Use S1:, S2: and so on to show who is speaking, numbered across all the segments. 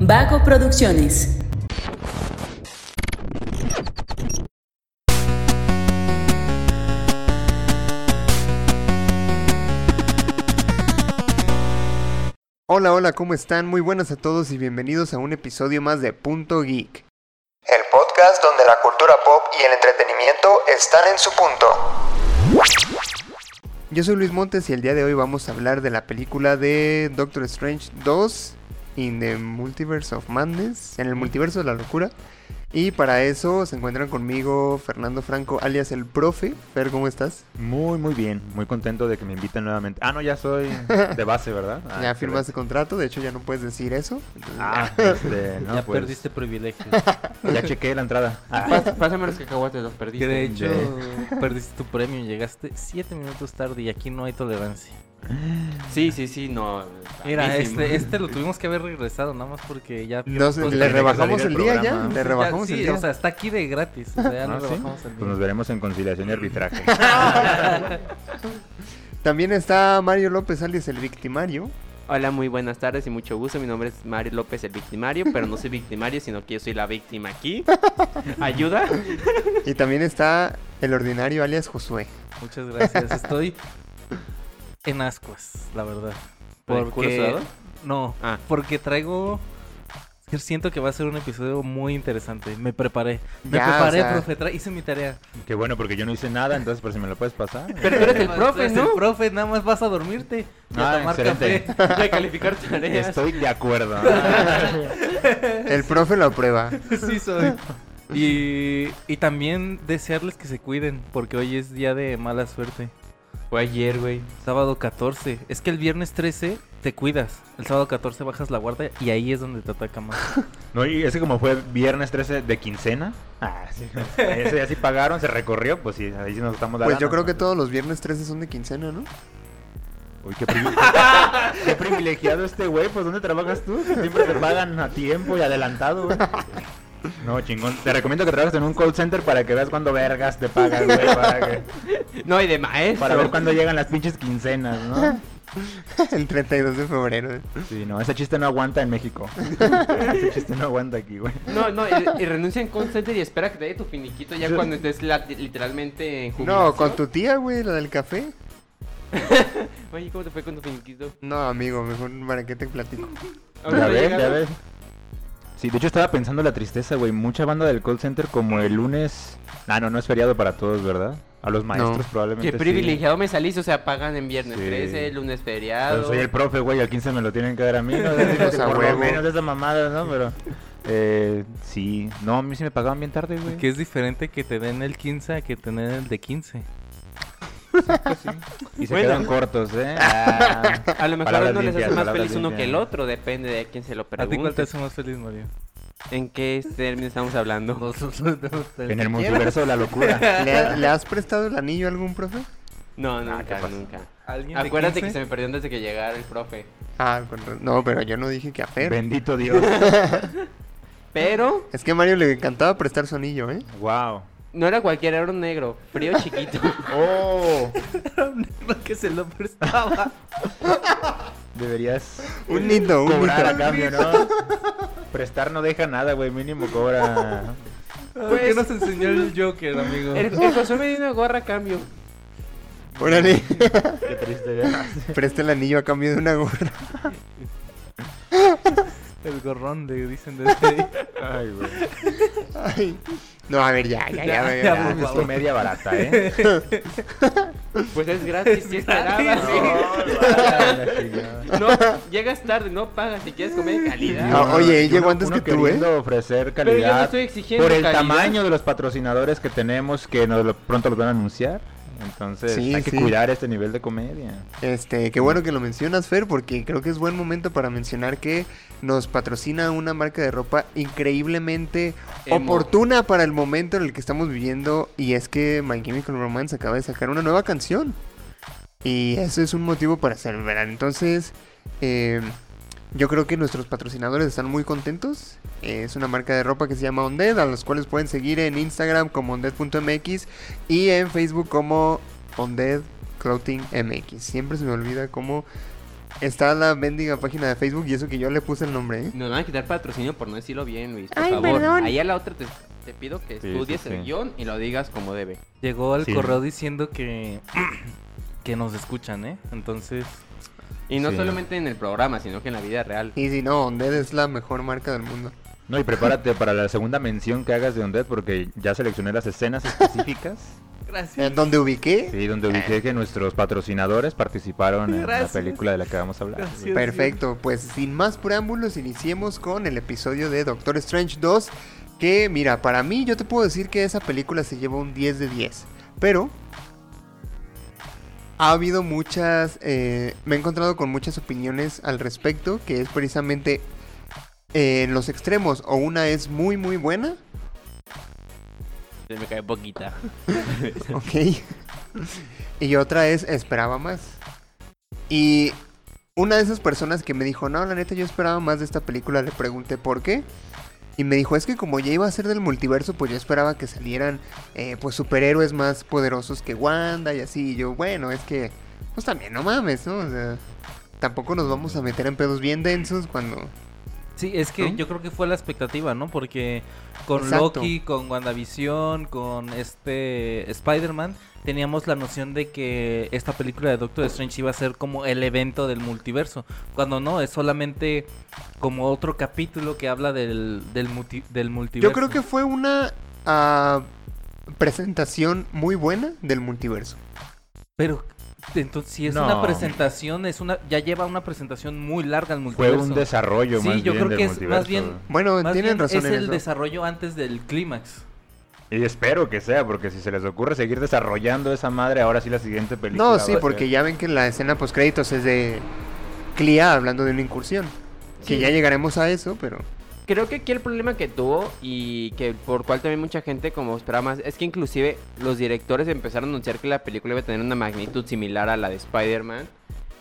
S1: Vago Producciones.
S2: Hola, hola, ¿cómo están? Muy buenas a todos y bienvenidos a un episodio más de Punto Geek.
S3: El podcast donde la cultura pop y el entretenimiento están en su punto.
S2: Yo soy Luis Montes y el día de hoy vamos a hablar de la película de Doctor Strange 2 in the Multiverse of Madness, en el multiverso de la locura. Y para eso se encuentran conmigo Fernando Franco, alias el profe. Fer, ¿cómo estás?
S4: Muy, muy bien. Muy contento de que me inviten nuevamente. Ah, no, ya soy de base, ¿verdad? Ah,
S2: ya firmaste contrato, de hecho ya no puedes decir eso.
S4: excelente. Ah, este, no,
S5: ya
S4: pues,
S5: perdiste privilegios.
S4: Ya chequé la entrada. Ah,
S6: Pás- Pásame los cacahuates, los perdí.
S5: Que de hecho,
S4: de-
S5: perdiste tu premio. Llegaste siete minutos tarde y aquí no hay tolerancia.
S6: Sí, sí, sí, no.
S5: Mira,
S6: Malísimo.
S5: este, este lo tuvimos que haber regresado, nada más porque ya.
S2: No sé,
S5: pues,
S2: le
S5: ya-
S2: rebajamos el
S4: salir del
S2: día ya,
S4: programa.
S2: le rebajamos
S5: sí,
S2: el día.
S5: O sea, está aquí de gratis. O sea, ya
S4: ¿Ah,
S5: le
S4: sí?
S5: rebajamos el
S4: Pues nos
S5: día.
S4: veremos en conciliación y arbitraje.
S2: También está Mario López, alias el victimario.
S6: Hola, muy buenas tardes y mucho gusto. Mi nombre es Mario López, el victimario, pero no soy victimario, sino que yo soy la víctima aquí. Ayuda.
S2: Y también está el ordinario, alias Josué.
S5: Muchas gracias. Estoy en ascuas, la verdad.
S6: ¿Por el culo
S5: Porque.
S6: sudado?
S5: No,
S6: Ah.
S5: porque traigo. Yo siento que va a ser un episodio muy interesante. Me preparé. Me
S2: Ya, o
S5: preparé,
S2: sea.
S5: profe. tra- Hice mi tarea.
S4: Qué bueno, porque yo no hice nada, entonces por si me lo puedes pasar.
S6: Pero tú eres el
S5: Tú
S6: profe,
S5: eres
S6: ¿no?
S5: El profe, nada más vas a dormirte. y a
S4: Ah,
S5: tomar
S4: excelente.
S5: café.
S6: De calificar tareas.
S4: Estoy de acuerdo.
S2: El profe lo aprueba.
S5: sí soy. Y, y también desearles que se cuiden, porque hoy es día de mala suerte.
S6: Fue ayer, güey.
S5: Sábado 14. Es que el viernes 13 te cuidas. El sábado 14 bajas la guardia y ahí es donde te ataca más.
S4: No, y ese como fue viernes 13 de quincena. Ah, sí. Ese ya sí pagaron, se recorrió, pues sí, ahí sí nos estamos dando.
S2: Pues yo creo que todos los viernes 13 son de quincena, ¿no?
S4: Uy, qué, privi- qué privilegiado este güey. Pues ¿dónde trabajas tú? Siempre te pagan a tiempo y adelantado, güey. No, chingón. Te recomiendo que trabajes en un call center para que veas cuándo vergas te pagan, güey. Para, que-
S6: No, y de maestro.
S4: para ver cuándo llegan las pinches quincenas, ¿no?
S2: El 32 de febrero.
S4: Sí, no, ese chiste no aguanta en México. Ese chiste no aguanta aquí, güey.
S6: No, no, y, y renuncia en call center y espera que te dé tu finiquito ya
S4: Sí.
S6: cuando estés la- literalmente en jubilación.
S2: No, con tu tía, güey, la del café.
S6: Oye, ¿cómo te fue con tu finiquito?
S2: No, amigo, mejor para qué te platico.
S4: Ya
S6: Ahorita
S4: ves,
S6: llegando.
S4: ya ves. Sí, de hecho estaba pensando la tristeza, güey. Mucha banda del call center como el lunes. Ah, no, no es feriado para todos, ¿verdad? A los maestros probablemente.
S6: Qué
S4: sí.
S6: privilegiado me salís, o sea, pagan en viernes
S4: Sí.
S6: 13, lunes
S4: Pero
S6: feriado.
S4: soy el profe, güey, al 15 me lo tienen que dar a mí, ¿no?
S2: Pues a
S4: por lo
S2: huevo.
S4: menos de esa mamada, ¿no? Pero, eh, sí. No, a mí sí me pagaban bien tarde, güey.
S5: Que es diferente que te den el 15 a que te den el de 15.
S4: Y se
S6: Bueno.
S4: quedan cortos, ¿eh? Ah.
S6: A lo mejor
S4: Palabras
S6: no les
S4: limpias,
S6: hace más
S4: palabras
S6: feliz uno que el
S4: limpias.
S6: otro, depende de quién se lo
S5: ¿A ti cuál te
S6: pregunte.
S5: hace más feliz, Mario?
S6: ¿En qué término estamos hablando?
S4: en el multiverso de la locura.
S2: ¿Le, ha- le has prestado el anillo a algún profe?
S6: No,
S4: Ah, ¿qué
S6: nunca,
S4: pasa?
S6: nunca.
S5: ¿Alguien de
S6: Acuérdate que
S5: 15?
S6: se me perdió antes de que llegara el profe.
S2: Ah, con ra- no, pero yo no dije que a Fer.
S4: Bendito Dios.
S6: Pero
S2: Es que a Mario le encantaba prestar su anillo, ¿eh?
S4: Wow.
S6: no era cualquiera, era un negro, frío chiquito.
S4: Oh,
S5: que se lo prestaba.
S4: deberías
S2: Un lindo, un
S4: cobrar a
S2: lindo.
S4: cambio, ¿no? Prestar no deja nada, güey. Mínimo cobra.
S5: ¿Por qué nos enseñó el Joker, amigo?
S6: Pues El, el Josué me dio una gorra a cambio.
S2: Órale,
S4: Qué triste, ¿verdad?
S2: presta el anillo a cambio de una gorra.
S5: El gorrón de este dicen de
S4: Ay, güey.
S2: Ay. No, a ver, ya, ya, ya. ya,
S5: Ya,
S2: ya.
S5: por
S4: Es
S5: favor.
S4: comedia barata, ¿eh?
S6: Pues es gratis, si esperabas.
S4: No,
S6: No, llegas tarde, no pagas si quieres comer de calidad.
S2: Ah, oye, él
S4: yo
S2: llegó
S4: no-
S2: antes
S4: uno
S2: que tú, ¿eh?
S4: queriendo ofrecer
S6: Pero yo no
S4: calidad
S6: estoy exigiendo
S4: por el
S6: calidad.
S4: tamaño de los patrocinadores que tenemos que nos lo- pronto los van a anunciar. Entonces
S2: Sí,
S4: hay que
S2: sí.
S4: cuidar este nivel de comedia.
S2: Este, qué bueno que lo mencionas, Fer, porque creo que es buen momento para mencionar que nos patrocina una marca de ropa increíblemente
S6: Emo.
S2: oportuna para el momento en el que estamos viviendo. Y es que My Chemical Romance acaba de sacar una nueva canción. Y eso es un motivo para celebrar. Entonces, eh, yo creo que nuestros patrocinadores están muy contentos. Eh, Es una marca de ropa que se llama Undead, a los cuales pueden seguir en Instagram como Undead.mx y en Facebook como Undead Clothing MX. Siempre se me olvida cómo Está la mendiga página de Facebook y eso que yo le puse el nombre, ¿eh?
S6: Nos van a quitar patrocinio por no decirlo bien, Luis. Por
S2: Ay,
S6: favor.
S2: perdón.
S6: Ahí a la otra te, te pido que
S4: Sí,
S6: estudies
S4: sí,
S6: el
S4: sí.
S6: guión y lo digas como debe.
S5: Llegó al
S4: Sí.
S5: correo diciendo que, que nos escuchan, ¿eh? Entonces,
S6: Y no
S4: Sí.
S6: solamente en el programa, sino que en la vida real.
S2: Y si no, Onded es la mejor marca del mundo.
S4: No, y prepárate para la segunda mención que hagas de Undead porque ya seleccioné las escenas específicas.
S5: gracias.
S2: En donde ubiqué,
S4: sí, donde dije que nuestros patrocinadores participaron en
S5: Gracias.
S4: la película de la que vamos a hablar.
S5: Gracias.
S2: Perfecto, pues sin más preámbulos iniciemos con el episodio de Doctor Strange 2, que mira, para mí yo te puedo decir que esa película se lleva un 10 de 10, pero ha habido muchas, eh, me he encontrado con muchas opiniones al respecto, que es precisamente eh, en los extremos, o una es muy muy buena,
S6: Se me cae poquita.
S2: ok, y otra es esperaba más. Y una de esas personas que me dijo, no, la neta yo esperaba más de esta película, le pregunté por qué. Y me dijo, es que como ya iba a ser del multiverso, pues yo esperaba que salieran eh, pues superhéroes más poderosos que Wanda y así. Y yo, bueno, es que, pues también no mames, ¿no? O sea, tampoco nos vamos a meter en pedos bien densos cuando...
S5: Sí, es que
S2: ¿No?
S5: yo creo que fue la expectativa, ¿no? Porque con
S2: Exacto.
S5: Loki, con WandaVision, con este Spider-Man, teníamos la noción de que esta película de Doctor Strange iba a ser como el evento del multiverso. Cuando no, es solamente como otro capítulo que habla del, del, multi- del multiverso.
S2: Yo creo que fue una ah, presentación muy buena del multiverso.
S5: Pero entonces si es
S4: No.
S5: una presentación, es una ya lleva una presentación muy larga el
S4: Fue
S5: multiverso.
S4: un desarrollo
S5: Sí,
S4: más bien
S5: yo creo
S4: del
S5: que es
S4: multiverso.
S5: más bien-
S2: Bueno,
S5: Más
S2: tienen
S5: bien
S2: razón
S5: es
S2: en
S5: el
S2: eso.
S5: desarrollo antes del clímax.
S4: Y espero que sea, porque si se les ocurre seguir desarrollando esa madre, ahora sí la siguiente película.
S2: No,
S4: va
S2: sí,
S4: a ser-
S2: porque ya ven que la escena post créditos es de Clea hablando de una incursión. Que
S6: Sí.
S2: ya llegaremos a eso, pero
S6: Creo que aquí el problema que tuvo y que por cual también mucha gente como esperaba más es que inclusive los directores empezaron a anunciar que la película iba a tener una magnitud similar a la de Spider-Man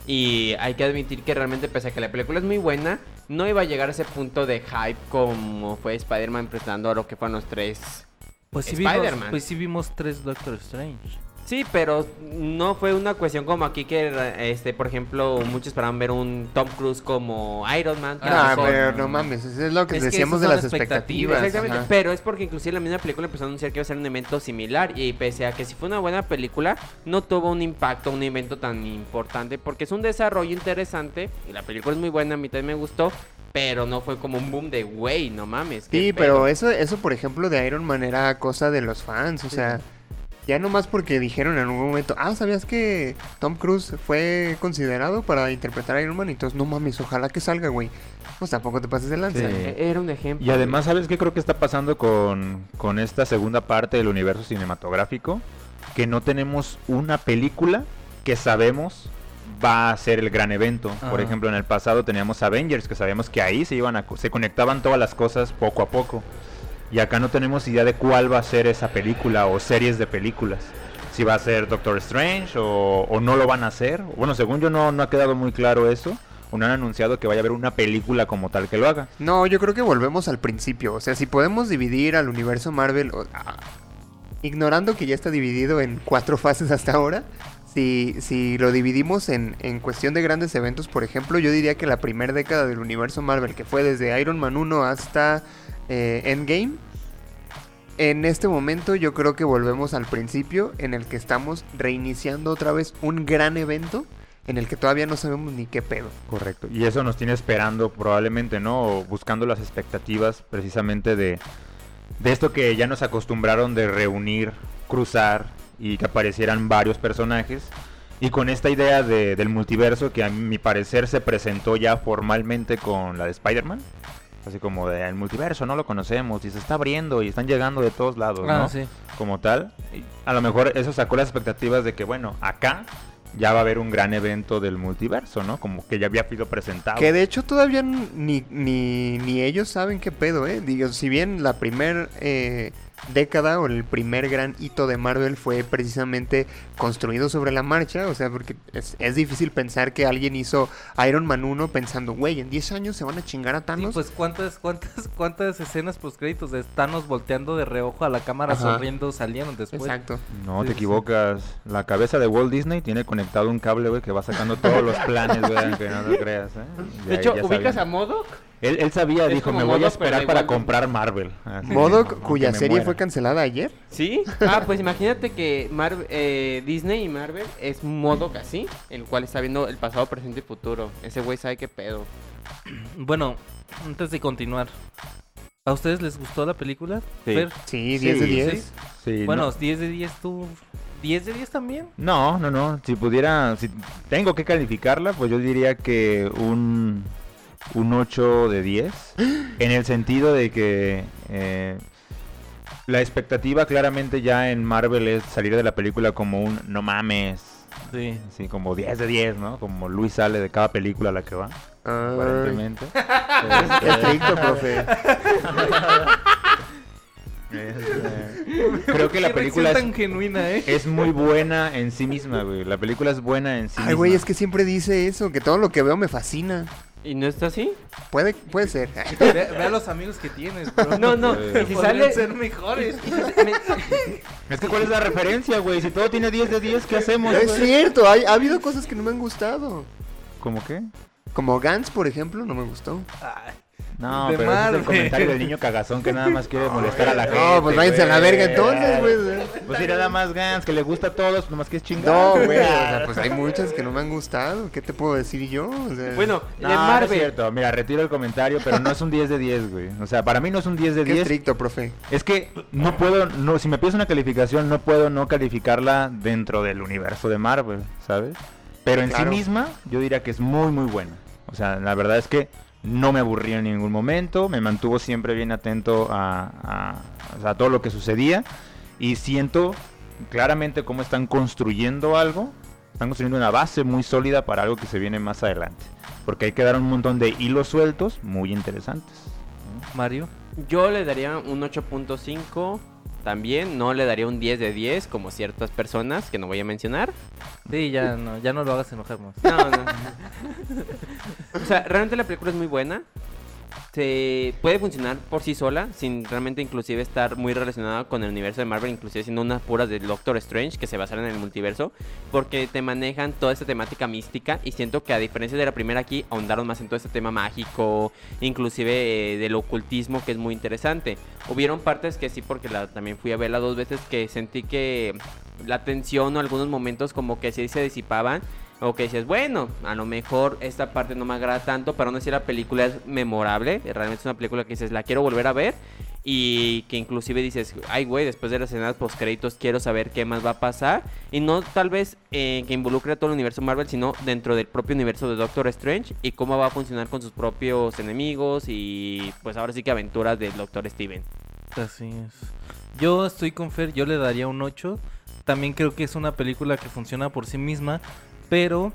S6: y hay que admitir que realmente pese a que la película es muy buena no iba a llegar a ese punto de hype como fue Spider-Man presentando a lo que fueron los tres.
S5: Pues sí, vimos,
S6: Spider-Man.
S5: pues sí vimos tres Doctor Strange.
S6: Sí, pero no fue una cuestión como aquí que este por ejemplo muchos esperaban ver un Tom Cruise como Iron Man. que a lo
S2: Ah,
S6: mejor-
S2: pero no mames, eso es lo que
S5: Es que
S2: decíamos de
S5: esas son
S2: las expectativas.
S6: Exactamente,
S2: ajá.
S6: pero es porque inclusive la misma película empezó a anunciar que iba a ser un evento similar y pese a que si fue una buena película, no tuvo un impacto, un evento tan importante porque es un desarrollo interesante y la película es muy buena, a mí también me gustó, pero no fue como un boom de güey, no mames. qué
S2: Sí,
S6: pedo".
S2: pero eso, eso por ejemplo de Iron Man era cosa de los fans, o sea, ya nomás porque dijeron en algún momento, ah, ¿sabías que Tom Cruise fue considerado para interpretar a Iron Man? Entonces, no mames, ojalá que salga, güey. Pues tampoco te pases de lanza.
S4: Sí.
S6: E- Era un ejemplo.
S4: Y además, ¿sabes qué creo que está pasando con, con esta segunda parte del universo cinematográfico? Que no tenemos una película que sabemos va a ser el gran evento. Por
S5: Ajá.
S4: ejemplo, en el pasado teníamos Avengers, que sabíamos que ahí se iban a, co- se conectaban todas las cosas poco a poco. Y acá no tenemos idea de cuál va a ser esa película o series de películas. Si va a ser Doctor Strange o, o no lo van a hacer. Bueno, según yo no, no ha quedado muy claro eso. O no han anunciado que vaya a haber una película como tal que lo haga.
S2: No, yo creo que volvemos al principio. O sea, si podemos dividir al universo Marvel, o- ah, ignorando que ya está dividido en cuatro fases hasta ahora, si, si lo dividimos en, en cuestión de grandes eventos, por ejemplo, yo diría que la primera década del universo Marvel, que fue desde Iron Man 1 hasta eh, Endgame, en este momento yo creo que volvemos al principio en el que estamos reiniciando otra vez un gran evento en el que todavía no sabemos ni qué pedo.
S4: Correcto. Y eso nos tiene esperando probablemente, ¿no? O buscando las expectativas precisamente de, de esto que ya nos acostumbraron de reunir, cruzar y que aparecieran varios personajes. Y con esta idea de- del multiverso que a mi parecer se presentó ya formalmente con la de Spider-Man. Así como de, el multiverso no lo conocemos y se está abriendo y están llegando de todos lados,
S5: Ah,
S4: ¿no?
S5: sí.
S4: como tal. y A lo mejor eso sacó las expectativas de que, bueno, acá ya va a haber un gran evento del multiverso, ¿no? Como que ya había sido presentado.
S2: Que de hecho todavía ni, ni, ni ellos saben qué pedo, ¿eh? Digo, si bien la primer eh, década o el primer gran hito de Marvel fue precisamente construido sobre la marcha, o sea, porque es, es difícil pensar que alguien hizo Iron Man 1 pensando, güey, en 10 años se van a chingar a
S5: Sí,
S2: Thanos.
S5: pues cuántas, cuántas, cuántas escenas post créditos de Thanos volteando de reojo a la cámara
S2: Ajá.
S5: sonriendo salieron después.
S2: Exacto.
S4: No, te
S5: Sí, sí, sí.
S4: equivocas. La cabeza de Walt Disney tiene conectado un cable, güey, que va sacando todos los planes, güey, aunque no lo creas, ¿eh?
S6: De
S4: Ya-
S6: hecho,
S4: ya
S6: ubicas
S4: sabían.
S6: a Modoc.
S4: Él, él sabía,
S6: Es
S4: dijo,
S6: como
S4: me voy a
S6: Modoc, pero
S4: esperar
S6: de
S4: para
S6: Walt Disney".
S4: comprar Marvel. Así,
S2: Modoc,
S4: pues, aunque
S2: cuya
S4: me
S2: serie
S4: muera.
S2: fue cancelada ayer.
S6: ¿Sí? Ah, pues imagínate que Mar- eh, Disney y Marvel es Modoc así, el cual está viendo el pasado, presente y futuro. Ese güey sabe qué pedo.
S5: Bueno, antes de continuar, ¿a ustedes les gustó la película?
S4: Sí.
S5: Fer?
S2: Sí,
S4: Sí,
S2: 10 de
S4: sí.
S2: 10.
S4: Sí,
S5: bueno,
S4: no-
S5: 10 de 10 tú. ¿10 de 10 también?
S4: No, no, no. Si pudiera, si tengo que calificarla, pues yo diría que un, un 8 de 10. En el sentido de que eh, la expectativa claramente ya en Marvel es salir de la película como un no mames.
S5: Sí.
S4: Así como 10 de 10, ¿no? Como Luis sale de cada película a la que va,
S2: Ay,
S4: aparentemente.
S2: qué estricto, profe.
S4: Este, creo que la
S5: Qué reacción
S4: película es,
S5: tan genuina, ¿eh?
S4: es muy buena en sí misma, güey. La película es buena en sí misma.
S2: Ay, güey, es que siempre dice eso, que todo lo que veo me fascina.
S6: ¿Y no está así?
S2: Puede, puede ser.
S5: Ve, ve a los amigos que tienes, bro.
S6: No, no.
S4: Eh.
S6: Y si
S5: Podrían
S6: sale.
S5: ser mejores.
S4: Es que cuál es la referencia, güey. Si todo tiene 10 de 10, ¿qué hacemos?
S2: No es cierto, hay- ha habido cosas que no me han gustado.
S4: ¿Cómo qué?
S2: Como Gans, por ejemplo, no me gustó.
S5: Ay,
S4: No,
S5: De
S4: pero ese es
S5: madre.
S4: el comentario del niño cagazón que nada más quiere molestar a la gente.
S2: No, pues váyanse a la
S4: Ah, güey.
S2: verga entonces, güey.
S4: Pues ir nada más Gans, que le gusta a todos, nomás que es
S2: No,
S4: chingado. Ah.
S2: güey, o sea, pues hay muchas que no me han gustado. ¿Qué te puedo decir yo? O sea,
S6: Bueno,
S4: No,
S6: de
S4: no es
S6: Marvel.
S4: cierto. Mira, retiro el comentario, pero no es un 10 de 10, güey. O sea, para mí no es un 10 de
S2: qué
S4: 10.
S2: estricto, profe.
S4: Es que no puedo, no, si me pides una calificación, no puedo no calificarla dentro del universo de Marvel, ¿sabes? Pero en
S2: Claro.
S4: sí misma, yo diría que es muy, muy buena. O sea, la verdad es que no me aburrí en ningún momento, me mantuvo siempre bien atento a, a- o sea, a todo lo que sucedía y siento claramente cómo están construyendo algo, están construyendo una base muy sólida para algo que se viene más adelante. Porque ahí quedaron un montón de hilos sueltos muy interesantes.
S5: Mario.
S6: Yo le daría un 8.5. También no le daría un 10 de 10 como ciertas personas que no voy a mencionar.
S5: Sí, ya no, ya no lo hagas enojar más.
S6: No, no. o sea, realmente la película es muy buena. Se puede funcionar por sí sola, sin realmente inclusive estar muy relacionada con el universo de Marvel, inclusive siendo unas puras de Doctor Strange que se basaron en el multiverso, porque te manejan toda esta temática mística y siento que a diferencia de la primera aquí, ahondaron más en todo este tema mágico, inclusive eh, del ocultismo que es muy interesante. Hubieron partes que sí, porque la, también fui a verla dos veces, que sentí que la tensión o algunos momentos como que sí se disipaban o que dices, bueno, a lo mejor esta parte no me agrada tanto, pero aún así la película es memorable. eh, Realmente es una película que dices, la quiero volver a ver. Y que inclusive dices, ay güey, después de las escenas post créditos quiero saber qué más va a pasar. Y no tal vez eh, que involucre a todo el universo Marvel, sino dentro del propio universo de Doctor Strange y cómo va a funcionar con sus propios enemigos y pues ahora sí que aventuras del Doctor Steven.
S5: Así es. Yo estoy con Fer, yo le daría un 8. También creo que es una película que funciona por sí misma, pero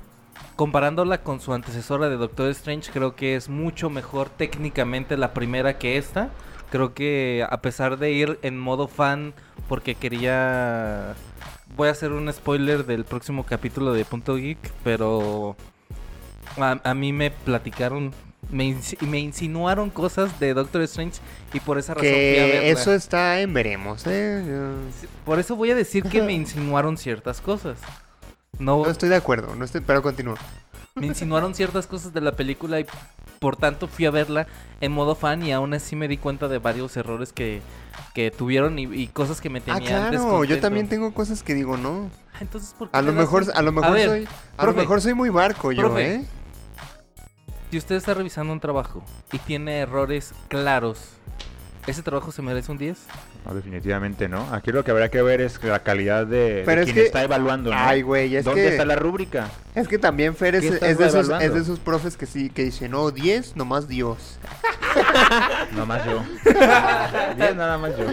S5: comparándola con su antecesora de Doctor Strange, creo que es mucho mejor técnicamente la primera que esta. Creo que a pesar de ir en modo fan, porque quería... Voy a hacer un spoiler del próximo capítulo de Punto Geek, pero a, a mí me platicaron, me, insi- me insinuaron cosas de Doctor Strange y por esa razón... fui a verla.
S2: Que eso está en veremos, ¿eh? Yo-
S5: Por eso voy a decir que me insinuaron ciertas cosas. No,
S2: No estoy de acuerdo, no estoy, pero continúo.
S5: me insinuaron ciertas cosas de la película y por tanto fui a verla en modo fan y aún así me di cuenta de varios errores que, que tuvieron y, y cosas que me
S2: Ah,
S5: tenían
S2: claro, yo
S5: descontento.
S2: también tengo cosas que digo, no.
S5: Ah, Entonces, ¿por qué
S2: A
S5: le
S2: lo
S5: das
S2: mejor,
S5: un-
S2: a lo mejor
S5: ver,
S2: soy, a lo
S5: profe.
S2: mejor soy muy barco yo,
S5: Profe.
S2: ¿eh?
S5: Si usted está revisando un trabajo y tiene errores claros, ¿ese trabajo se merece un 10?
S4: No, definitivamente no. Aquí lo que habrá que ver es la calidad de, de
S2: Pero es
S4: quien
S2: que-
S4: está evaluando, ¿no?
S2: Ay, güey, es
S4: ¿Dónde
S2: que
S4: está la rúbrica?
S2: es que también Fer es,
S4: ¿Qué estás
S2: es de esos,
S4: evaluando?
S2: es de esos profes que sí que dice, "No, 10, nomás Dios."
S4: Nomás yo. Diez, nada más yo.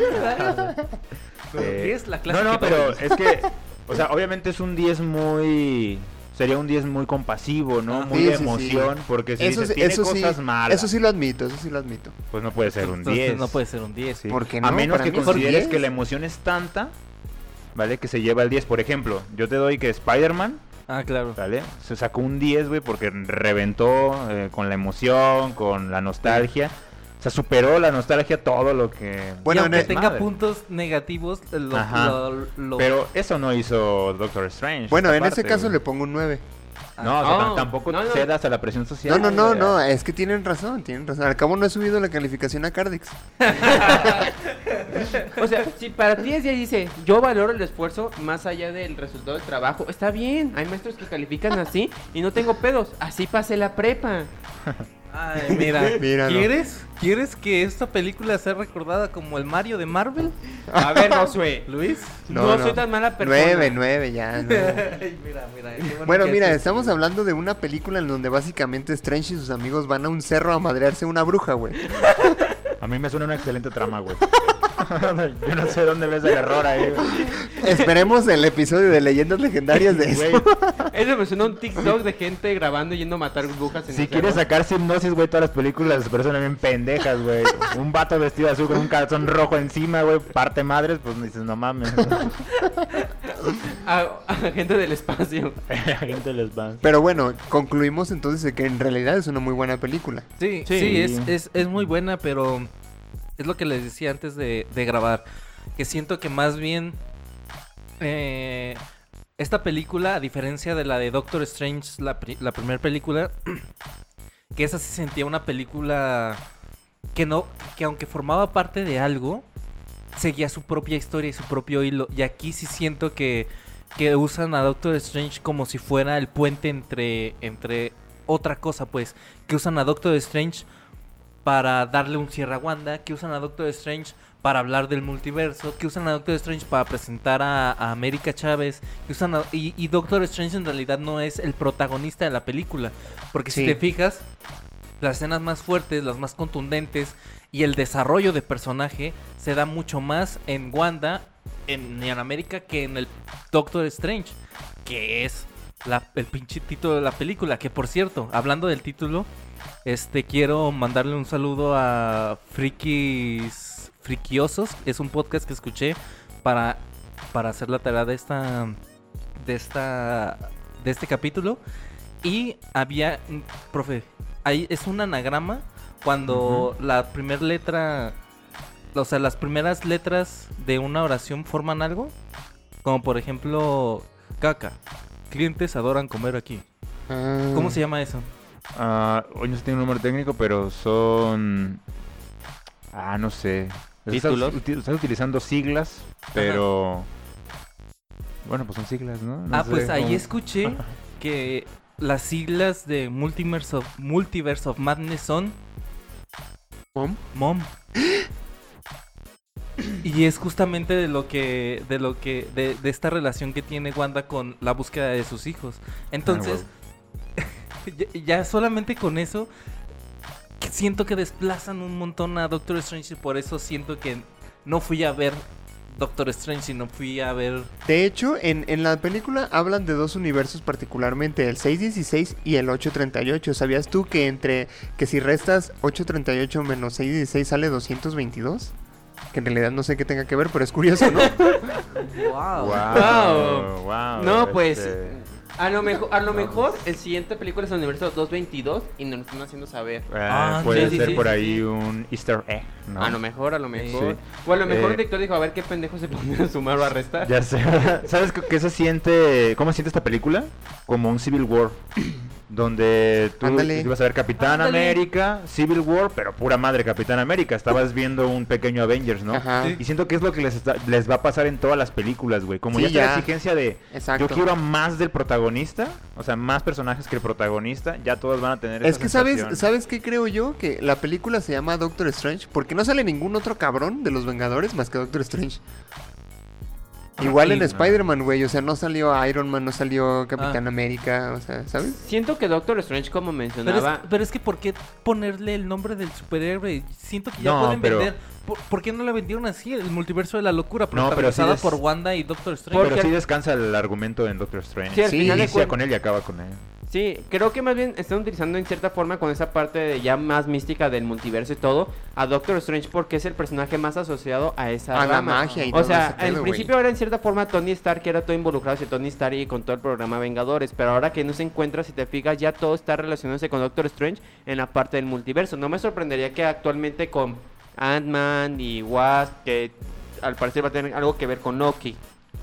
S4: Eh,
S5: ¿Qué es la clase
S4: no, no,
S5: que
S4: pero
S5: tomas?
S4: es que, o sea, obviamente es un 10 muy sería un 10 muy compasivo, ¿no?
S5: Ah.
S4: Muy
S2: Sí,
S4: de
S2: sí, sí.
S4: emoción, porque si dices,
S2: sí-
S4: tiene
S2: eso sí-
S4: cosas malas,
S2: Eso sí lo admito, eso sí lo admito.
S4: pues no puede ser un
S5: Entonces
S4: 10.
S5: no puede ser un 10.
S4: Sí.
S2: ¿Por qué
S4: A
S2: no?
S4: menos
S2: Para
S4: que
S2: mí es
S4: consideres
S2: 10.
S4: que la emoción es tanta, ¿vale? Que se lleva el 10. Por ejemplo, yo te doy que Spider-Man,
S5: Ah, claro.
S4: ¿vale? Se sacó un 10, güey, porque reventó eh, con la emoción, con la nostalgia. O sea, superó la nostalgia todo lo que...
S5: Bueno,
S2: Bueno,
S5: y aunque
S2: en el-
S5: tenga
S4: madre.
S5: puntos negativos, lo,
S4: Ajá.
S5: lo- lo-
S4: Pero eso no hizo Doctor Strange.
S2: Bueno,
S4: esa
S2: en ese
S4: parte,
S2: caso
S4: güey.
S2: le pongo un 9.
S4: No, o sea,
S6: Ah,
S4: tam- tampoco
S6: no, no.
S4: cedas a la presión social.
S2: No, no, no,
S4: ah, güey.
S2: no, eh. es que tienen razón, tienen razón. Al cabo no he subido la calificación a Cardix.
S6: O sea, si para ti es 10 dice, yo valoro el esfuerzo más allá del resultado del trabajo, está bien. Hay maestros que califican así y no tengo pedos. Así pasé la prepa.
S5: Ay, mira,
S2: Míralo.
S5: ¿quieres? ¿Quieres que esta película sea recordada como el Mario de Marvel?
S6: A ver, Josué.
S5: Luis.
S6: No, soy tan mala persona.
S2: 9, 9, ya. nueve.
S5: Ay, mira, mira. qué
S2: Bueno,
S5: que
S2: mira,
S5: haces.
S2: estamos hablando de una película en donde básicamente Strange y sus amigos van a un cerro a madrearse una bruja, güey.
S4: A mí me suena una excelente trama, güey. Yo no sé dónde ves el error ahí, güey.
S2: Esperemos el episodio de leyendas legendarias de eso.
S4: Güey,
S6: Eso me suena a un TikTok de gente grabando yendo a matar brujas en
S4: Si
S6: el
S4: quieres
S6: cerro.
S4: sacar hipnosis, güey, todas las películas pero son bien pendejas, güey. Un vato vestido de azul con un calzón rojo encima, güey, parte madres, pues dices, no mames.
S6: a, a gente del espacio.
S4: La gente les va.
S2: Pero bueno, concluimos entonces de que en realidad es una muy buena película.
S5: Sí,
S4: Sí.
S5: sí, es, es, es muy buena, pero es lo que les decía antes de, de grabar. Que siento que más bien eh, esta película, a diferencia de la de Doctor Strange, la, pri- la primera película, que esa se sentía una película que no, que aunque formaba parte de algo, seguía su propia historia y su propio hilo. Y aquí sí siento que, que usan a Doctor Strange como si fuera el puente entre, entre otra cosa, pues. Que usan a Doctor Strange para darle un cierre a Wanda, que usan a Doctor Strange para hablar del multiverso, que usan a Doctor Strange para presentar a, a América Chávez, que usan a- y, y Doctor Strange en realidad no es el protagonista de la película, porque si
S2: Sí.
S5: te fijas, las escenas más fuertes, las más contundentes y el desarrollo de personaje se da mucho más en Wanda, en, en América, que en el Doctor Strange, que es la- el pinche título de la película, que por cierto, hablando del título, este, quiero mandarle un saludo a Frikis Frikiosos. Es un podcast que escuché para, para hacer la tarea de esta. De esta. De este capítulo. Y había. mm, Profe, ahí es un anagrama. Cuando la primera letra. O sea, las primeras letras de una oración forman algo. Como por ejemplo. Caca. Clientes adoran comer aquí. ¿Cómo
S2: Mm.
S5: se llama eso?
S4: Ah, hoy no sé si tiene un número técnico, pero son. Ah, no sé.
S6: ¿Títulos?
S4: Estás, uti- estás utilizando siglas, pero. Bueno, pues son siglas, ¿no? No
S5: ah,
S4: sé
S5: pues ahí
S4: cómo-
S5: escuché que las siglas de Multiverse of, Multiverse of Madness son
S2: ¿Mom?
S5: MOM. Y es justamente de lo que, de lo que, de, de esta relación que tiene Wanda con la búsqueda de sus hijos. Entonces,
S4: Ah,
S5: ya, ya solamente con eso, que siento que desplazan un montón a Doctor Strange y por eso siento que no fui a ver Doctor Strange, sino fui a ver...
S2: De hecho, en, en la película hablan de dos universos particularmente, el 616 y el 838. ¿Sabías tú que entre que si restas 838 menos 616 sale 222? Que en realidad no sé qué tenga que ver, pero es curioso, ¿no?
S5: ¡Wow!
S4: Wow, wow,
S6: Oh. No, pues.
S4: Ah, este,
S6: A lo, mejo- a lo mejor el siguiente película es el universo 222 y nos lo están haciendo saber.
S4: eh,
S5: Ah,
S4: puede
S6: sí, sí,
S4: ser
S6: sí,
S4: por
S6: sí,
S4: ahí un Easter egg, ¿no?
S6: A lo mejor, a lo mejor.
S4: Sí.
S6: O a lo mejor
S4: Eh,
S6: el director dijo, a ver qué pendejo se pone a sumar o a restar.
S4: Ya sé. ¿Sabes qué- qué se siente? ¿Cómo se siente esta película? Como un Civil War. Donde tú
S2: Ándale.
S4: ibas a ver Capitán
S5: Ándale.
S4: América, Civil War, pero pura madre Capitán América. Estabas viendo un pequeño Avengers, ¿no?
S2: Ajá.
S4: Y siento que es lo que les, está- les va a pasar en todas las películas, güey. Como
S2: Sí,
S4: ya está la
S2: ya.
S4: exigencia de
S2: Exacto.
S4: yo quiero a más del protagonista, o sea, más personajes que el protagonista, ya todos van a tener
S2: Es
S4: esa
S2: que
S4: sensación.
S2: sabes, ¿sabes qué creo yo? Que la película se llama Doctor Strange porque no sale ningún otro cabrón de los Vengadores más que Doctor Strange. Igual
S5: Ah, Sí,
S2: en
S5: no.
S2: Spider-Man, güey. O sea, no salió Iron Man, no salió Capitán
S5: Ah.
S2: América. O sea, ¿sabes?
S6: Siento que Doctor Strange, como
S5: Pero es,
S6: mencionaba,
S5: pero es que ¿por qué ponerle el nombre del superhéroe? Siento que ya
S4: No,
S5: pueden
S4: pero-
S5: vender. ¿Por, por qué no la vendieron así? El multiverso de la locura,
S4: pero sí
S5: protagonizada
S4: des-
S5: por Wanda y Doctor Strange.
S4: Pero
S6: Porque-
S4: sí descansa el argumento en Doctor Strange.
S6: Sí, al
S2: final de
S4: inicia
S6: cuen-
S4: con él y acaba con él.
S6: sí, creo que más bien están utilizando en cierta forma con esa parte de ya más mística del multiverso y todo a Doctor Strange porque es el personaje más asociado a esa
S2: A la
S6: rama.
S2: magia y
S6: o
S2: todo
S6: sea,
S2: ese
S6: en
S2: pedo, güey.
S6: principio era en cierta forma Tony Stark que era todo involucrado hacia Tony Stark y con todo el programa Vengadores, pero ahora que no se encuentra, si te fijas, ya todo está relacionándose con Doctor Strange en la parte del multiverso. No me sorprendería que actualmente con Ant-Man y Wasp, que al parecer va a tener algo que ver con Loki.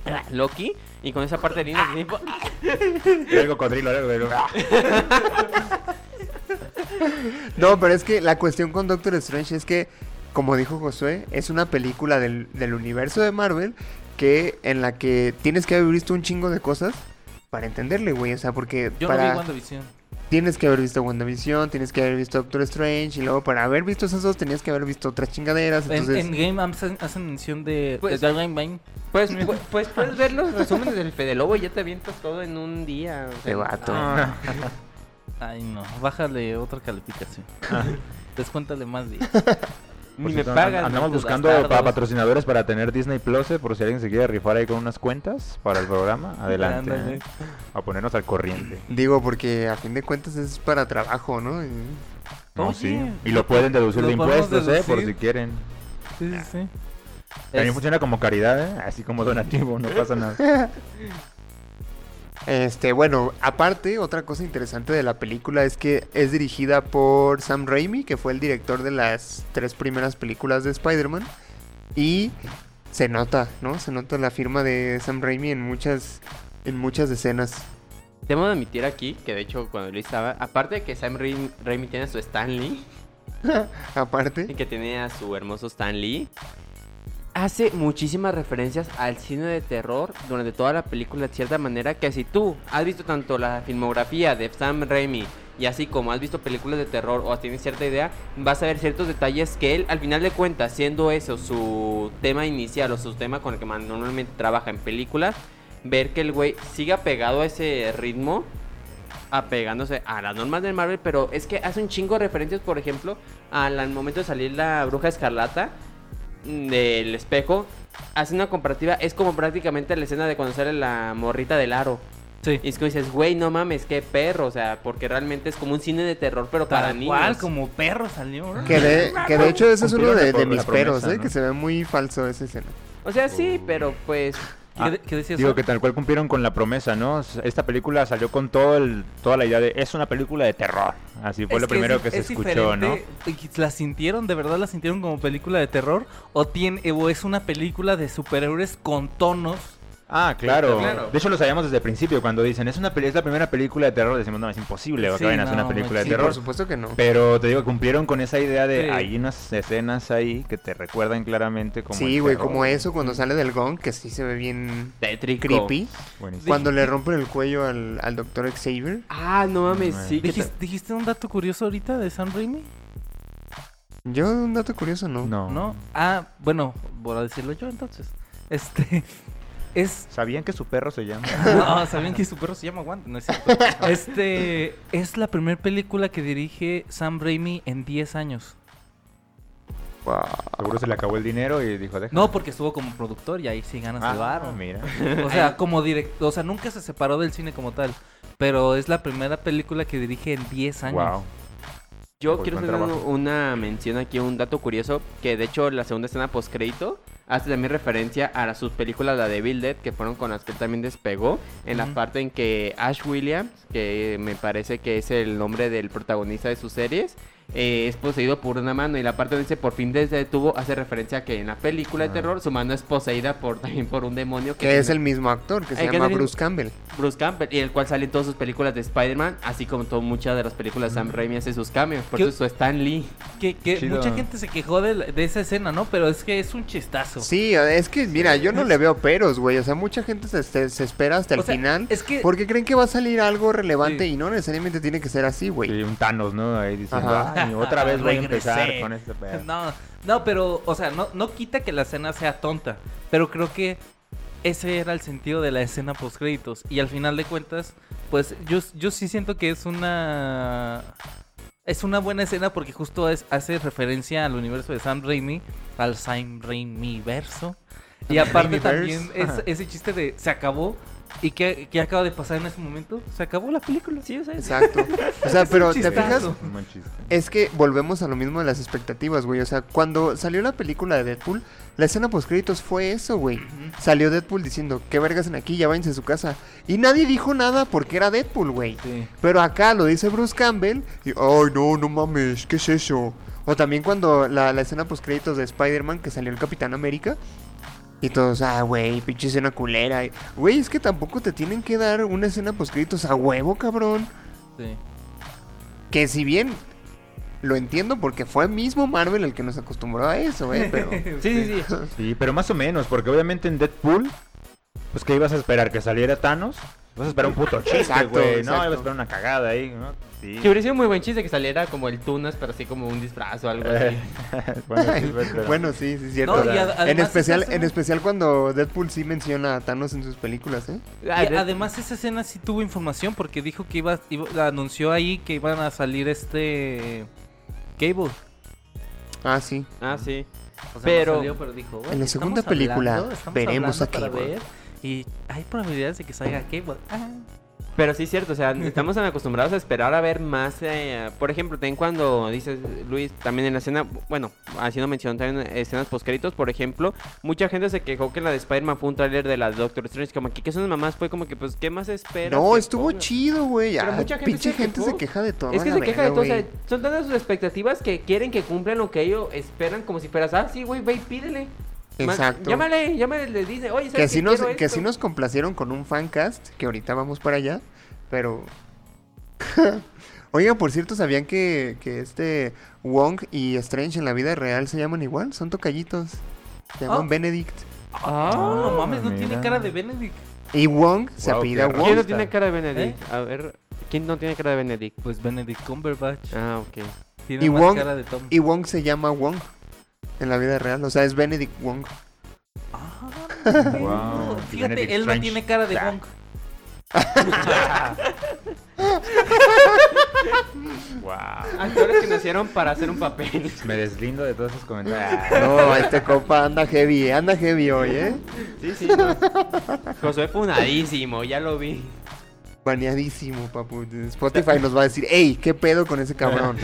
S6: Loki y con esa parte de líneas de tiempo
S4: Era el cocodrilo, era el cocodrilo.
S2: No, pero es que la cuestión con Doctor Strange es que, como dijo Josué, es una película del, del universo de Marvel que en la que tienes que haber visto un chingo de cosas para entenderle, güey. O sea, porque
S5: Yo
S2: para...
S5: no vi WandaVision.
S2: tienes que haber visto WandaVision, tienes que haber visto Doctor Strange y luego para haber visto esas dos tenías que haber visto otras chingaderas.
S5: En,
S2: Entonces,
S5: en Game hacen, hacen mención de,
S6: Pues-
S5: de Dark Knight.
S6: Pues, pu- pues puedes ver los resúmenes del Fede Lobo y ya te avientas todo en un día. o sea.
S2: Te vato.
S5: Ay, no. Bájale otra calificación. Descuéntale más días.
S6: Ni
S4: Ah. Por
S6: me
S4: cierto,
S6: pagan.
S4: Andamos
S6: malditos
S4: buscando
S6: bastardos.
S4: pa- patrocinadores para tener Disney Plus, eh, por si alguien se quiere rifar ahí con unas cuentas para el programa. Adelante.
S5: Ándale.
S4: eh, A ponernos al corriente.
S2: digo, porque a fin de cuentas es para trabajo, ¿no? Y-
S4: No,
S5: Oye.
S4: sí. Y lo pueden deducir
S5: Lo
S4: de
S5: podemos
S4: impuestos, eh, por
S5: deducir.
S4: si quieren.
S5: Sí, sí, sí.
S4: También
S5: Es-
S4: funciona como caridad, eh, así como donativo, no pasa nada.
S2: Este, bueno, aparte, otra cosa interesante de la película es que es dirigida por Sam Raimi, que fue el director de las tres primeras películas de Spider-Man. Y se nota, ¿no? Se nota la firma de Sam Raimi en muchas, en muchas escenas.
S6: Debo de admitir aquí que, de hecho, cuando Luis estaba. Aparte de que Sam Raim- Raimi tiene a su Stan Lee y
S2: Aparte,
S6: que tiene a su hermoso Stan Lee, hace muchísimas referencias al cine de terror durante toda la película. De cierta manera, que si tú has visto tanto la filmografía de Sam Raimi. Y así como has visto películas de terror o tienes cierta idea, vas a ver ciertos detalles que él, al final de cuentas, siendo eso su tema inicial o su tema con el que man- normalmente trabaja en películas, ver que el güey siga pegado a ese ritmo, apegándose a las normas del Marvel, pero es que hace un chingo de referencias, por ejemplo, al, al momento de salir la bruja escarlata mm, del espejo, hace una comparativa, es como prácticamente la escena de cuando sale la morrita del aro.
S5: Sí.
S6: Y es que dices, güey, no mames, qué perro, o sea, porque realmente es como un cine de terror, pero para
S5: Tal
S6: niños.
S5: cual, como perro salió. ¿no?
S2: que de, que de hecho ese es uno
S4: Cumplieron
S2: de,
S4: la
S2: de
S4: pro-
S2: mis
S4: la
S2: peros,
S4: promesa,
S2: ¿eh?
S4: ¿no?
S2: Que se ve muy falso esa escena.
S6: O sea, sí, pero pues...
S5: ¿Qué, de- qué decías?
S4: Digo
S5: Sam?
S4: que tal cual cumplieron con la promesa, ¿no? S- Esta película salió con todo el, toda la idea de es una película de terror. Así fue
S5: Es
S4: lo primero
S5: es-
S4: que, se
S5: es
S4: escuchó, ¿no?
S5: diferente. ¿La sintieron? ¿De verdad la sintieron como película de terror? ¿O, tiene, o es una película de superhéroes con tonos?
S4: Ah, claro.
S6: Claro.
S4: De hecho, lo sabíamos desde el principio. Cuando dicen, es, una peli- es la primera película de terror, decimos, no, es imposible
S5: Sí,
S4: que vayan a hacer
S5: no,
S4: una película de
S2: Sí,
S4: terror.
S2: por supuesto que no.
S4: Pero te digo, cumplieron con esa idea de,
S5: Sí.
S4: hay unas escenas ahí que te recuerdan claramente como...
S2: Sí,
S4: el
S2: güey,
S4: terror.
S2: como eso cuando sale del gong, que sí se ve bien
S6: Tétrico.
S2: creepy.
S4: Buenísimo.
S2: Cuando le rompen el cuello al, al doctor Xavier.
S6: Ah, no mames, sí. que
S5: ¿Dijiste, dijiste un dato curioso ahorita de Sam Raimi?
S2: Yo, un dato curioso, ¿no?
S4: No.
S5: ¿No? Ah, bueno, voy a decirlo yo entonces. Este. Es.
S4: ¿Sabían que su perro se llama?
S5: No, sabían que su perro se llama Wanda, no es cierto. Este. Es la primera película que dirige Sam Raimi en 10 años.
S2: Wow.
S4: Seguro se le acabó el dinero y dijo, deja.
S5: No, pues, porque estuvo como productor y ahí sí ganas
S4: Ah,
S5: el varo.
S4: mira.
S5: O sea, como director. O sea, nunca se separó del cine como tal. Pero es la primera película que dirige en 10 años.
S4: Wow.
S6: Yo
S4: Pues,
S6: quiero
S4: buen
S6: hacer una,
S4: trabajo.
S6: una mención aquí, un dato curioso, que de hecho la segunda escena postcrédito hace también referencia a las- sus películas, la de Bill Dead, que fueron con las que él también despegó, en la
S5: Ujú.
S6: parte en que Ash Williams, que me parece que es el nombre del protagonista de sus series, eh, es poseído por una mano y la parte donde dice por fin desde detuvo hace referencia a que en la película de
S4: Ah.
S6: terror su mano es poseída por también por un demonio que,
S2: Que es el
S6: tiene
S2: mismo actor, que se
S6: Ay, que
S2: llama
S6: es el
S2: Bruce Campbell.
S6: Bruce Campbell y el cual sale en todas sus películas de Spider-Man así como en todas muchas de las películas de Sam Raimi hace sus cambios por
S5: ¿Qué-
S6: eso su Stan Lee
S5: Que, que
S4: Chido.
S5: mucha gente se quejó de, la- de esa escena, ¿no? Pero es que es un chistazo.
S2: Sí, es que, mira, yo no le veo peros, güey. O sea, mucha gente se, se- se espera hasta el
S5: O sea,
S2: final.
S5: Es que.
S2: Porque creen que va a salir algo relevante
S5: Sí.
S2: y no necesariamente tiene que ser así, güey.
S4: Sí, un Thanos, ¿no? Ahí diciendo,
S2: Ajá.
S4: "Ay, otra vez voy a empezar
S5: Regresé.
S4: con este pedo.
S5: No, no, pero, o sea, no, no quita que la escena sea tonta, pero creo que ese era el sentido de la escena post créditos y al final de cuentas, pues yo, yo sí siento que es una es una buena escena porque justo es- hace referencia al universo de Sam Raimi, al Sam Raimi verso. Y aparte también es,
S2: Ajá.
S5: ese chiste de se acabó y qué, qué acaba de pasar en ese momento, se acabó la película. Sí, o sea, es-
S2: Exacto. O sea, pero ¿te
S5: chistazo.
S2: fijas?
S4: Un buen chiste.
S2: Es que volvemos a lo mismo de las expectativas, güey. O sea, cuando salió la película de Deadpool, la escena postcréditos fue eso, güey. Salió Deadpool diciendo, ¿qué vergas en aquí? Ya váyanse a su casa. Y nadie dijo nada porque era Deadpool, güey.
S5: Sí.
S2: Pero acá lo dice Bruce Campbell y, ay, no, no mames, ¿qué es eso? O también cuando la, la escena postcréditos de Spider-Man que salió el Capitán América. Y todos, ah, güey, pinche escena culera. Y, Güey, es que tampoco te tienen que dar una escena postcréditos a huevo, cabrón.
S5: Sí.
S2: Que si bien lo entiendo porque fue mismo Marvel el que nos acostumbró a eso, ¿eh? Pero...
S5: Sí, sí, sí.
S4: Sí, pero más o menos, porque obviamente en Deadpool, pues que ibas a esperar que saliera Thanos, vas a esperar un puto chiste,
S2: Exacto,
S4: güey, no,
S2: exacto.
S4: ibas a esperar una cagada ahí, ¿no? Sí.
S6: Que hubiera sido muy buen chiste que saliera como el Tunas, pero así como un disfraz o algo
S5: Eh.
S6: así.
S4: bueno, sí, pero-
S2: bueno, sí, sí, es cierto.
S5: No, y ad-
S2: en
S5: además
S2: especial,
S5: esa
S2: en
S5: escena-
S2: especial cuando Deadpool sí menciona a Thanos en sus películas, ¿eh?
S6: Ah,
S5: Y
S6: de-
S5: además esa escena sí tuvo información porque dijo que iba, iba- anunció ahí que iban a salir este Cable.
S2: Ah, sí.
S6: Ah, sí.
S5: O sea, no
S6: Pero-
S5: salió, pero dijo, "Bueno,
S2: En la
S5: estamos
S2: segunda película
S5: estamos
S2: veremos
S5: hablando
S2: a
S5: para
S2: Cable".
S5: ver y hay probabilidades de que salga Cable. Ah,
S6: Pero sí es cierto, o sea, estamos tan acostumbrados a esperar a ver más. eh, por ejemplo, ten cuando dices, Luis, también en la escena, bueno, haciendo mención también en escenas postcréditos, por ejemplo, mucha gente se quejó que la de Spider-Man fue un tráiler de la de Doctor Strange, como que, que son mamás, fue como que, pues, ¿qué más espera?
S2: No, estuvo chido, güey.
S6: Pero
S2: Ah,
S6: mucha gente
S2: pinche
S6: se
S2: gente
S6: quejó.
S2: se queja de todo.
S6: Es que
S2: la
S6: se queja de
S2: verga,
S6: todo, o sea,
S2: güey.
S6: son tantas sus expectativas que quieren que cumplan lo que ellos esperan, como si fueras, ah, sí, güey, ve y pídele. Man-
S2: Exacto.
S6: llámale, llámale, les dice, oye,
S2: Que
S6: ¿sabes
S2: así,
S6: qué?
S2: nos,
S6: Quiero
S2: que así
S6: esto".
S2: nos complacieron con un fancast, que ahorita vamos para allá, pero... Oigan, por cierto, ¿sabían que, que este Wong y Strange en la vida real se llaman igual? Son tocallitos. Se llaman
S6: Oh.
S5: Ah.
S2: Benedict.
S5: ah, no mames, no tiene
S4: mira.
S5: cara de Benedict.
S2: Y Wong se
S4: Guau,
S2: apellida
S4: qué
S2: Wong.
S6: ¿Quién no
S4: Consta.
S6: tiene cara de Benedict? A ver, ¿quién no tiene cara de Benedict?
S5: Pues Benedict Cumberbatch
S6: Ah, ok.
S5: tiene
S2: Y
S5: más
S2: Wong-
S5: cara de Tom.
S2: Y Wong se llama Wong en la vida real. O sea, es Benedict Wong.
S5: Ah,
S4: Wow.
S5: no, Fíjate,
S4: Benedict
S5: él
S4: Strange.
S5: no tiene cara de
S4: Ya.
S5: Wong.
S4: Wow.
S6: Actores que nacieron para hacer un papel.
S4: Me deslindo de todos esos comentarios.
S2: No, este copa anda heavy, anda heavy hoy, ¿eh?
S6: Sí, sí. no. Josué funadísimo, ya lo vi.
S2: Baneadísimo, papu. Spotify nos va a decir, ¡Ey! ¿Qué pedo con ese cabrón?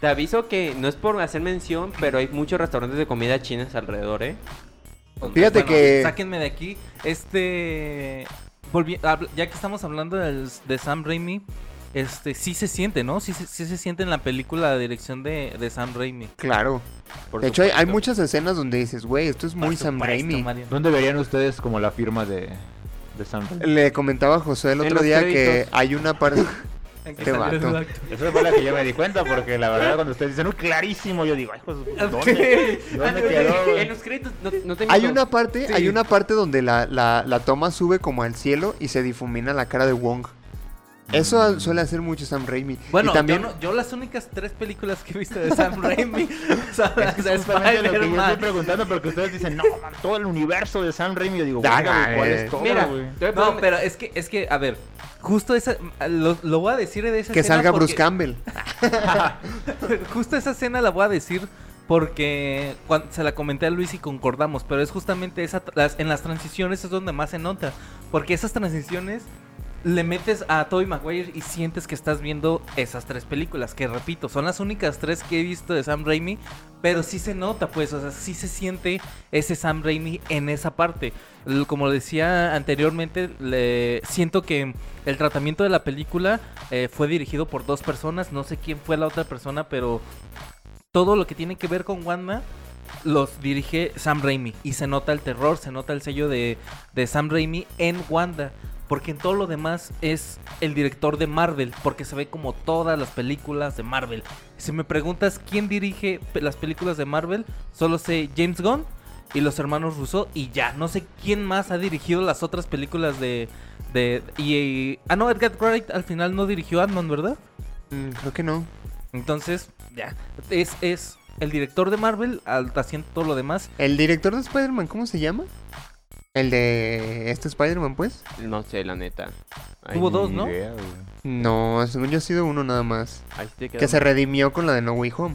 S6: Te aviso que no es por hacer mención, pero hay muchos restaurantes de comida chinas alrededor, ¿eh?
S2: Fíjate que-
S5: Sáquenme de aquí. Este. volvi- habl- Ya que estamos hablando del- de Sam Raimi, este sí se siente, ¿no? Sí, se- sí se siente en la película la dirección de, de Sam Raimi.
S2: Claro.
S6: Por
S2: de hecho, hay, hay
S6: supuesto.
S2: muchas escenas donde dices, güey, esto es muy
S5: Por
S2: Sam
S5: supuesto,
S2: Raimi.
S5: Mario.
S4: ¿Dónde verían ustedes como la firma de, de Sam Raimi?
S2: Le comentaba a José el
S6: En
S2: otro
S6: los
S2: día que
S6: créditos.
S2: hay una parte...
S5: Aquí
S2: Este
S5: salió el
S2: vato.
S5: acto.
S4: Esa fue la que yo me di cuenta, porque la verdad cuando ustedes dicen, un clarísimo, yo digo, ay, pues, ¿dónde?
S5: Ah,
S4: ¿Dónde quedó? güey?"
S6: En los créditos, Ah, no, no te
S2: hay
S6: miento.
S2: una parte, hay una parte donde la, la- la toma sube como al cielo y se difumina la cara de Wong. Eso suele hacer mucho Sam Raimi.
S5: Mm. Bueno,
S2: y también...
S5: yo, no- yo las únicas tres películas que he visto de Sam Raimi son las de
S4: Justamente lo que yo estoy
S5: Spider-Man.
S4: preguntando, porque ustedes dicen, no, man, todo el universo de Sam Raimi. Yo digo,
S2: Da,
S4: "Verga, güey, ¿cuál
S2: eh.
S4: es todo,
S6: Mira,
S4: güey?"
S6: te voy a
S5: No,
S6: poner-
S5: pero es que, es que, a ver, justo esa, lo, lo voy a decir de esa
S2: Que
S5: escena
S2: salga Bruce
S5: porque-
S2: Campbell.
S5: Justo esa escena la voy a decir porque cuan- se la comenté a Luis y concordamos, pero es justamente esa, las- en las transiciones es donde más se nota, porque esas transiciones le metes a Tobey Maguire y sientes que estás viendo esas tres películas, que repito, son las únicas tres que he visto de Sam Raimi, pero sí se nota, pues, o sea, sí se siente ese Sam Raimi en esa parte. L- Como decía anteriormente, le siento que el tratamiento de la película eh, fue dirigido por dos personas, no sé quién fue la otra persona, pero todo lo que tiene que ver con Wanda los dirige Sam Raimi y se nota el terror, se nota el sello de, de Sam Raimi en Wanda. Porque en todo lo demás es el director de Marvel, porque se ve como todas las películas de Marvel. Si me preguntas quién dirige pe- las películas de Marvel, solo sé James Gunn y los hermanos Russo y ya. No sé quién más ha dirigido las otras películas de... de y, y- ah, no, Edgar Wright al final no dirigió Ant-Man, ¿verdad?
S2: Mm, creo que no.
S5: Entonces, ya. Es, es el director de Marvel al haciendo todo lo demás.
S2: El director de Spider-Man, ¿cómo se llama? El de este Spider-Man, pues.
S6: No sé, la neta. Ay,
S5: Tuvo
S6: ni-
S5: dos, ¿no?
S4: idea, güey.
S2: No, según yo ha sido uno nada más.
S6: ahí sí te
S2: Que
S6: quedas-
S2: se redimió con la de No Way Home.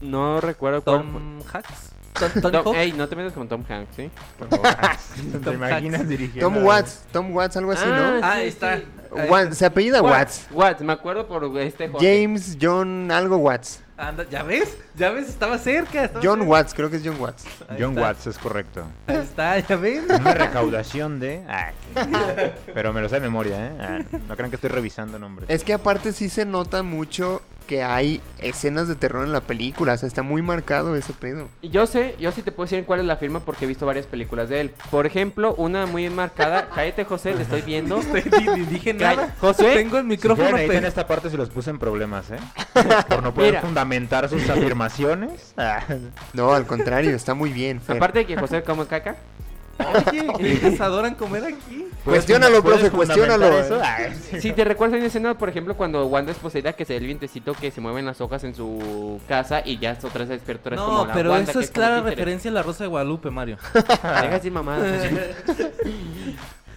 S6: No recuerdo cuál fue.
S5: Tom Hanks. Tom, Tony
S6: Tom-
S5: Hawk.
S6: ey, no te metas con Tom Hanks, ¿sí?
S2: Eh,
S4: ¿Te imaginas
S5: Hanks.
S4: dirigiendo?
S2: Tom Watts, Tom Watts, algo así, ¿no?
S5: Ah, ahí está. Ahí
S2: Watts, se apellida Watts.
S6: Watts, me acuerdo por este Jorge.
S2: James John algo Watts.
S5: Anda, ¿Ya ves? ¿Ya ves? Estaba cerca. estaba
S2: John
S5: cerca.
S2: Watts, creo que es John Watts.
S5: Ahí
S4: John
S5: está,
S4: Watts, es correcto.
S5: Ahí está, ¿ya ven?
S4: Una recaudación de. Ah, pero me lo sé de memoria, ¿eh? Ah, no crean que estoy revisando nombres.
S2: Es que aparte sí se nota mucho que hay escenas de terror en la película. O sea, está muy marcado ese pedo.
S6: Y Yo sé, yo sí te puedo decir cuál es la firma porque he visto varias películas de él. Por ejemplo, una muy marcada. Cállate, José, te estoy viendo.
S5: Ni- ni dije
S6: Calla-
S5: nada.
S6: José,
S5: Tengo el micrófono.
S4: Si fueran ahí en
S5: pe-
S4: esta parte se los puse en problemas, ¿eh? Por no poder
S6: Mira.
S4: fundamentar sus afirmaciones. Ah,
S2: No, al contrario, está muy bien. Fer.
S6: Aparte de que José come caca.
S5: Oye, ¿qué les adoran comer aquí?
S4: ¿puedes
S2: Cuestiónalo,
S4: funda-
S2: profe,
S4: puedes fundamentar
S2: cuestiónalo,
S4: eso?
S2: eh.
S4: Ah, sí.
S6: Si te recuerdas hay una escena, por ejemplo, cuando Wanda es poseída, que se ve el vientecito que se mueven las hojas en su casa y ya es otra vez despierta. es como
S5: No,
S6: la
S5: pero
S6: Wanda
S5: eso
S6: que
S5: es
S6: como
S5: clara
S6: títere.
S5: referencia a la Rosa de Guadalupe, Mario.
S6: Deja de decir mamadas.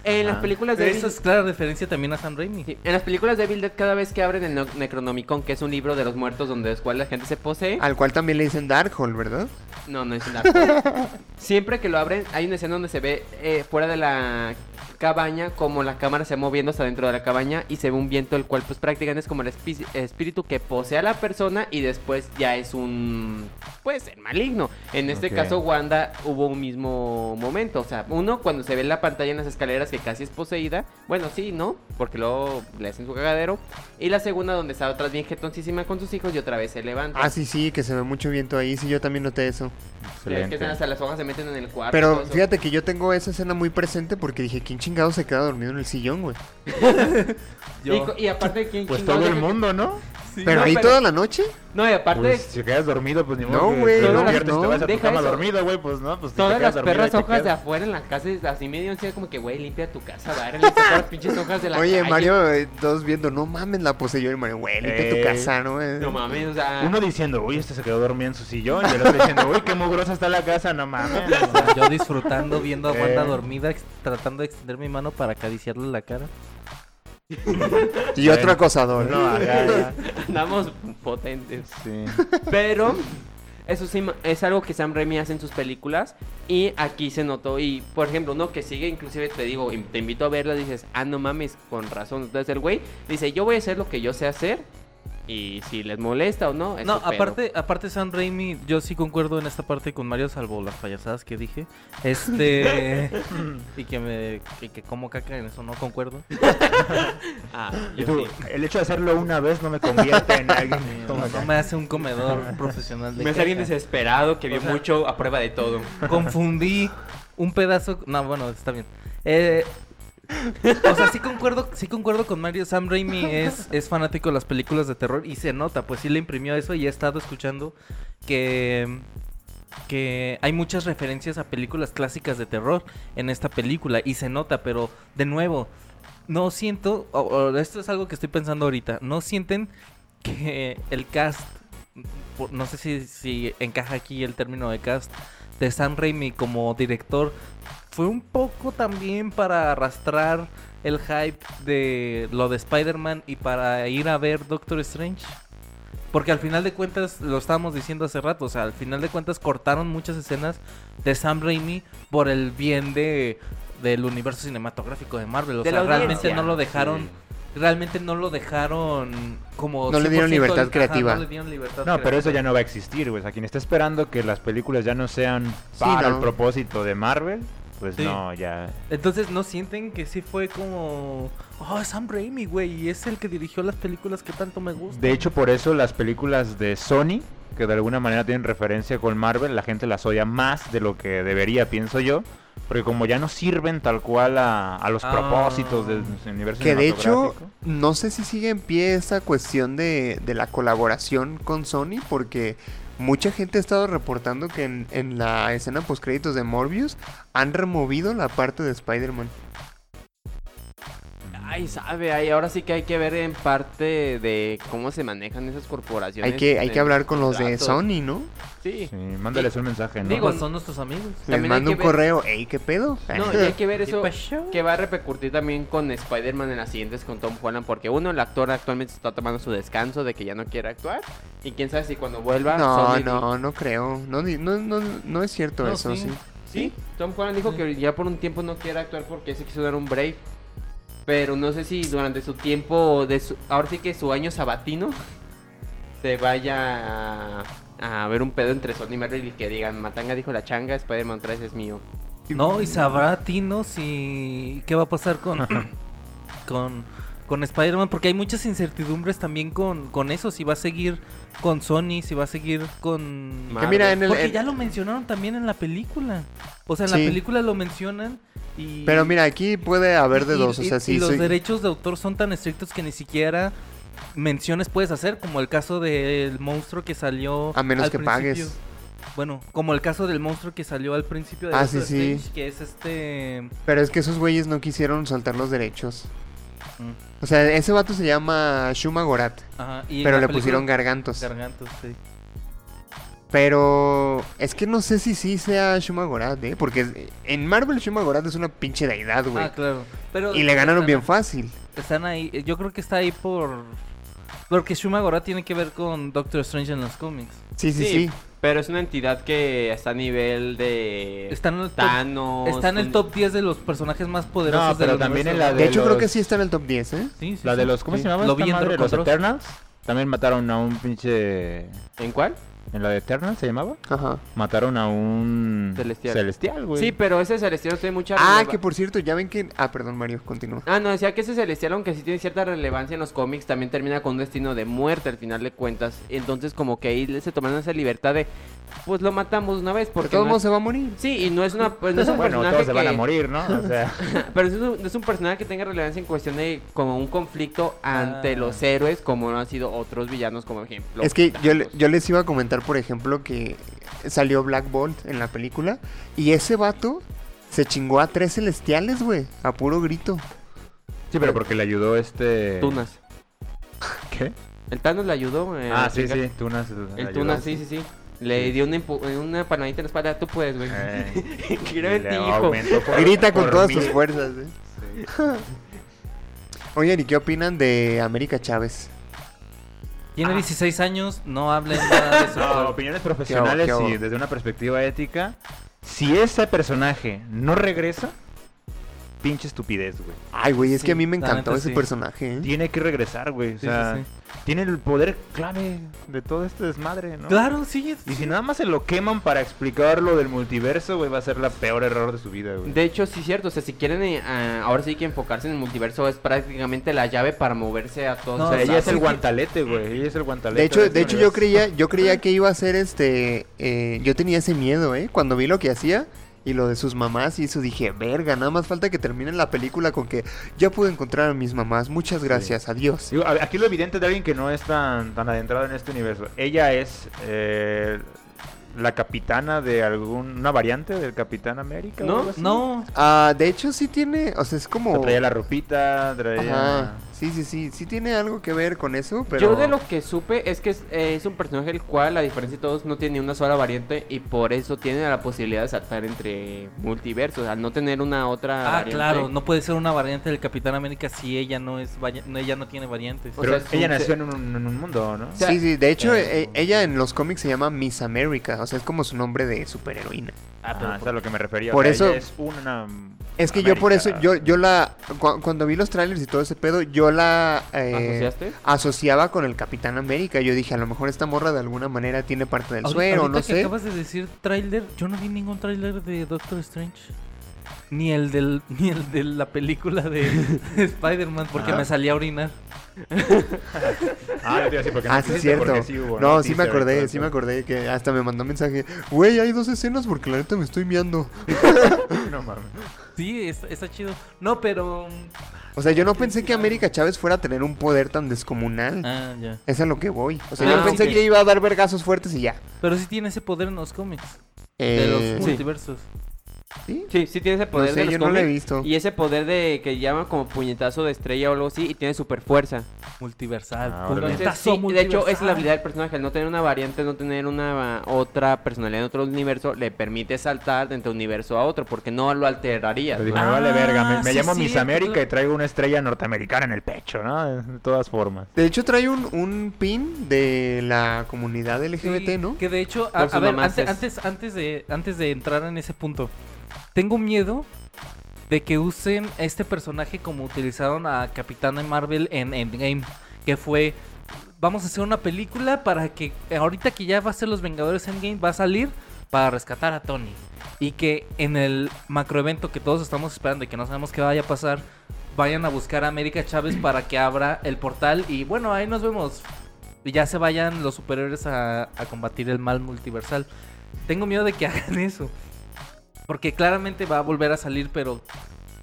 S6: en las películas de
S5: Eso
S6: Evil-
S5: es clara referencia también a Sam Raimi.
S6: sí, en las películas de Evil Dead, cada vez que abren el Nec- Necronomicon, que es un libro de los muertos donde el cual la gente se posee,
S2: Al cual también le dicen Darkhold, ¿verdad?
S6: No, no es un arco. Siempre que lo abren, hay una escena donde se ve eh, fuera de la cabaña como la cámara se va moviendo hasta dentro de la cabaña y se ve un viento el cual pues prácticamente es como el espi- espíritu que posee a la persona y después ya es un pues el maligno en este
S4: Ok.
S6: caso Wanda hubo un mismo momento o sea uno cuando se ve en la pantalla en las escaleras que casi es poseída bueno sí no porque luego le hacen su cagadero y la segunda donde está otra vez bien jetoncísima con sus hijos y otra vez se levanta
S2: Ah, sí, sí, que se ve mucho viento ahí. Sí, yo también noté eso.
S6: Ya ves que
S4: Excelente.
S6: hasta las hojas se meten en el cuarto. y todo
S2: Pero
S6: eso.
S2: fíjate que yo tengo esa escena muy presente porque dije, ¿quién chingado se queda dormido en el sillón, güey?
S6: Y,
S5: Yo.
S6: co- y aparte, ¿quién
S4: Pues
S6: chingado
S4: todo el
S6: deja-
S4: mundo, ¿no?
S5: Sí,
S2: Pero
S6: no,
S2: ahí
S6: pero-
S2: toda la noche.
S6: No, y aparte,
S4: Pues si quedas dormido, pues ni modo.
S2: No,
S4: que
S2: güey,
S4: te
S6: no,
S4: despiertes y te
S2: no,
S4: vas a tu
S6: deja
S4: cama
S6: eso.
S4: dormido, güey. Pues no, pues si te
S6: todas
S4: quedas
S6: las
S4: dormido, ahí
S6: perras
S4: te
S6: hojas de
S4: quedas.
S6: afuera en las casas, así medio encima, como que, güey, limpia tu casa, va, árale, saca las pinches hojas de la
S2: Oye,
S6: calle.
S2: Mario, eh, todos viendo, no mames, la poseyó el Mario, güey, vete a tu
S4: Eh.
S2: casa, ¿no? Eh,
S6: No mames, o sea.
S4: Uno diciendo, uy, este se quedó dormido en su sillón. Y el otro diciendo, uy, qué mugrosa está la casa, no mames. o sea.
S5: Yo disfrutando viendo a Wanda
S4: Eh.
S5: dormida, ex- tratando de extender mi mano para acariciarle la cara.
S2: Y otro
S4: Bueno.
S2: acosador.
S4: No, ya, ya.
S6: Andamos potentes.
S4: Sí.
S6: Pero eso sí ma- es algo que Sam Raimi hace en sus películas y aquí se notó y por ejemplo uno que sigue inclusive te digo im- te invito a verla dices ah no mames con razón entonces el güey dice yo voy a hacer lo que yo sé hacer y si les molesta o no es
S5: No,
S6: su pedo".
S5: aparte, aparte Sam Raimi, yo sí concuerdo en esta parte con Mario, salvo las payasadas que dije. Este. y que me. Que, que como caca, en eso no concuerdo.
S6: Ah,
S4: Y
S6: yo
S4: tú,
S6: sí.
S4: el hecho de hacerlo una vez no me convierte en alguien.
S5: No,
S4: como
S5: no
S4: que-
S5: me hace un comedor profesional de
S6: Me hace alguien
S5: caca.
S6: desesperado que
S5: O
S6: vio
S5: sea-
S6: mucho a prueba de todo.
S5: Confundí un pedazo. No, bueno, está bien. Eh, o sea, sí concuerdo, sí concuerdo con Mario. Sam Raimi es, es fanático de las películas de terror y se nota, pues sí le imprimió eso y he estado escuchando que, que hay muchas referencias a películas clásicas de terror en esta película y se nota, pero de nuevo, no siento, o- o esto es algo que estoy pensando ahorita, no sienten que el cast, por- no sé si, si encaja aquí el término de cast, de Sam Raimi como director fue un poco también para arrastrar el hype de lo de Spider-Man y para ir a ver Doctor Strange. Porque al final de cuentas, lo estábamos diciendo hace rato, o sea, al final de cuentas cortaron muchas escenas de Sam Raimi por el bien de del universo cinematográfico de Marvel. O
S6: De
S5: sea,
S6: la
S5: realmente
S6: audiencia.
S5: no lo dejaron, realmente no lo dejaron como...
S2: No le dieron
S5: 100%
S2: libertad
S5: ajá,
S2: creativa.
S5: no le dieron libertad
S4: No, pero eso
S5: creativa.
S4: ya no va a existir, güey. O sea, quien está esperando que las películas ya no sean
S2: Sí,
S4: para
S2: no.
S4: el propósito de Marvel, pues
S5: Sí.
S4: no, ya.
S5: Entonces, ¿no sienten que sí fue como... Oh, Sam Raimi, güey, y es el que dirigió las películas que tanto me gustan?
S4: De hecho, por eso las películas de Sony, que de alguna manera tienen referencia con Marvel, la gente las odia más de lo que debería, pienso yo. Porque como ya no sirven tal cual a, a los
S5: Ah.
S4: propósitos del universo
S2: Que de hecho,
S4: cinematográfico.
S2: no sé si sigue en pie esa cuestión de, de la colaboración con Sony, porque mucha gente ha estado reportando que en, en la escena postcréditos de Morbius han removido la parte de Spider-Man.
S6: Ay, sabe, ay, ahora sí que hay que ver en parte de cómo se manejan esas corporaciones.
S2: Hay que, hay
S6: en
S2: que hablar con los de
S6: contratos.
S2: Sony, ¿no?
S6: Sí.
S4: Sí, mándales un mensaje, ¿no?
S5: Digo,
S6: Digo,
S5: son nuestros amigos.
S2: Les
S6: También hay
S2: mando
S6: que
S2: un
S6: ver-
S2: correo. Ey, ¿qué pedo?
S6: No, y hay que ver
S5: ¿Qué
S6: eso
S5: pasó?
S6: que va a repercutir también con Spider-Man en las siguientes con Tom Holland. Porque uno, el actor actualmente está tomando su descanso de que ya no quiere actuar. Y quién sabe si cuando vuelva.
S2: No,
S6: Sony-
S2: no, no creo. No, di- no, no, no es cierto
S5: No,
S2: eso,
S5: sí.
S2: sí.
S6: Sí, Tom Holland dijo que ya por un tiempo no quiere actuar porque se quiso dar un break. Pero no sé si durante su tiempo, de su- ahora sí que su año sabatino, se vaya a, a ver un pedo entre Sony y Marvel y que digan, Matanga dijo la changa, Spider-Man 3 es mío.
S5: No, y sabrá Tino si qué va a pasar con con con Spider-Man porque hay muchas incertidumbres también con con eso, si va a seguir con Sony, si va a seguir con
S2: Que mira, en el,
S5: Porque
S2: en-
S5: ya lo mencionaron también en la película. O sea, en
S2: Sí.
S5: la película lo mencionan y
S2: Pero mira, aquí puede haber de
S5: y-
S2: dos. O
S5: y-
S2: sea,
S5: y
S2: sí,
S5: los
S2: soy-
S5: derechos de autor son tan estrictos que ni siquiera menciones puedes hacer, como el caso del monstruo que salió.
S2: A menos
S5: al
S2: que pagues.
S5: principio. Bueno, como el caso del monstruo que salió al principio de
S2: Ah,
S5: Doctor
S2: sí, sí.
S5: Strange, que es este.
S2: pero es que esos güeyes no quisieron soltar los derechos.
S5: Mm.
S2: O sea, ese vato se llama Shuma Gorat,
S5: Ajá, y en
S2: pero
S5: la
S2: le
S5: película-
S2: pusieron gargantos.
S5: Gargantos, sí.
S2: pero es que no sé si sí sea Shuma Gorat, ¿eh? Porque es- en Marvel Shuma Gorat es una pinche deidad, güey.
S5: Ah, claro. Pero
S2: y le ganaron
S5: están-
S2: bien fácil.
S5: Están ahí. Yo creo que está ahí por. Porque Shuma Gorath tiene que ver con Doctor Strange en los cómics.
S2: Sí, sí,
S6: Sí.
S2: sí.
S6: Pero es una entidad que está a nivel de
S5: Está en el top,
S6: Thanos.
S5: está en el
S6: un-
S5: top 10 de los personajes más poderosos
S4: No, pero
S5: del
S4: también
S5: universo.
S4: en la
S2: De
S4: de
S2: hecho, creo que
S4: los-
S2: sí está en el top 10, ¿eh?
S5: Sí, sí,
S4: La de
S5: sí.
S4: los, ¿cómo
S5: Sí.
S4: se llamaba?
S5: Lo
S4: esta
S5: vi en
S4: madre?
S5: Dragon
S4: Los
S5: Ball.
S4: Eternals. También mataron a un pinche...
S6: ¿En cuál?
S4: ¿En la de Eternals se llamaba?
S2: Ajá.
S4: Mataron a un...
S6: Celestial.
S4: güey.
S6: Sí, pero ese celestial tiene mucha
S2: Ah,
S6: releva-
S2: que por cierto, ya ven que... Ah, perdón, Mario, continúa.
S6: Ah, no, decía que ese celestial, aunque sí tiene cierta relevancia en los cómics, también termina con un destino de muerte al final de cuentas. Entonces, como que ahí se tomaron esa libertad de, pues lo matamos una vez,
S2: Porque
S6: porque.
S2: todo
S6: no
S2: mundo
S6: es-
S2: se va a morir.
S6: Sí, y no es una. pues, no es un
S4: bueno,
S6: personaje
S4: todos se van a
S6: que-
S4: morir, ¿no? O sea...
S6: Pero es un, no es un personaje que tenga relevancia en cuestión de como un conflicto ante
S5: Ah.
S6: los héroes, como no han sido otros villanos, como ejemplo.
S2: Es que yo, le-
S6: Thanos.
S2: yo les iba a comentar, por ejemplo, que salió Black Bolt en la película y ese vato se chingó a tres celestiales, güey, a puro grito.
S4: Sí, pero porque le ayudó este...
S6: Tunas.
S4: ¿Qué?
S6: El Thanos le ayudó. eh,
S4: Ah,
S6: a
S4: sí,
S6: chingar.
S4: sí, Tunas.
S6: El Tunas, sí, sí, sí. Le dio una, empu- una panadita en la espalda. Tú puedes, güey.
S4: Eh,
S6: Creo en ti, hijo.
S2: Grita con todas sus fuerzas, eh. Oye, ¿y qué opinan de América Chávez?
S4: Ah.
S5: Tiene 16 años, no hablen nada de eso.
S4: No, opiniones profesionales
S2: qué hago?
S4: y desde una perspectiva ética. Si ese personaje no regresa, pinche estupidez, güey.
S2: Ay, güey, es
S5: Sí,
S2: que a mí me
S5: la
S2: encantó
S5: neta,
S2: ese
S5: sí.
S2: personaje,
S6: ¿Mm?
S2: ¿eh?
S4: Tiene que regresar, güey. O
S5: Sí,
S4: sea,
S5: sí,
S4: tiene el poder clave de todo este desmadre, ¿no?
S5: Claro, sí.
S4: Y si nada más se lo queman para explicar lo del multiverso, güey, va a ser la peor error de su vida, güey.
S6: De hecho, sí es cierto. O sea, si quieren eh, ah, ahora sí que enfocarse en el multiverso es prácticamente la llave para moverse a todos.
S5: No,
S4: O sea,
S5: o
S4: ella
S5: sea,
S4: es el
S5: sí.
S4: guantalete, güey. Ella es el guantalete.
S2: De hecho,
S4: este
S2: de hecho yo
S4: universo.
S2: creía, yo creía que iba a ser este, eh, yo tenía ese miedo, eh, cuando vi lo que hacía y lo de sus mamás y eso dije, verga, nada más falta que terminen la película con que ya pude encontrar a mis mamás, muchas gracias, adiós.
S4: Digo, a- aquí lo evidente de alguien que no es tan, tan adentrado en este universo. Ella es eh, la capitana de algún, una variante del Capitán América. o
S6: No,
S4: algo así?
S5: No,
S2: Ah, de hecho sí tiene, o sea, es
S4: O sea,
S2: como,
S4: Traía la ropita, traía...
S2: ajá, sí, sí, sí, sí tiene algo que ver con eso, pero
S6: Yo de lo que supe es que es, eh, es un personaje el cual, a diferencia de todos, no tiene una sola variante y por eso tiene la posibilidad de saltar entre multiversos, al no tener una otra
S5: ah,
S6: variante.
S5: claro, no puede ser una variante del Capitán América si ella no es varia- no, ella no tiene variantes.
S6: O
S4: Pero
S6: sea, es
S4: ella
S6: un-
S4: nació en un, en un mundo, ¿no?
S6: sea,
S2: sí, sí, de hecho
S4: eh,
S2: eh, ella en los cómics se llama Miss América, o sea, es como su nombre de superheroína.
S4: Ah, es a lo que me refería.
S2: Por
S4: o sea,
S2: eso-
S4: ella es una...
S2: Es que yo por eso,
S4: América.
S2: yo, yo la, cu- cuando vi los trailers y todo ese pedo, yo la eh,
S6: ¿Asociaste?
S2: asociaba con el Capitán América. Yo dije, a lo mejor esta morra de alguna manera tiene parte del
S5: Ahori-
S2: suero,
S5: ahorita
S2: no
S5: que
S2: sé.
S5: acabas de decir tráiler, yo no vi ningún tráiler de Doctor Strange. Ni el del ni el de la película de Spider-Man porque
S4: Ajá.
S5: me salí a orinar.
S4: Ah, yo te iba a decir, porque no
S2: Ah, sí, es
S4: quisiste, porque
S2: cierto.
S4: sí hubo
S2: no, sí me
S4: noticia de todo
S2: acordé,
S4: eso.
S2: sí me acordé que hasta me mandó un mensaje. Güey, hay dos escenas porque la neta me estoy miando.
S4: No mames.
S5: Sí, es- está chido. No, pero
S2: O sea, yo no pensé que América Chávez fuera a tener un poder tan descomunal.
S5: ah, ya.
S2: Es a lo que voy. O sea,
S5: Ah,
S2: yo pensé
S5: ok.
S2: que iba a dar vergazos fuertes y ya.
S5: Pero sí tiene ese poder en los cómics
S2: Eh,
S5: de los
S2: sí.
S5: multiversos.
S2: ¿Sí?
S6: Sí, sí tiene ese poder
S2: sé,
S6: de los
S2: yo no la he
S6: cómics,
S2: visto.
S6: Y ese poder de que llaman como puñetazo de estrella o algo así y tiene super fuerza.
S5: Multiversal.
S4: Ah, órale.
S6: Entonces,
S5: puñetazo
S6: sí, de hecho,
S5: multiversal.
S6: es la habilidad del personaje. El no tener una variante, no tener una otra personalidad en otro universo, le permite saltar de entre un universo a otro porque no lo alteraría.
S4: Pero
S6: ¿no?
S4: dije, me vale verga, me, me
S5: Ah, sí,
S4: llamo
S5: sí,
S4: Miss
S5: tú-
S4: América y traigo una estrella norteamericana en el pecho, ¿no? De todas formas.
S2: De hecho, trae un, un pin de la comunidad LGBT,
S5: Sí,
S2: ¿no?
S5: Que de hecho, a,
S6: Por sus
S5: a ver,
S6: mamaces.
S5: antes, antes, antes de, antes de entrar en ese punto, tengo miedo de que usen a este personaje como utilizaron a Capitana Marvel en Endgame, que fue, vamos a hacer una película para que ahorita que ya va a ser Los Vengadores Endgame, va a salir para rescatar a Tony. Y que en el macroevento que todos estamos esperando y que no sabemos qué vaya a pasar, vayan a buscar a América Chávez para que abra el portal y bueno, ahí nos vemos. Y ya se vayan los superiores a, a combatir el mal multiversal. Tengo miedo de que hagan eso. Porque claramente va a volver a salir, pero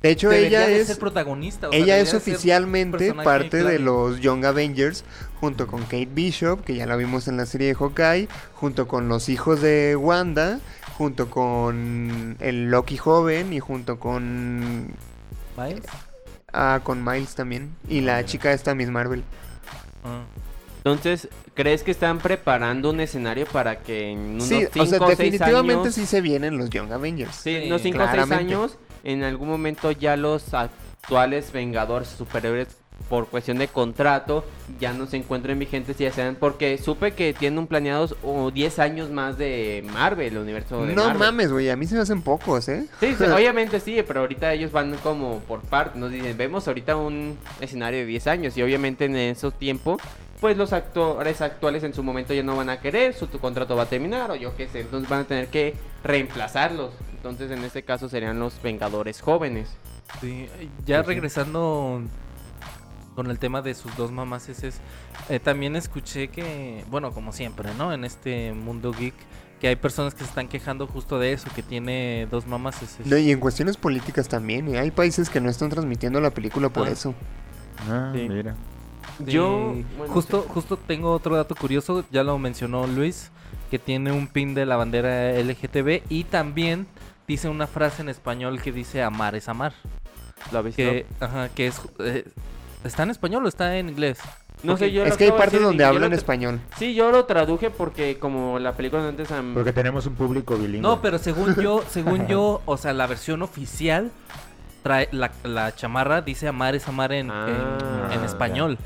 S2: De hecho,
S5: debería
S2: ella
S5: de
S2: es,
S5: ser protagonista. o sea,
S2: ella es
S5: debería de ser
S2: oficialmente
S5: personaje
S2: parte
S5: clave.
S2: de los Young Avengers, junto con Kate Bishop, que ya la vimos en la serie de Hawkeye, junto con los hijos de Wanda, junto con el Loki joven y junto con
S5: Miles.
S2: ah, con Miles también y la chica esta Miss Marvel.
S5: Ah.
S6: Entonces, ¿crees que están preparando un escenario para que en unos
S2: Sí,
S6: 5
S2: o sea,
S6: o 6
S2: definitivamente
S6: años...
S2: sí se vienen los Young Avengers.
S6: Sí,
S5: Sí,
S6: unos 5 o 6
S2: claramente.
S6: años, en algún momento ya los actuales Vengadores superiores por cuestión de contrato ya no se encuentren vigentes y ya sean porque supe que tienen planeados o 10 años más de Marvel, el universo de
S2: No
S6: Marvel.
S2: mames, güey, a mí se me hacen pocos, ¿eh?
S6: Sí, sí, obviamente sí, pero ahorita ellos van como por parte, nos dicen, vemos ahorita un escenario de 10 años y obviamente en esos tiempos, pues los actores actuales en su momento ya no van a querer, su tu contrato va a terminar o yo qué sé, entonces van a tener que reemplazarlos. Entonces en este caso serían los Vengadores jóvenes.
S5: Sí, ya regresando con el tema de sus dos mamás, ese es, eh, también escuché que, bueno, como siempre, ¿no? En este mundo geek, que hay personas que se están quejando justo de eso, que tiene dos mamás. ese es.
S2: No, y en cuestiones políticas también, ¿eh? hay países que no están transmitiendo la película por
S5: Ah.
S2: eso.
S4: Ah,
S6: Sí.
S4: mira.
S5: Sí.
S6: Yo, bueno,
S5: justo, justo tengo otro dato curioso, ya lo mencionó Luis, que tiene un pin de la bandera LGTB y también dice una frase en español que dice amar es amar,
S6: ¿Lo habéis
S5: que, ajá, que es, eh, ¿está en español o está en inglés?
S6: No sé, yo lo
S2: Es que hay
S6: acabo de
S2: partes
S6: decir,
S2: donde
S6: yo
S2: hablan
S6: lo tra-
S2: español.
S6: Sí, yo lo traduje porque como la película de antes... am-
S4: Porque tenemos un público bilingüe.
S5: Mm. No, pero según yo, según yo, o sea, la versión oficial trae la, la chamarra dice amar es amar en, en-
S6: Ah,
S5: en español,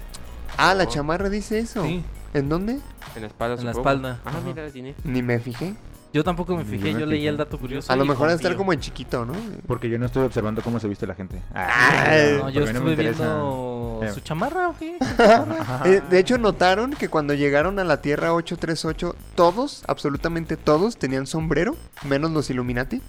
S2: Ah, la
S6: No.
S2: chamarra dice eso.
S5: sí.
S2: ¿En dónde?
S6: En la espalda.
S5: En la
S6: supongo.
S5: espalda,
S6: Ah,
S5: ajá.
S6: mira, tiene.
S2: Ni me fijé.
S5: Yo tampoco me
S4: Yo
S5: fijé,
S4: me
S5: yo leí
S4: fijé.
S5: el dato curioso.
S2: A lo
S5: y "Ah,
S2: mejor de estar
S5: confío.
S2: como en chiquito, ¿no?
S4: Porque yo no estuve observando cómo se viste la gente. Ah,
S2: Ay,
S5: No, Ah,
S4: porque
S5: yo
S4: me
S5: estuve
S4: interesa.
S5: viendo
S4: Eh.
S5: su chamarra o qué?
S2: Eh, de hecho, notaron que cuando llegaron a la Tierra 838, todos, absolutamente todos, tenían sombrero, menos los Illuminati.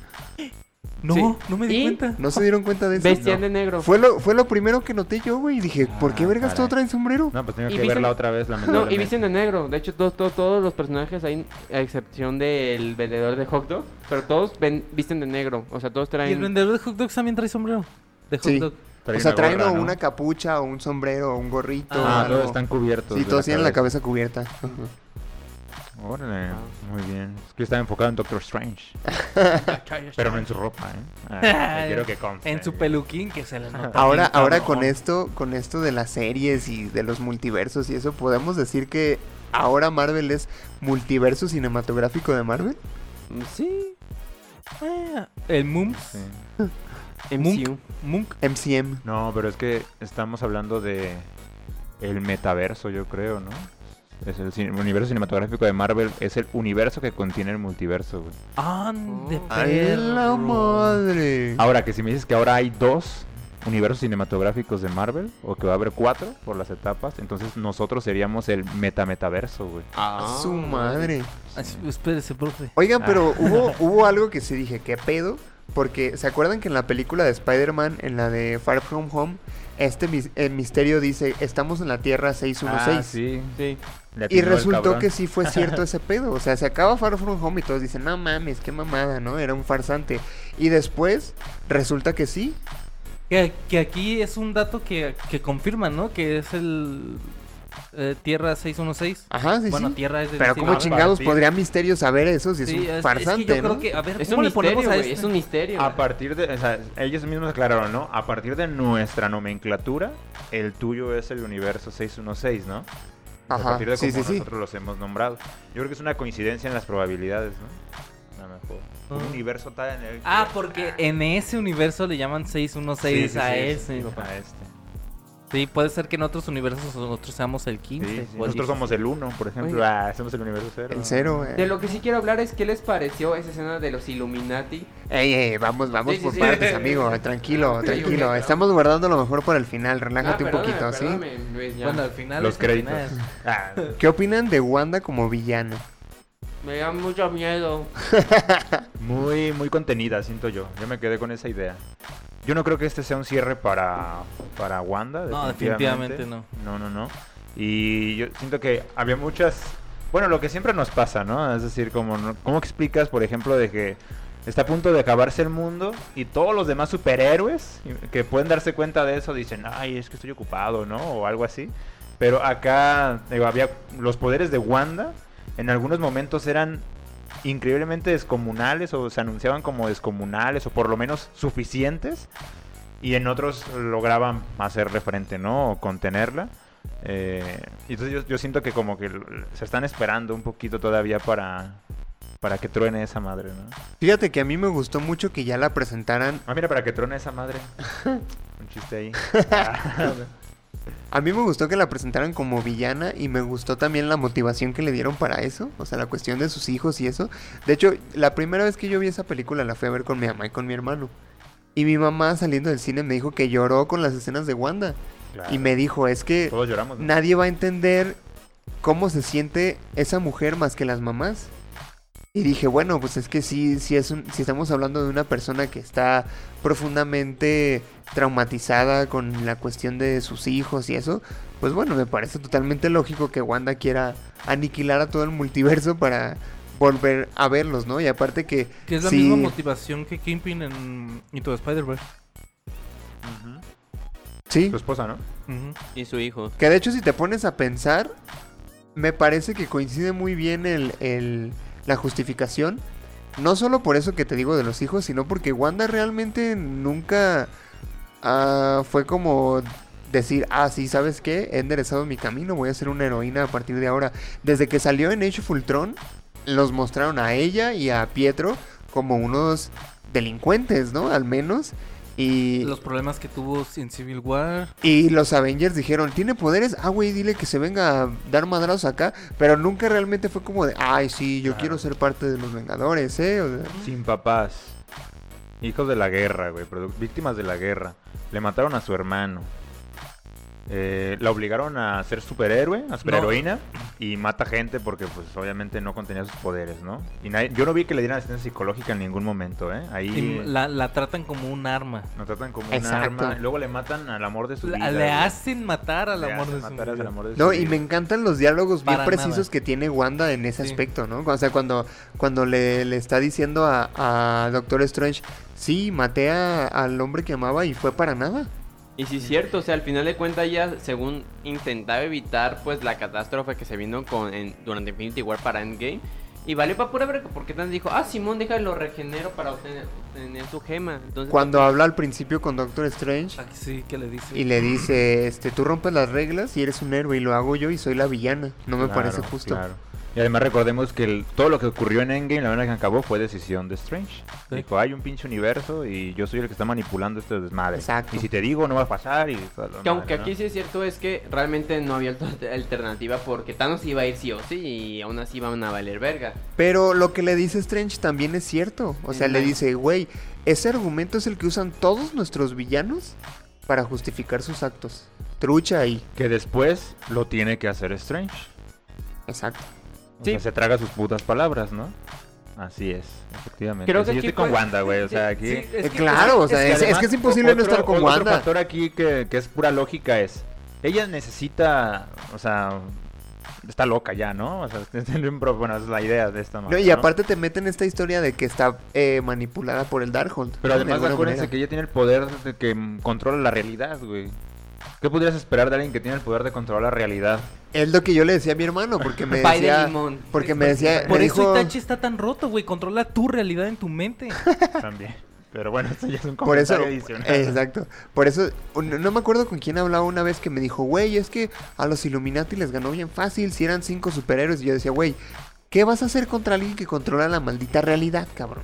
S5: No,
S6: Sí.
S5: no me di
S6: ¿Y?
S5: cuenta.
S2: ¿No se dieron cuenta de eso?
S6: Vestían de negro.
S2: Fue lo, fue lo primero que noté yo, güey. y Dije, ¿por qué
S4: Ah,
S2: vergas todo
S4: caray.
S2: traen sombrero?
S4: No, pues tengo
S6: Y
S4: que
S6: visten-
S4: verla otra vez,
S6: No,
S4: lamentablemente.
S6: y visten de negro. De hecho, todos, todos, todos los personajes ahí, a excepción del vendedor de hot dog, pero todos ven- visten de negro. O sea, todos
S5: ¿Y el
S6: traen...
S5: vendedor de hot dogs también trae sombrero? De hot
S2: Sí.
S5: dog.
S2: o sea, traen
S4: gorra,
S2: o
S4: ¿no?
S2: una capucha, o un sombrero, o un gorrito.
S5: Ah,
S4: Ah,
S2: algo.
S4: todos están cubiertos.
S2: Sí,
S4: de
S2: todos tienen la cabeza cubierta. Ujú.
S4: Órale, muy bien. Es que yo estaba enfocado en Doctor Strange. Pero no en su ropa, ¿eh? Ah, quiero que conste.
S5: En su peluquín que se le nota.
S2: Ahora,
S5: bien
S2: ahora
S5: cabrón.
S2: con esto, con esto de las series y de los multiversos y eso, ¿podemos decir que ahora Marvel es multiverso cinematográfico de Marvel?
S6: Mm, Sí,
S5: Ah, el Mumps.
S4: Sí.
S6: MCU.
S5: Munk.
S2: MCM.
S4: No, pero es que estamos hablando de el metaverso, yo creo, ¿no? Es el cin- universo cinematográfico de Marvel es el universo que contiene el multiverso, güey.
S5: Ande
S6: Oh.
S2: ¡Ay, la
S5: perro.
S2: madre!
S4: Ahora que si me dices que ahora hay dos universos cinematográficos de Marvel o que va a haber cuatro por las etapas, entonces nosotros seríamos el meta metaverso, güey.
S6: Ah.
S2: ¡Su madre!
S5: Ah, sí, Espérese, profe.
S2: Oigan, pero hubo, hubo algo que sí dije, ¿qué pedo? Porque, ¿se acuerdan que en la película de Spider-Man, en la de Far From Home, este mis- el misterio dice, estamos en la Tierra 616?
S4: Ah, sí.
S6: Sí.
S2: Y
S4: Le atinó el
S2: resultó
S4: cabrón.
S2: que sí fue cierto ese pedo. O sea, se acaba Far From Home y todos dicen, no mames, qué mamada, ¿no? Era un farsante. Y después resulta que sí.
S5: Que, que aquí es un dato que, que confirma, ¿no? Que es el eh, Tierra 616.
S2: Ajá, Ah, sí,
S5: bueno,
S2: sí.
S5: Tierra es de
S2: Pero
S5: DC,
S2: ¿cómo
S5: ¿no?
S2: chingados
S4: ti.
S2: podría Misterio saber eso si es
S5: Sí,
S2: un
S5: es- es que
S2: farsante,
S5: yo creo
S2: ¿no?
S5: que, a ver,
S6: Es
S5: ¿cómo
S6: un
S5: le ponemos
S6: misterio,
S5: a
S6: güey.
S5: este?
S6: Es un misterio.
S4: A partir de, o sea, ellos mismos aclararon, ¿no? A partir de nuestra nomenclatura, el tuyo es el universo 616, ¿no? a
S2: Ajá,
S4: partir de
S2: sí, sí,
S4: cómo
S2: sí.
S4: nosotros los hemos nombrado. Yo creo que es una coincidencia en las probabilidades, ¿no? A lo mejor. Un
S5: Ah.
S4: universo tal en el. que-
S5: Ah, porque en ese universo le llaman
S4: Sí,
S5: 616
S4: sí,
S5: a
S4: sí,
S5: ese.
S4: sí, A este.
S5: Sí, puede ser que en otros universos nosotros seamos el
S4: Sí,
S5: 15.
S4: sí.
S5: o el
S4: Nosotros
S5: 16.
S4: somos el 1, por ejemplo.
S6: Oye.
S4: Ah, somos el universo 0.
S2: El cero, eh.
S6: De lo que sí quiero hablar es qué les pareció esa escena de los Illuminati.
S2: Ey, ey, vamos, vamos
S6: Sí, sí,
S2: por
S6: sí.
S2: partes, amigo. Tranquilo,
S6: Ok,
S2: tranquilo.
S6: ok,
S2: Estamos guardando lo mejor para el final. Relájate
S6: Ah,
S2: un
S6: perdóname,
S2: poquito, ¿sí?
S6: perdóname, Luis, ya.
S5: Bueno, al final.
S4: Los
S5: es el
S4: créditos.
S5: final.
S4: Ah,
S2: ¿Qué opinan de Wanda como villana?
S6: Me da mucho miedo.
S4: muy, muy contenida, siento yo. Yo me quedé con esa idea. Yo no creo que este sea un cierre para, para Wanda.
S5: No, definitivamente no.
S4: No, no, no. Y yo siento que había muchas... Bueno, lo que siempre nos pasa, ¿no? Es decir, como, no- ¿cómo explicas, por ejemplo, de que está a punto de acabarse el mundo y todos los demás superhéroes que pueden darse cuenta de eso dicen, ay, es que estoy ocupado, ¿no? O algo así. Pero acá digo, había los poderes de Wanda en algunos momentos eran increíblemente descomunales o se anunciaban como descomunales o por lo menos suficientes y en otros lograban hacerle frente, ¿no? O contenerla. Eh, y entonces yo, yo siento que como que l- se están esperando un poquito todavía para, para que truene esa madre, ¿no?
S2: Fíjate que a mí me gustó mucho que ya la presentaran.
S4: Ah, mira, para que truene esa madre. Un chiste ahí. Ah,
S2: A mí me gustó que la presentaran como villana y me gustó también la motivación que le dieron para eso. O sea, la cuestión de sus hijos y eso. De hecho, la primera vez que yo vi esa película la fui a ver con mi mamá y con mi hermano. Y mi mamá saliendo del cine me dijo que lloró con las escenas de Wanda.
S4: claro.
S2: Y me dijo, es que...
S4: Todos lloramos. ¿no?
S2: nadie va a entender cómo se siente esa mujer más que las mamás. Y dije, bueno, pues es que sí, sí es un- si estamos hablando de una persona que está profundamente traumatizada con la cuestión de sus hijos y eso, pues bueno, me parece totalmente lógico que Wanda quiera aniquilar a todo el multiverso para volver a verlos, ¿no? Y aparte que...
S5: Que es la
S2: sí-
S5: misma motivación que Kingpin en Into the Spider-Verse.
S4: Ujú.
S2: Sí,
S4: Tu esposa, ¿no?
S5: Ujú.
S6: Y su hijo.
S2: Que de hecho, si te pones a pensar, me parece que coincide muy bien el, el- la justificación. No solo por eso que te digo de los hijos, sino porque Wanda realmente nunca ah, fue como decir, ah, sí, ¿sabes qué? He enderezado mi camino, voy a ser una heroína a partir de ahora. Desde que salió en Age of Ultron, los mostraron a ella y a Pietro como unos delincuentes, ¿no? Al menos. Y,
S5: Los problemas que tuvo en Civil War.
S2: y los Avengers dijeron, ¿tiene poderes? Ah, güey, dile que se venga a dar madrazos acá. Pero nunca realmente fue como de, ay, sí, yo
S4: Claro.
S2: quiero ser parte de los Vengadores, ¿eh? O sea,
S4: Sin papás. Hijos de la guerra, güey. produ- Víctimas de la guerra. Le mataron a su hermano. Eh, la obligaron a ser superhéroe, a superheroína. Y mata gente porque, pues, obviamente no contenía sus poderes, ¿no? Y nadie- yo no vi que le dieran asistencia psicológica en ningún momento, ¿eh? Ahí
S5: Y la, la tratan como un arma.
S4: no tratan como un
S2: Exacto.
S4: arma. Luego le matan al amor de su
S5: La-
S4: vida.
S5: le
S4: güey.
S5: hacen matar al
S4: Le
S5: amor
S4: hacen
S5: de su
S4: matar al
S5: vida.
S4: amor de su
S2: No, y
S4: vida.
S2: me encantan los diálogos bien
S5: Para
S2: precisos
S5: nada.
S2: que tiene Wanda en ese
S5: Sí.
S2: aspecto, ¿no? O sea, cuando, cuando le, le está diciendo a, a Doctor Strange, sí, maté a- al hombre que amaba y fue para nada.
S6: Y sí es cierto, o sea, al final de cuentas ella, según intentaba evitar pues la catástrofe que se vino con en- durante Infinity War para Endgame. Y valió para pura verga porque tan dijo, ah, Simón, déjalo regenero para obtener, obtener su gema. Entonces,
S2: Cuando habla al principio con Doctor Strange
S5: Ah, Sí, que le dice.
S2: y le dice, este, tú rompes las reglas y eres un héroe y lo hago yo y soy la villana. No me
S4: Claro,
S2: parece justo.
S4: claro. Y además recordemos que el- todo lo que ocurrió en Endgame, la manera que acabó, fue decisión de Strange.
S5: Sí.
S4: Dijo, hay un pinche universo y yo soy el que está manipulando este desmadre.
S2: Exacto.
S4: Y si te digo, no va a pasar y... toda la
S6: que aunque
S4: madre, ¿no?
S6: aquí sí es cierto es que realmente no había alter- alternativa porque Thanos iba a ir sí o sí y aún así iban a valer verga.
S2: Pero lo que le dice Strange también es cierto. O sea, le
S6: Ajá.
S2: dice, güey, ese argumento es el que usan todos nuestros villanos para justificar sus actos. Trucha ahí.
S4: Que después lo tiene que hacer Strange.
S2: Exacto.
S4: O
S6: Sí.
S4: sea, se traga sus putas palabras, ¿no? Así es, efectivamente.
S6: Creo
S4: Sí,
S6: que
S4: yo
S6: aquí
S4: estoy con
S6: fue-
S4: Wanda, güey. O sea,
S5: Sí,
S4: aquí...
S5: es que-
S2: Eh, claro, o sea, es, es
S4: además,
S2: que es imposible no
S4: otro-
S2: estar con
S4: otro
S2: Wanda.
S4: factor aquí que, que es pura lógica es, ella necesita, o sea, está loca ya, ¿no? O sea, tiene un pro- bueno, esa es la idea de esta
S2: No,
S4: madre,
S2: y aparte te meten esta historia de que está eh, manipulada por el Darkhold.
S4: Pero
S2: ¿no? De
S4: además
S2: alguna
S4: acuérdense
S2: manera.
S4: que ella tiene el poder de que mm, controla la realidad, güey. ¿Qué pudieras esperar de alguien que tiene el poder de controlar la realidad?
S2: Es lo que yo le decía a mi hermano, porque me
S6: Pay de
S2: decía.
S6: limón.
S2: Porque me decía.
S5: Por
S2: me
S5: eso
S2: dijo-
S5: Itachi está tan roto, güey. Controla tu realidad en tu mente.
S4: También. Pero bueno, esto ya es un
S2: Por eso, eh,
S4: comentario adicional.
S2: exacto. Por eso, no, no me acuerdo con quién hablaba una vez que me dijo, güey, es que a los Illuminati les ganó bien fácil si eran cinco superhéroes. Y yo decía, güey, ¿qué vas a hacer contra alguien que controla la maldita realidad, cabrón?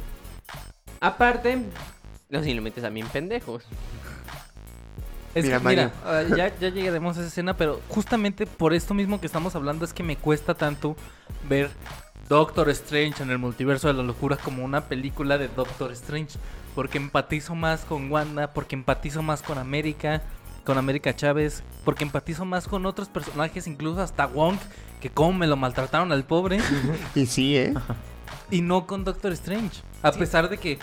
S6: Aparte, los iluminantes también pendejos.
S5: Es
S2: Mira,
S5: que, mira,
S2: Mario.
S5: ah, ya, ya llegaremos a esa escena, pero justamente por esto mismo que estamos hablando es que me cuesta tanto ver Doctor Strange en el multiverso de la locura como una película de Doctor Strange. Porque empatizo más con Wanda, porque empatizo más con América, con América Chávez, porque empatizo más con otros personajes, incluso hasta Wong, que como me lo maltrataron al pobre,
S2: Y sí, ¿eh?
S5: y no con Doctor Strange. A pesar de que...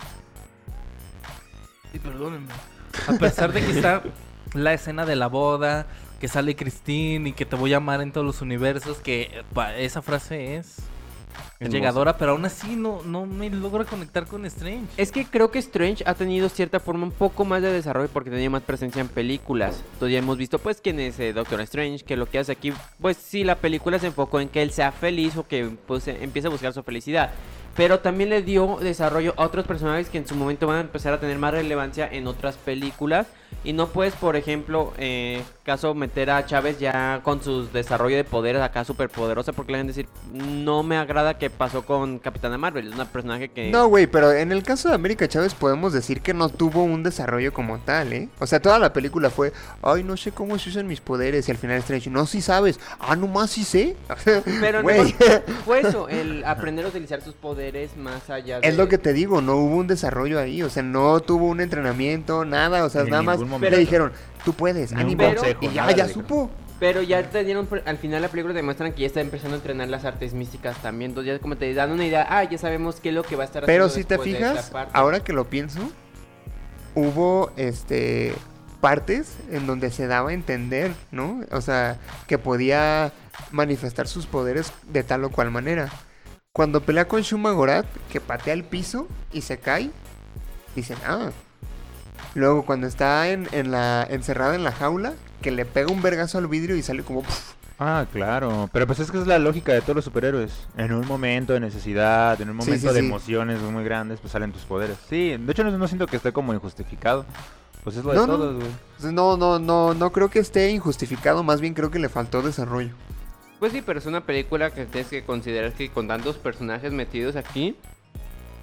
S5: Y perdónenme. A pesar de que está la escena de la boda, que sale Christine y que te voy a amar en todos los universos, que pa, esa frase es
S6: Hermosa.
S5: llegadora, pero aún así no, no me logro conectar con Strange.
S6: Es que creo que Strange ha tenido cierta forma un poco más de desarrollo porque tenía más presencia en películas. Entonces ya hemos visto pues quién es eh, Doctor Strange, que lo que hace aquí, pues sí, la película se enfocó en que él sea feliz o que pues, eh, empiece a buscar su felicidad. Pero también le dio desarrollo a otros personajes que en su momento van a empezar a tener más relevancia en otras películas. Y no puedes, por ejemplo, eh, caso meter a Chávez ya con su desarrollo de poderes acá súper poderosa porque le van a decir, no me agrada que pasó con Capitana Marvel. Es un personaje que...
S2: No, güey, pero en el caso de América Chávez podemos decir que no tuvo un desarrollo como tal, ¿eh? O sea, toda la película fue, ay, no sé cómo se usan mis poderes. Y al final Strange, no, sí sabes. Ah, nomás sí sé. O sea,
S6: Pero no,
S2: güey.
S6: fue eso, el aprender a utilizar sus poderes más allá de...
S2: Es lo que te digo, no hubo un desarrollo ahí, o sea, no tuvo un entrenamiento, nada, o sea,
S4: En
S2: nada más
S4: ningún
S2: le
S4: momento.
S2: dijeron, tú puedes,
S4: Ni un
S2: ánimo,
S4: consejo,
S2: y ya,
S4: nada
S2: ya
S4: le dijeron.
S2: supo.
S6: Pero ya te dieron, pr- al final la película te muestran que ya está empezando a entrenar las artes místicas también, entonces ya como te dan una idea, ah, ya sabemos qué es lo que va a estar
S2: Pero
S6: haciendo
S2: si te
S6: después de esta
S2: fijas,
S6: parte.
S2: ahora que lo pienso, hubo, este, partes en donde se daba a entender, ¿no? O sea, que podía manifestar sus poderes de tal o cual manera. Cuando pelea con Shuma Gorat, que patea el piso y se cae, dicen, ah. Luego cuando está en, en la, encerrada en la jaula, que le pega un vergazo al vidrio y sale como... "Puf".
S4: Ah, claro. Pero pues es que es la lógica de todos los superhéroes. En un momento de necesidad, en un
S2: Sí,
S4: momento
S2: sí,
S4: de
S2: sí.
S4: emociones muy grandes, pues salen tus poderes. Sí, de hecho no, no siento que esté como injustificado. Pues es lo de
S2: No, no.
S4: todos, güey.
S2: Entonces, No, no, no, no creo que esté injustificado, más bien creo que le faltó desarrollo.
S6: Pues sí, pero es una película que tienes que considerar que con tantos personajes metidos aquí,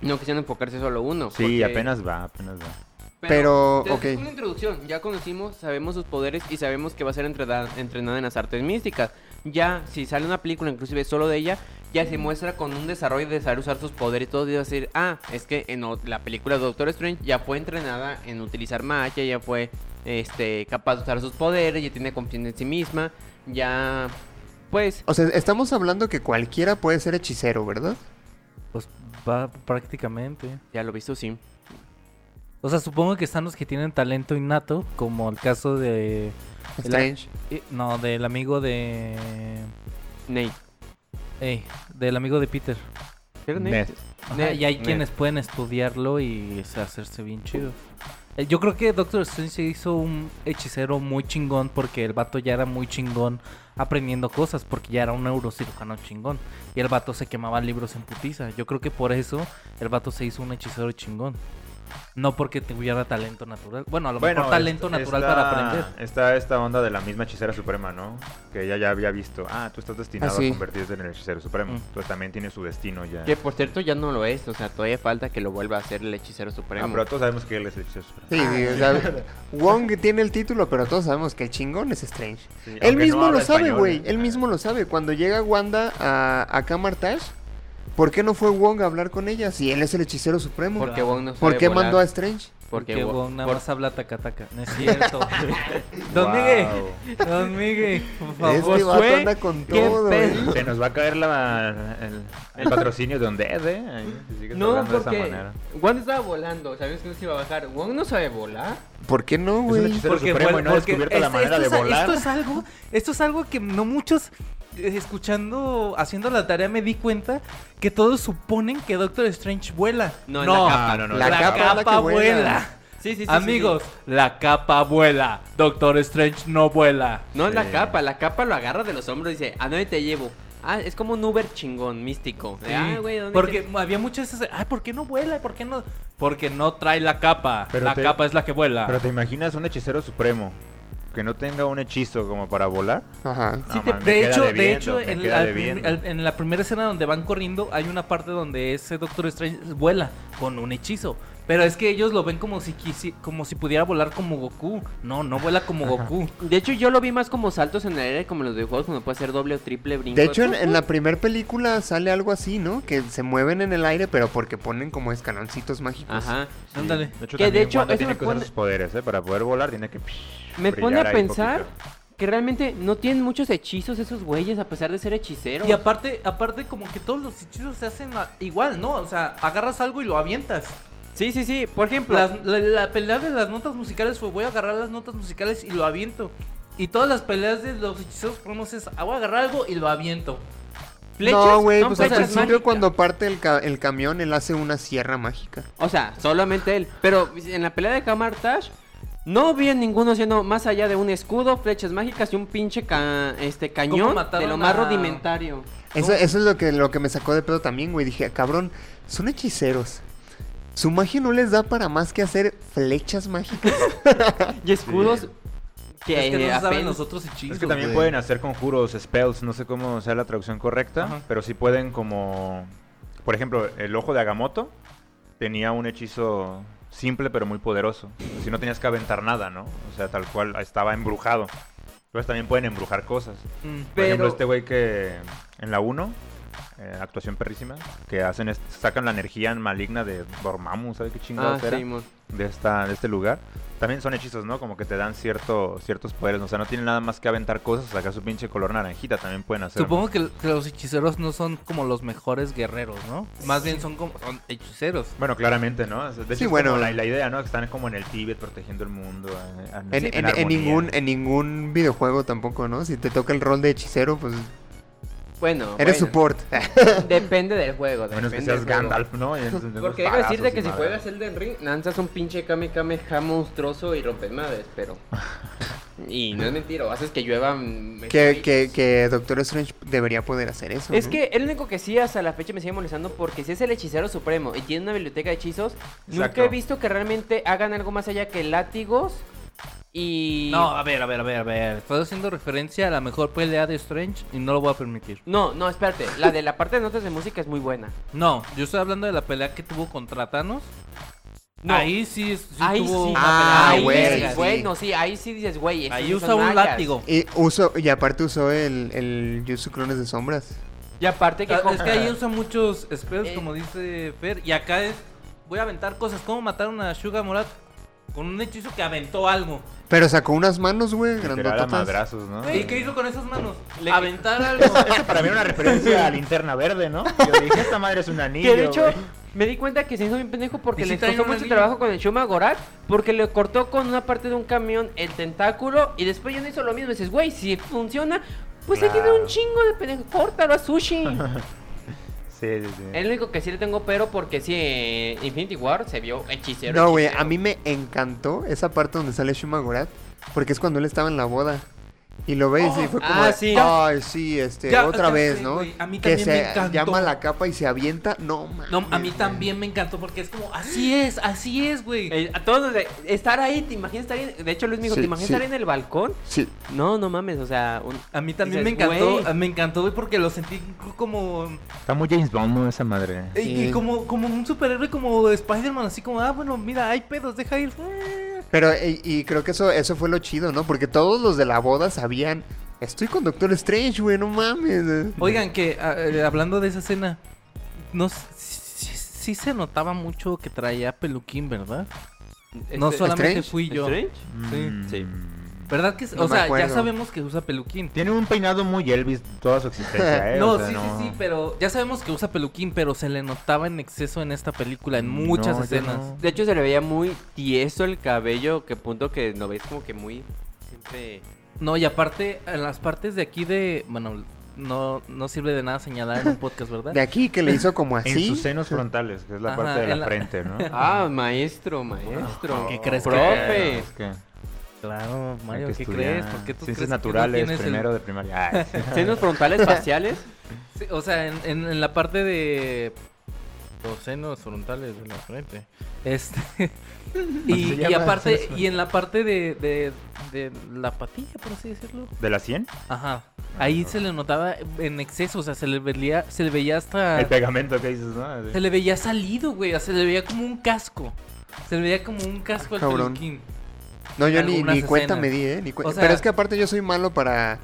S6: no quisieron enfocarse solo uno.
S4: Sí,
S6: porque-
S4: apenas va, apenas va.
S2: Pero,
S6: te-
S2: ok.
S6: es una introducción. Ya conocimos, sabemos sus poderes y sabemos que va a ser entrenada, entrenada en las artes místicas. Ya, si sale una película, inclusive solo de ella, ya se muestra con un desarrollo de saber usar sus poderes. Todos van a decir, ah, es que en o- la película de Doctor Strange ya fue entrenada en utilizar magia, ya fue este, capaz de usar sus poderes, ya tiene confianza en sí misma, ya. Pues.
S2: O sea, estamos hablando que cualquiera puede ser hechicero, ¿verdad?
S5: Pues va prácticamente.
S6: Ya lo visto, sí.
S5: O sea, supongo que están los que tienen talento innato, como el caso de...
S2: Strange.
S5: eh, No, del amigo de...
S6: Nate.
S5: Ey, del amigo de Peter.
S6: ¿Era
S4: Ned.
S5: Ajá,
S6: Ned,
S5: y hay
S6: Ned.
S5: quienes pueden estudiarlo y o sea, hacerse bien chido. Eh, Yo creo que Doctor Strange se hizo un hechicero muy chingón porque el vato ya era muy chingón aprendiendo cosas porque ya era un neurocirujano chingón. Y el vato se quemaba libros en putiza. Yo creo que por eso el vato se hizo un hechicero chingón. No porque tuviera talento natural. Bueno, a lo mejor talento
S4: es-
S5: natural
S4: está-
S5: para aprender.
S4: Está esta onda de la misma hechicera suprema, ¿no? Que ella ya había visto. Ah, tú estás destinado
S2: Ah, sí.
S4: a convertirte en el hechicero supremo.
S5: Mm.
S4: Tú también tienes su destino ya.
S6: Que por cierto ya no lo es, o sea, todavía falta que lo vuelva a hacer el hechicero supremo.
S4: Ah, pero todos sabemos que él es el hechicero supremo.
S2: Sí, sí, o sea, Wong tiene el título, pero todos sabemos que el chingón es Strange.
S4: Sí,
S2: él
S4: aunque no
S2: mismo
S4: habla
S2: lo sabe,
S4: español. eh.
S2: güey. Él mismo lo sabe. Cuando llega Wanda a, a Kamar Taj, ¿por qué no fue Wong a hablar con ella? Si él es el hechicero supremo.
S6: Porque Wong no sabe
S2: ¿Por qué
S6: volar.
S2: mandó a Strange?
S6: Porque,
S5: Porque
S6: Wong-
S5: Wong nada
S6: por-
S5: más habla tacataca. No es cierto. Don
S4: Wow.
S5: Miguel. Don Miguel. Por favor.
S2: Este vato
S6: Josué,
S2: anda con
S6: qué
S2: todo,
S6: pedo.
S2: eh.
S4: Se nos va a caer la, el, el patrocinio de Onded, ¿eh? Ahí, si sigues
S6: No,
S4: hablando de esa
S6: porque
S4: manera.
S6: Wong estaba volando, sabías que no se iba a bajar. Wong no sabe volar.
S2: ¿Por qué no,
S4: Es un
S2: güey?
S4: hechicero supremo
S5: bueno,
S4: y no ha
S5: porque
S4: descubierto la
S5: es-
S4: manera de
S5: esto es-
S4: volar.
S5: Esto es algo, esto es algo que no muchos eh, escuchando, haciendo la tarea me di cuenta que todos suponen que Doctor Strange vuela.
S6: No,
S5: No,
S6: en la
S5: la
S6: capa.
S5: capa,
S4: No, no, no,
S2: la
S5: la
S2: capa es la que
S5: capa
S2: vuela.
S5: vuela.
S6: Sí, sí, sí,
S5: Amigos, la capa vuela. Doctor Strange no vuela.
S6: No es la
S4: Sí.
S6: capa, la capa lo agarra de los hombros y dice, ¿a dónde te llevo? Ah, es como un Uber chingón, místico. De, "Ay, Ah, güey, ¿dónde
S5: porque
S6: quieres?".
S5: había muchas veces, ay, ¿por qué no vuela? ¿Por qué no? Porque no trae la capa.
S4: Pero
S5: la
S4: te-
S5: capa es la que vuela.
S4: Pero te imaginas un hechicero supremo que no tenga un hechizo como para volar.
S2: Ajá.
S5: Sí,
S4: No,
S5: te-
S4: man, me
S5: de
S4: queda
S5: hecho, de
S4: debiendo,
S5: hecho
S4: me
S5: en,
S4: queda
S5: al
S4: debiendo.
S5: prim- al- en la primera escena donde van corriendo hay una parte donde ese Doctor Strange vuela con un hechizo. Pero es que ellos lo ven como si, quisi- como si pudiera volar como Goku. No, no vuela como Goku.
S6: De hecho, yo lo vi más como saltos en el aire, como en los videojuegos, cuando puede hacer doble o triple brinco.
S2: De hecho, en, en la primera película sale algo así, ¿no? Que se mueven en el aire, pero porque ponen como escaloncitos mágicos.
S6: Ajá.
S5: Ándale.
S4: De hecho,
S6: Que de
S4: también
S6: hecho,
S4: Wanda
S6: eso
S4: tiene
S6: me
S4: que usar
S6: pone-
S4: sus poderes, ¿eh? Para poder volar tiene que... psh,
S6: Me pone
S4: brillar
S6: a
S4: ahí
S6: pensar
S4: poquito.
S6: que realmente no tienen muchos hechizos esos güeyes, a pesar de ser hechiceros.
S5: Y aparte, aparte como que todos los hechizos se hacen a- igual, ¿no? O sea, agarras algo y lo avientas.
S6: Sí, sí, sí. Por ejemplo,
S5: Las- la, la pelea de las notas musicales fue voy a agarrar las notas musicales y lo aviento. Y todas las peleas de los hechizos conoces, ah, voy a agarrar algo y lo aviento.
S6: flechas
S2: no, güey,
S6: son
S2: pues al
S6: flechas
S2: principio
S6: mágicas.
S2: cuando parte el, ca- el camión, él hace una sierra mágica.
S6: O sea, solamente él. Pero en la pelea de Kamar Tash, no vi a ninguno haciendo más allá de un escudo, flechas mágicas y un pinche ca- este cañón de
S5: mataron
S6: lo más
S5: a-
S6: rudimentario.
S2: Eso, eso es lo que, lo que me sacó de pedo también, güey. Dije, cabrón, son hechiceros. Su magia no les da para más que hacer flechas mágicas.
S6: Y escudos
S4: Sí.
S6: que,
S5: es que no se
S6: apenas-
S5: saben los otros hechizos.
S4: Es que también
S2: güey.
S4: pueden hacer conjuros, spells, no sé cómo sea la traducción correcta,
S5: Ajá.
S4: pero sí pueden como... Por ejemplo, el ojo de Agamotto tenía un hechizo simple pero muy poderoso. Si no tenías que aventar nada, ¿no? O sea, tal cual estaba embrujado. Entonces también pueden embrujar cosas.
S5: Mm.
S4: Por ejemplo,
S6: Pero-
S4: este güey que en la 1, eh, actuación perrísima, que hacen es- sacan la energía maligna de Dormammu, ¿sabes qué
S6: Ah,
S4: chingados era?
S6: sí, mon.
S4: de, esta, de este lugar. También son hechizos, ¿no? Como que te dan cierto, ciertos poderes. O sea, no tienen nada más que aventar cosas, sacar su pinche color naranjita. También pueden hacer.
S5: Supongo que, que los hechiceros no son como los mejores guerreros, ¿no? Más bien son como son hechiceros.
S4: Bueno, claramente, ¿no? O sea, De hecho,
S2: Sí,
S4: es
S2: bueno.
S4: como la, la idea, ¿no? Que están como en el Tíbet protegiendo el mundo. eh, en-
S2: En, en- en
S4: armonía.
S2: ningún, en ningún videojuego tampoco, ¿no? Si te toca el rol de hechicero, pues
S6: Bueno,
S2: eres
S6: bueno,
S2: support.
S6: depende del juego.
S4: A menos que
S6: depende
S4: seas
S6: del juego.
S4: Gandalf, ¿no? Y entonces,
S6: Porque
S4: los
S6: debo decirte
S4: balazos
S6: que
S4: y
S6: si
S4: madre.
S6: juegas el del ring, lanzas un pinche Kame Kame Ja monstruoso y rompes madres, pero. Y no es mentira, o haces que llueva. mm,
S2: que, que, que Doctor Strange debería poder hacer eso.
S6: Es
S2: ¿no?
S6: que el único que sí hasta la fecha me sigue molestando porque si es el hechicero supremo y tiene una biblioteca de hechizos,
S4: Exacto.
S6: nunca he visto que realmente hagan algo más allá que látigos y...
S5: No, a ver, a ver, a ver, a ver. Estás haciendo referencia a la mejor pelea de Strange y no lo voy a permitir.
S6: No, no, espérate, la de la parte de notas de música es muy buena.
S5: No, yo estoy hablando de la pelea que tuvo contra Thanos.
S6: No.
S5: Ahí sí, sí
S6: ahí
S5: tuvo
S6: sí,
S5: una
S2: Ah,
S5: pelea
S6: ahí
S2: güey,
S5: verga.
S6: dices,
S2: sí.
S6: bueno, sí, ahí sí dices, güey, esos
S5: Ahí
S6: sí
S5: usa
S6: son
S5: un
S6: mayas".
S5: látigo.
S2: Y, uso, y aparte usó el, el Jutsu Clones de Sombras.
S6: Y aparte que...
S5: Ah,
S6: con-
S5: Es que ahí usa muchos spells,
S6: Eh.
S5: como dice Fer. Y acá es, voy a aventar cosas. ¿Cómo mataron a Suga Morat? Con un hechizo que aventó algo.
S2: Pero sacó unas manos, güey,
S4: Literal, a
S2: grandototas.
S4: madrazos, ¿no?
S5: ¿Y qué hizo con esas manos? Aventar algo.
S4: Para mí era una referencia a Linterna Verde, ¿no? Yo dije, esta madre es un anillo.
S6: Que de hecho,
S4: güey.
S6: me di cuenta que se hizo bien pendejo
S5: Y
S6: porque
S5: sí
S6: le
S5: trae
S6: costó
S5: un
S6: mucho
S5: anillo.
S6: trabajo con el Shuma Gorak. Porque le cortó con una parte de un camión el tentáculo. Y después ya no hizo lo mismo. Y dices, güey, si funciona, pues se tiene
S4: Claro.
S6: un chingo de pendejo. Córtalo a sushi.
S4: Sí, sí, sí.
S6: el único que sí le tengo pero porque sí, eh, Infinity War se vio hechicero.
S2: No, güey,
S6: hechicero.
S2: a mí me encantó esa parte donde sale Shuma Gorath, porque es cuando él estaba en la boda. Y lo ves y fue
S5: Oh,
S2: como,
S6: ah,
S2: de,
S6: sí.
S2: ay, sí, este,
S5: Ya,
S2: otra
S5: ya
S2: vez,
S5: sé,
S2: ¿no?
S5: güey, a mí
S2: que
S5: también
S2: se
S5: me encantó.
S2: llama la capa y se avienta, no, mames,
S5: No, a mí
S2: güey.
S5: también me encantó porque es como, así es, así es, güey.
S6: Eh, a todos nos de- estar ahí, te imaginas estar ahí. De hecho, Luis me dijo,
S2: Sí,
S6: ¿te imaginas
S2: sí.
S6: estar ahí en el balcón?
S2: Sí,
S6: No, no mames, o sea. un-
S5: A mí también
S6: dices,
S5: me encantó,
S6: "Güey".
S5: me encantó, güey, porque lo sentí como...
S4: Está muy James Bond, ¿no? Esa madre.
S5: eh,
S2: Sí.
S5: y como, como un superhéroe como Spider-Man, así como, ah, bueno, mira, hay pedos, deja ir. Eh.
S2: pero eh, y, creo que eso, eso fue lo chido, ¿no? Porque todos los de la boda sabían, estoy con Doctor Strange, güey, no mames.
S5: Oigan, que a- eh, hablando de esa escena, no, s- sí, sí se notaba mucho que traía peluquín, ¿verdad? no
S6: Este-
S5: solamente
S2: ¿Strange?
S5: fui yo.
S6: Strange.
S4: Mm.
S5: Sí.
S6: Sí.
S5: ¿Verdad que s-
S2: No
S5: O
S2: me
S5: sea, ya
S2: acuerdo.
S5: sabemos que usa peluquín.
S4: Tiene un peinado muy Elvis toda su existencia, ¿eh?
S5: No,
S4: O sea,
S5: sí, sí, sí, pero ya sabemos que usa peluquín, pero se le notaba en exceso en esta película, en
S4: No,
S5: muchas
S4: yo
S5: escenas.
S4: no.
S6: De hecho, se le veía muy tieso el cabello, que punto que no ves como que muy... Siempre...
S5: No, y aparte, en las partes de aquí de. Bueno, no, no sirve de nada señalar en un podcast, ¿verdad?
S2: De aquí que le hizo como
S4: En
S2: así.
S4: sus senos frontales, que es la
S5: Ajá,
S4: parte de la,
S5: en la-
S4: frente, ¿no?
S6: Ah, maestro, maestro.
S5: ¿Qué crees que-
S6: Profe.
S4: Es que hay
S5: Claro, Mario,
S4: que
S5: ¿qué
S4: estudiar
S5: crees? ¿Por qué tú crees que
S4: Ciencias
S5: no
S4: naturales,
S5: tienes el-
S4: primero de primaria. Ay, sí.
S6: ¿Senos frontales faciales?
S5: Sí, o sea, en, en- en la parte de los senos frontales de la frente. Este.
S4: Se
S5: y, y
S4: llama
S5: aparte,
S4: senos
S5: y en la parte de, de, de la patilla, por así decirlo.
S4: ¿De la 100?
S5: Ajá. Ahí se le notaba en exceso, o sea, se le veía, se le veía hasta.
S4: El pegamento que dices, ¿no? Así.
S5: Se le veía salido, güey. o sea, Se le veía como un casco. Se le veía como un casco al
S2: Ah, Cabrón.
S5: peluquín.
S2: No, yo ni,
S5: algunas
S2: ni cuenta
S5: escenas.
S2: me di, ¿eh? ni cuen-
S5: O sea-
S2: Pero es que aparte yo soy malo para,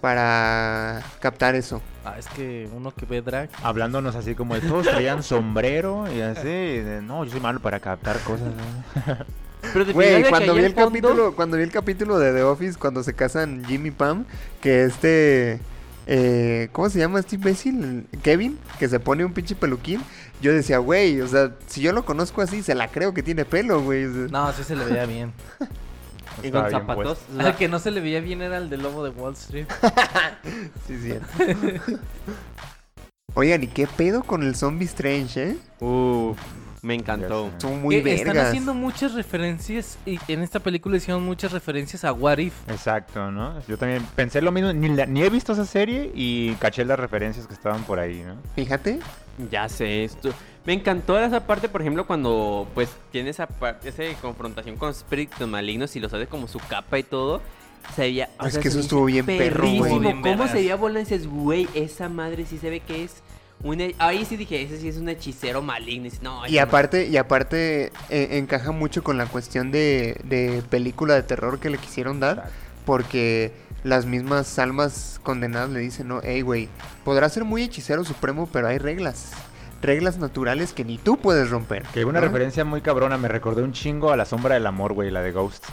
S2: para captar eso.
S5: Ah, es que uno que ve drag.
S4: Hablándonos así como de todos traían sombrero y así. de, no, yo soy malo para captar cosas. ¿no?".
S6: Pero te fijas de
S2: Güey,
S6: que
S2: cuando
S6: ahí
S2: vi
S6: al
S2: el
S6: fondo-
S2: capítulo, cuando vi el capítulo de The Office, cuando se casan Jimmy y Pam, que este, eh, ¿cómo se llama este imbécil? Kevin, que se pone un pinche peluquín. Yo decía, güey, o sea, si yo lo conozco así, se la creo que tiene pelo, güey. o sea,
S5: No, sí se le veía bien.
S6: Y
S4: Estaba
S6: con
S4: bien
S2: pues.
S6: zapatos.
S4: puesto.
S5: El que no se le veía bien era el de lobo de Wall Street.
S2: sí, cierto. Oigan, ¿y qué pedo con el Zombie Strange, eh?
S6: Uf, me encantó.
S4: Ya sé.
S2: Son muy
S5: que
S2: vergas.
S5: están haciendo muchas referencias y en esta película hicieron muchas referencias a What If.
S4: Exacto, ¿no? Yo también pensé lo mismo. Ni, la- ni he visto esa serie y caché las referencias que estaban por ahí, ¿no?
S2: Fíjate.
S6: Ya sé esto. Me encantó esa parte, por ejemplo, cuando pues tiene esa, par- esa confrontación con espíritus malignos y los hace como su capa y todo. Se veía,
S2: Ah, es que eso
S6: se me hizo
S2: estuvo bien perro, güey.
S6: perrísimo.
S5: Bien
S6: ¿Cómo
S5: vergas.
S6: se veía volando? Y dices, güey, esa madre sí se ve que es un... he- Ahí sí dije, ese sí es un hechicero maligno. Y dices, no,
S2: Y
S6: esa
S2: aparte, y aparte eh, encaja mucho con la cuestión de, de película de terror que le quisieron dar, porque las mismas almas condenadas le dicen, no, hey, güey, podrás ser muy hechicero supremo, pero hay reglas, reglas naturales que ni tú puedes romper.
S4: Que una
S2: ¿no?
S4: referencia muy cabrona, me recordó un chingo a la sombra del amor, güey, la de Ghost.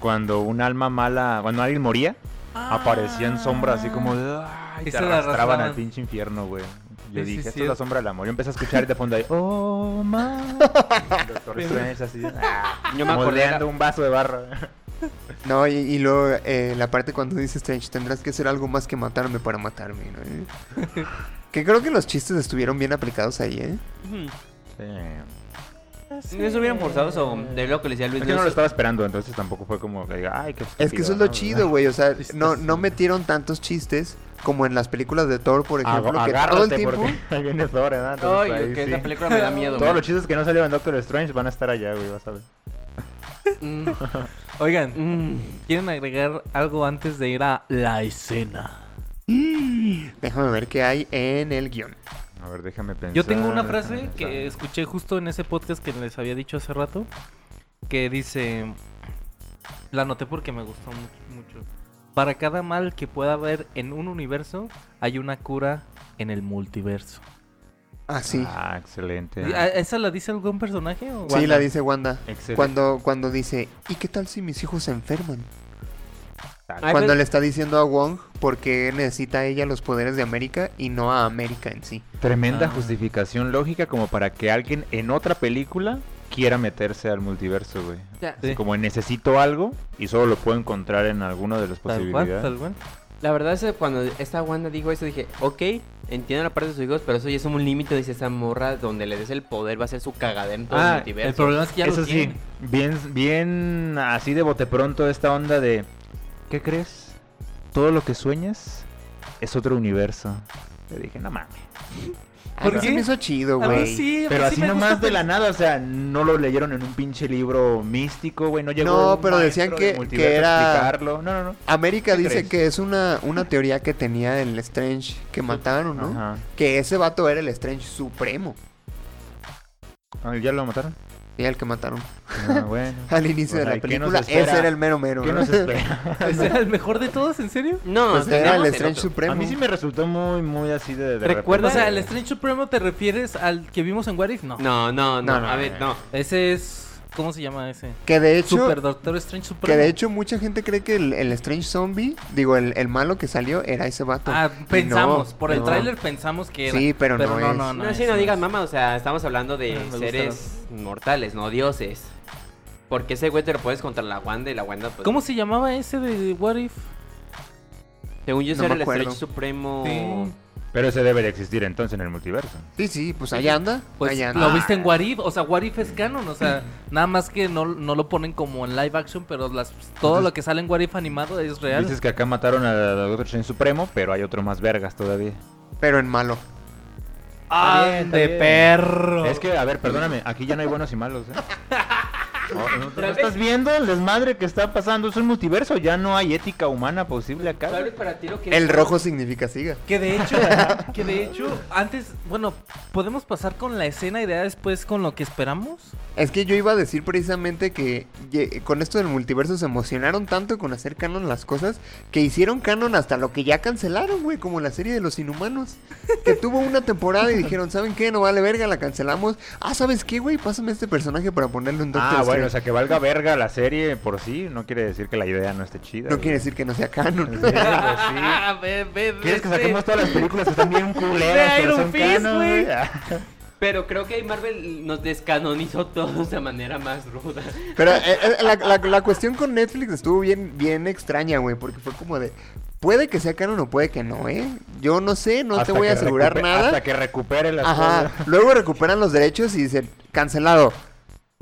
S4: Cuando un alma mala, cuando alguien moría, aparecía en sombra así como de, "Ay",
S5: Y
S4: te
S5: se la
S4: arrastraban
S5: arrastraban.
S4: al pinche infierno, güey. Yo
S5: Sí, sí,
S4: dije, esto es
S5: cierto.
S4: la sombra del amor. Yo empecé a escuchar de fondo ahí, oh, man. Doctor Strange así, ah,
S6: Yo me acordé de la-
S4: moldeando un vaso de barra.
S2: No, y, y luego eh, la parte cuando dice Strange, tendrás que hacer algo más que matarme para matarme, ¿no? que creo que los chistes estuvieron bien aplicados ahí, ¿eh?
S6: Ujú.
S4: Sí.
S6: No se hubieran forzado eso, de lo que le decía Luis.
S4: Es que Pues no
S6: no
S4: lo
S6: sé.
S4: estaba esperando, entonces tampoco fue como que diga, ay, qué
S2: Es que eso es
S4: estúpido",
S2: lo
S4: ¿no?
S2: chido, güey. O sea,
S5: Chistes.
S2: no, no metieron tantos chistes como en las películas de Thor, por
S4: Ag-
S2: ejemplo, que
S4: agárrate
S2: todo el tiempo.
S4: porque ahí viene Thor, ¿verdad?
S6: Ay,
S4: Entonces, ahí
S6: que
S4: sí.
S6: esa película me da miedo.
S4: Todos
S6: man.
S4: los chistes que no salieron en Doctor Strange van a estar allá, güey, vas a ver.
S6: Mm,
S5: Oigan,
S6: mm.
S5: ¿quieren agregar algo antes de ir a la escena?
S2: Déjame ver qué hay en el guión.
S4: A ver, déjame pensar.
S5: Yo tengo una
S4: déjame
S5: frase que
S4: pensar.
S5: escuché justo en ese podcast que les había dicho hace rato, que dice, la anoté porque me gustó mu- mucho. Para cada mal que pueda haber en un universo, hay una cura en el multiverso.
S2: Ah, sí.
S4: Ah, excelente.
S5: ¿A- ¿Esa la dice algún personaje? O
S2: sí, la dice Wanda.
S4: Excelente.
S2: Cuando, cuando dice, ¿y qué tal si mis hijos se enferman?
S5: Ah,
S6: Ay,
S2: cuando
S6: pero-
S2: le está diciendo a Wong porque necesita ella los poderes de América y no a América en sí.
S4: Tremenda
S5: Ah.
S4: justificación lógica como para que alguien en otra película quiera meterse al multiverso, güey.
S6: O sea,
S5: Sí.
S4: Como necesito algo y solo lo puedo encontrar en alguna de las
S5: Tal cual,
S4: posibilidades.
S5: tal cual.
S6: La verdad es que cuando esta Wanda dijo eso, dije, ok, entiendo la parte de sus hijos, pero eso ya es un límite, dice esa morra, donde le des el poder va a ser su cagadero en todo
S4: Ah,
S6: el multiverso.
S5: El problema es que ya
S4: Eso
S5: lo
S4: sí,
S5: tiene.
S4: bien, bien así de bote pronto esta onda de ¿qué crees? Todo lo que sueñas es otro universo. Le dije, no mames.
S2: A
S5: ¿Por
S2: mí se
S5: qué?
S2: me hizo chido,
S5: A mí
S2: güey.
S5: sí, a mí
S4: Pero
S5: sí
S4: así
S5: me
S4: nomás
S5: gusta
S4: de la nada, o sea, no lo leyeron en un pinche libro místico, güey, no llegó
S2: No,
S4: un
S2: pero decían
S4: maestro de
S2: que-
S4: multiverso
S2: que
S4: a
S2: era-
S4: explicarlo. No, no, no.
S2: América
S4: ¿Qué
S2: dice
S4: crees?
S2: que es una, una teoría que tenía el Strange que mataron, ¿no?
S4: Ajá.
S2: Que ese vato era el Strange supremo.
S4: Ah, ¿Ya lo mataron?
S2: Y al que mataron.
S4: Ah, bueno.
S2: Al inicio
S4: Pues
S2: de
S4: ahí,
S2: la
S4: ¿qué nos
S2: película,
S4: espera?
S2: ese era el mero mero.
S4: ¿Qué
S2: ¿no?
S4: nos espera?
S5: ¿O sea, el mejor de todos, en serio?
S6: No,
S2: Pues era
S6: tenemos
S2: el
S6: el
S2: Strange
S6: otro.
S2: Supremo.
S4: A mí sí me resultó muy, muy así de, de
S6: Recuerda-
S5: O sea,
S4: repente.
S5: ¿el Strange Supremo te refieres al que vimos en What If? No.
S6: No, no, no,
S2: No, no,
S6: a ver, no.
S5: Ese es... ¿Cómo se llama ese?
S2: Que de hecho,
S5: Super Doctor Strange Supremo.
S2: que de hecho mucha gente cree que el, el Strange Zombie, digo, el, el malo que salió era ese vato.
S5: Ah,
S2: Y no,
S5: pensamos. por el
S2: no.
S5: tráiler pensamos que era.
S2: Sí, pero no
S5: no,
S2: es.
S5: no,
S6: No,
S5: no.
S6: sí,
S5: es,
S6: no
S5: es.
S6: digas mamá, o sea, estamos hablando de
S5: Ah, me gusta
S6: seres mortales, no dioses. Porque ese güey te lo puedes contra la Wanda y la Wanda... Pues,
S5: ¿Cómo se llamaba ese de What If?
S6: Según yo,
S2: No
S6: ese
S2: me
S6: era el
S2: acuerdo.
S6: Stretch Supremo.
S5: Sí.
S4: Pero ese debe de existir entonces en el multiverso.
S2: Sí, sí, pues allá anda.
S5: Pues
S2: allá anda.
S5: lo viste en Warif, o sea, Warif es canon, o sea, nada más que no, no lo ponen como en live action, pero las, todo lo que sale en Warif animado es real.
S4: Dices que acá mataron al otro Shen Supremo, pero hay otro más vergas todavía.
S2: Pero en malo.
S5: ¡Ah,
S4: Está bien, está
S5: de
S4: bien.
S5: perro!
S4: Es que, a ver, perdóname, aquí ya no hay buenos y malos, ¿eh? No, no, ¿tú no estás viendo el desmadre que está pasando? Es un multiverso, ya no hay ética humana posible acá.
S6: Tal vez para ti lo que es-
S2: El rojo significa siga.
S5: Que de hecho, que de hecho, antes, bueno, ¿podemos pasar con la escena y ya después con lo que esperamos?
S2: Es que yo iba a decir precisamente que ye- con esto del multiverso se emocionaron tanto con hacer canon las cosas que hicieron canon hasta lo que ya cancelaron, güey, como la serie de los inhumanos. Que tuvo una temporada y dijeron, ¿saben qué? No vale verga, la cancelamos. Ah, ¿sabes qué, güey? Pásame este personaje para ponerle un Doctor
S4: Ah, bueno,
S2: Strange".
S4: o sea, que valga verga la serie por sí, no quiere decir que la idea no esté chida.
S2: No
S4: güey.
S2: quiere decir que no sea canon.
S4: Sí,
S6: Pues
S4: güey, sí.
S5: Ah, ve, ve,
S4: ¿Quieres que
S5: ve,
S4: saquemos todas las películas que están bien
S5: Ve
S4: culeras, pero
S5: Iron
S4: son
S5: Fist,
S4: canon,
S5: güey.
S4: güey? Ah.
S6: Pero creo que Marvel nos descanonizó todos de manera más ruda.
S2: Pero eh, eh, la, la- la cuestión con Netflix estuvo bien, bien extraña, güey, porque fue como de, puede que sea canon o puede que no, ¿eh? Yo no sé, no
S4: Hasta
S2: te voy a
S4: que
S2: asegurar
S4: recupe-
S2: nada.
S4: Hasta que recupere las
S2: Ajá.
S4: cosas.
S2: Luego recuperan los derechos y dicen, cancelado.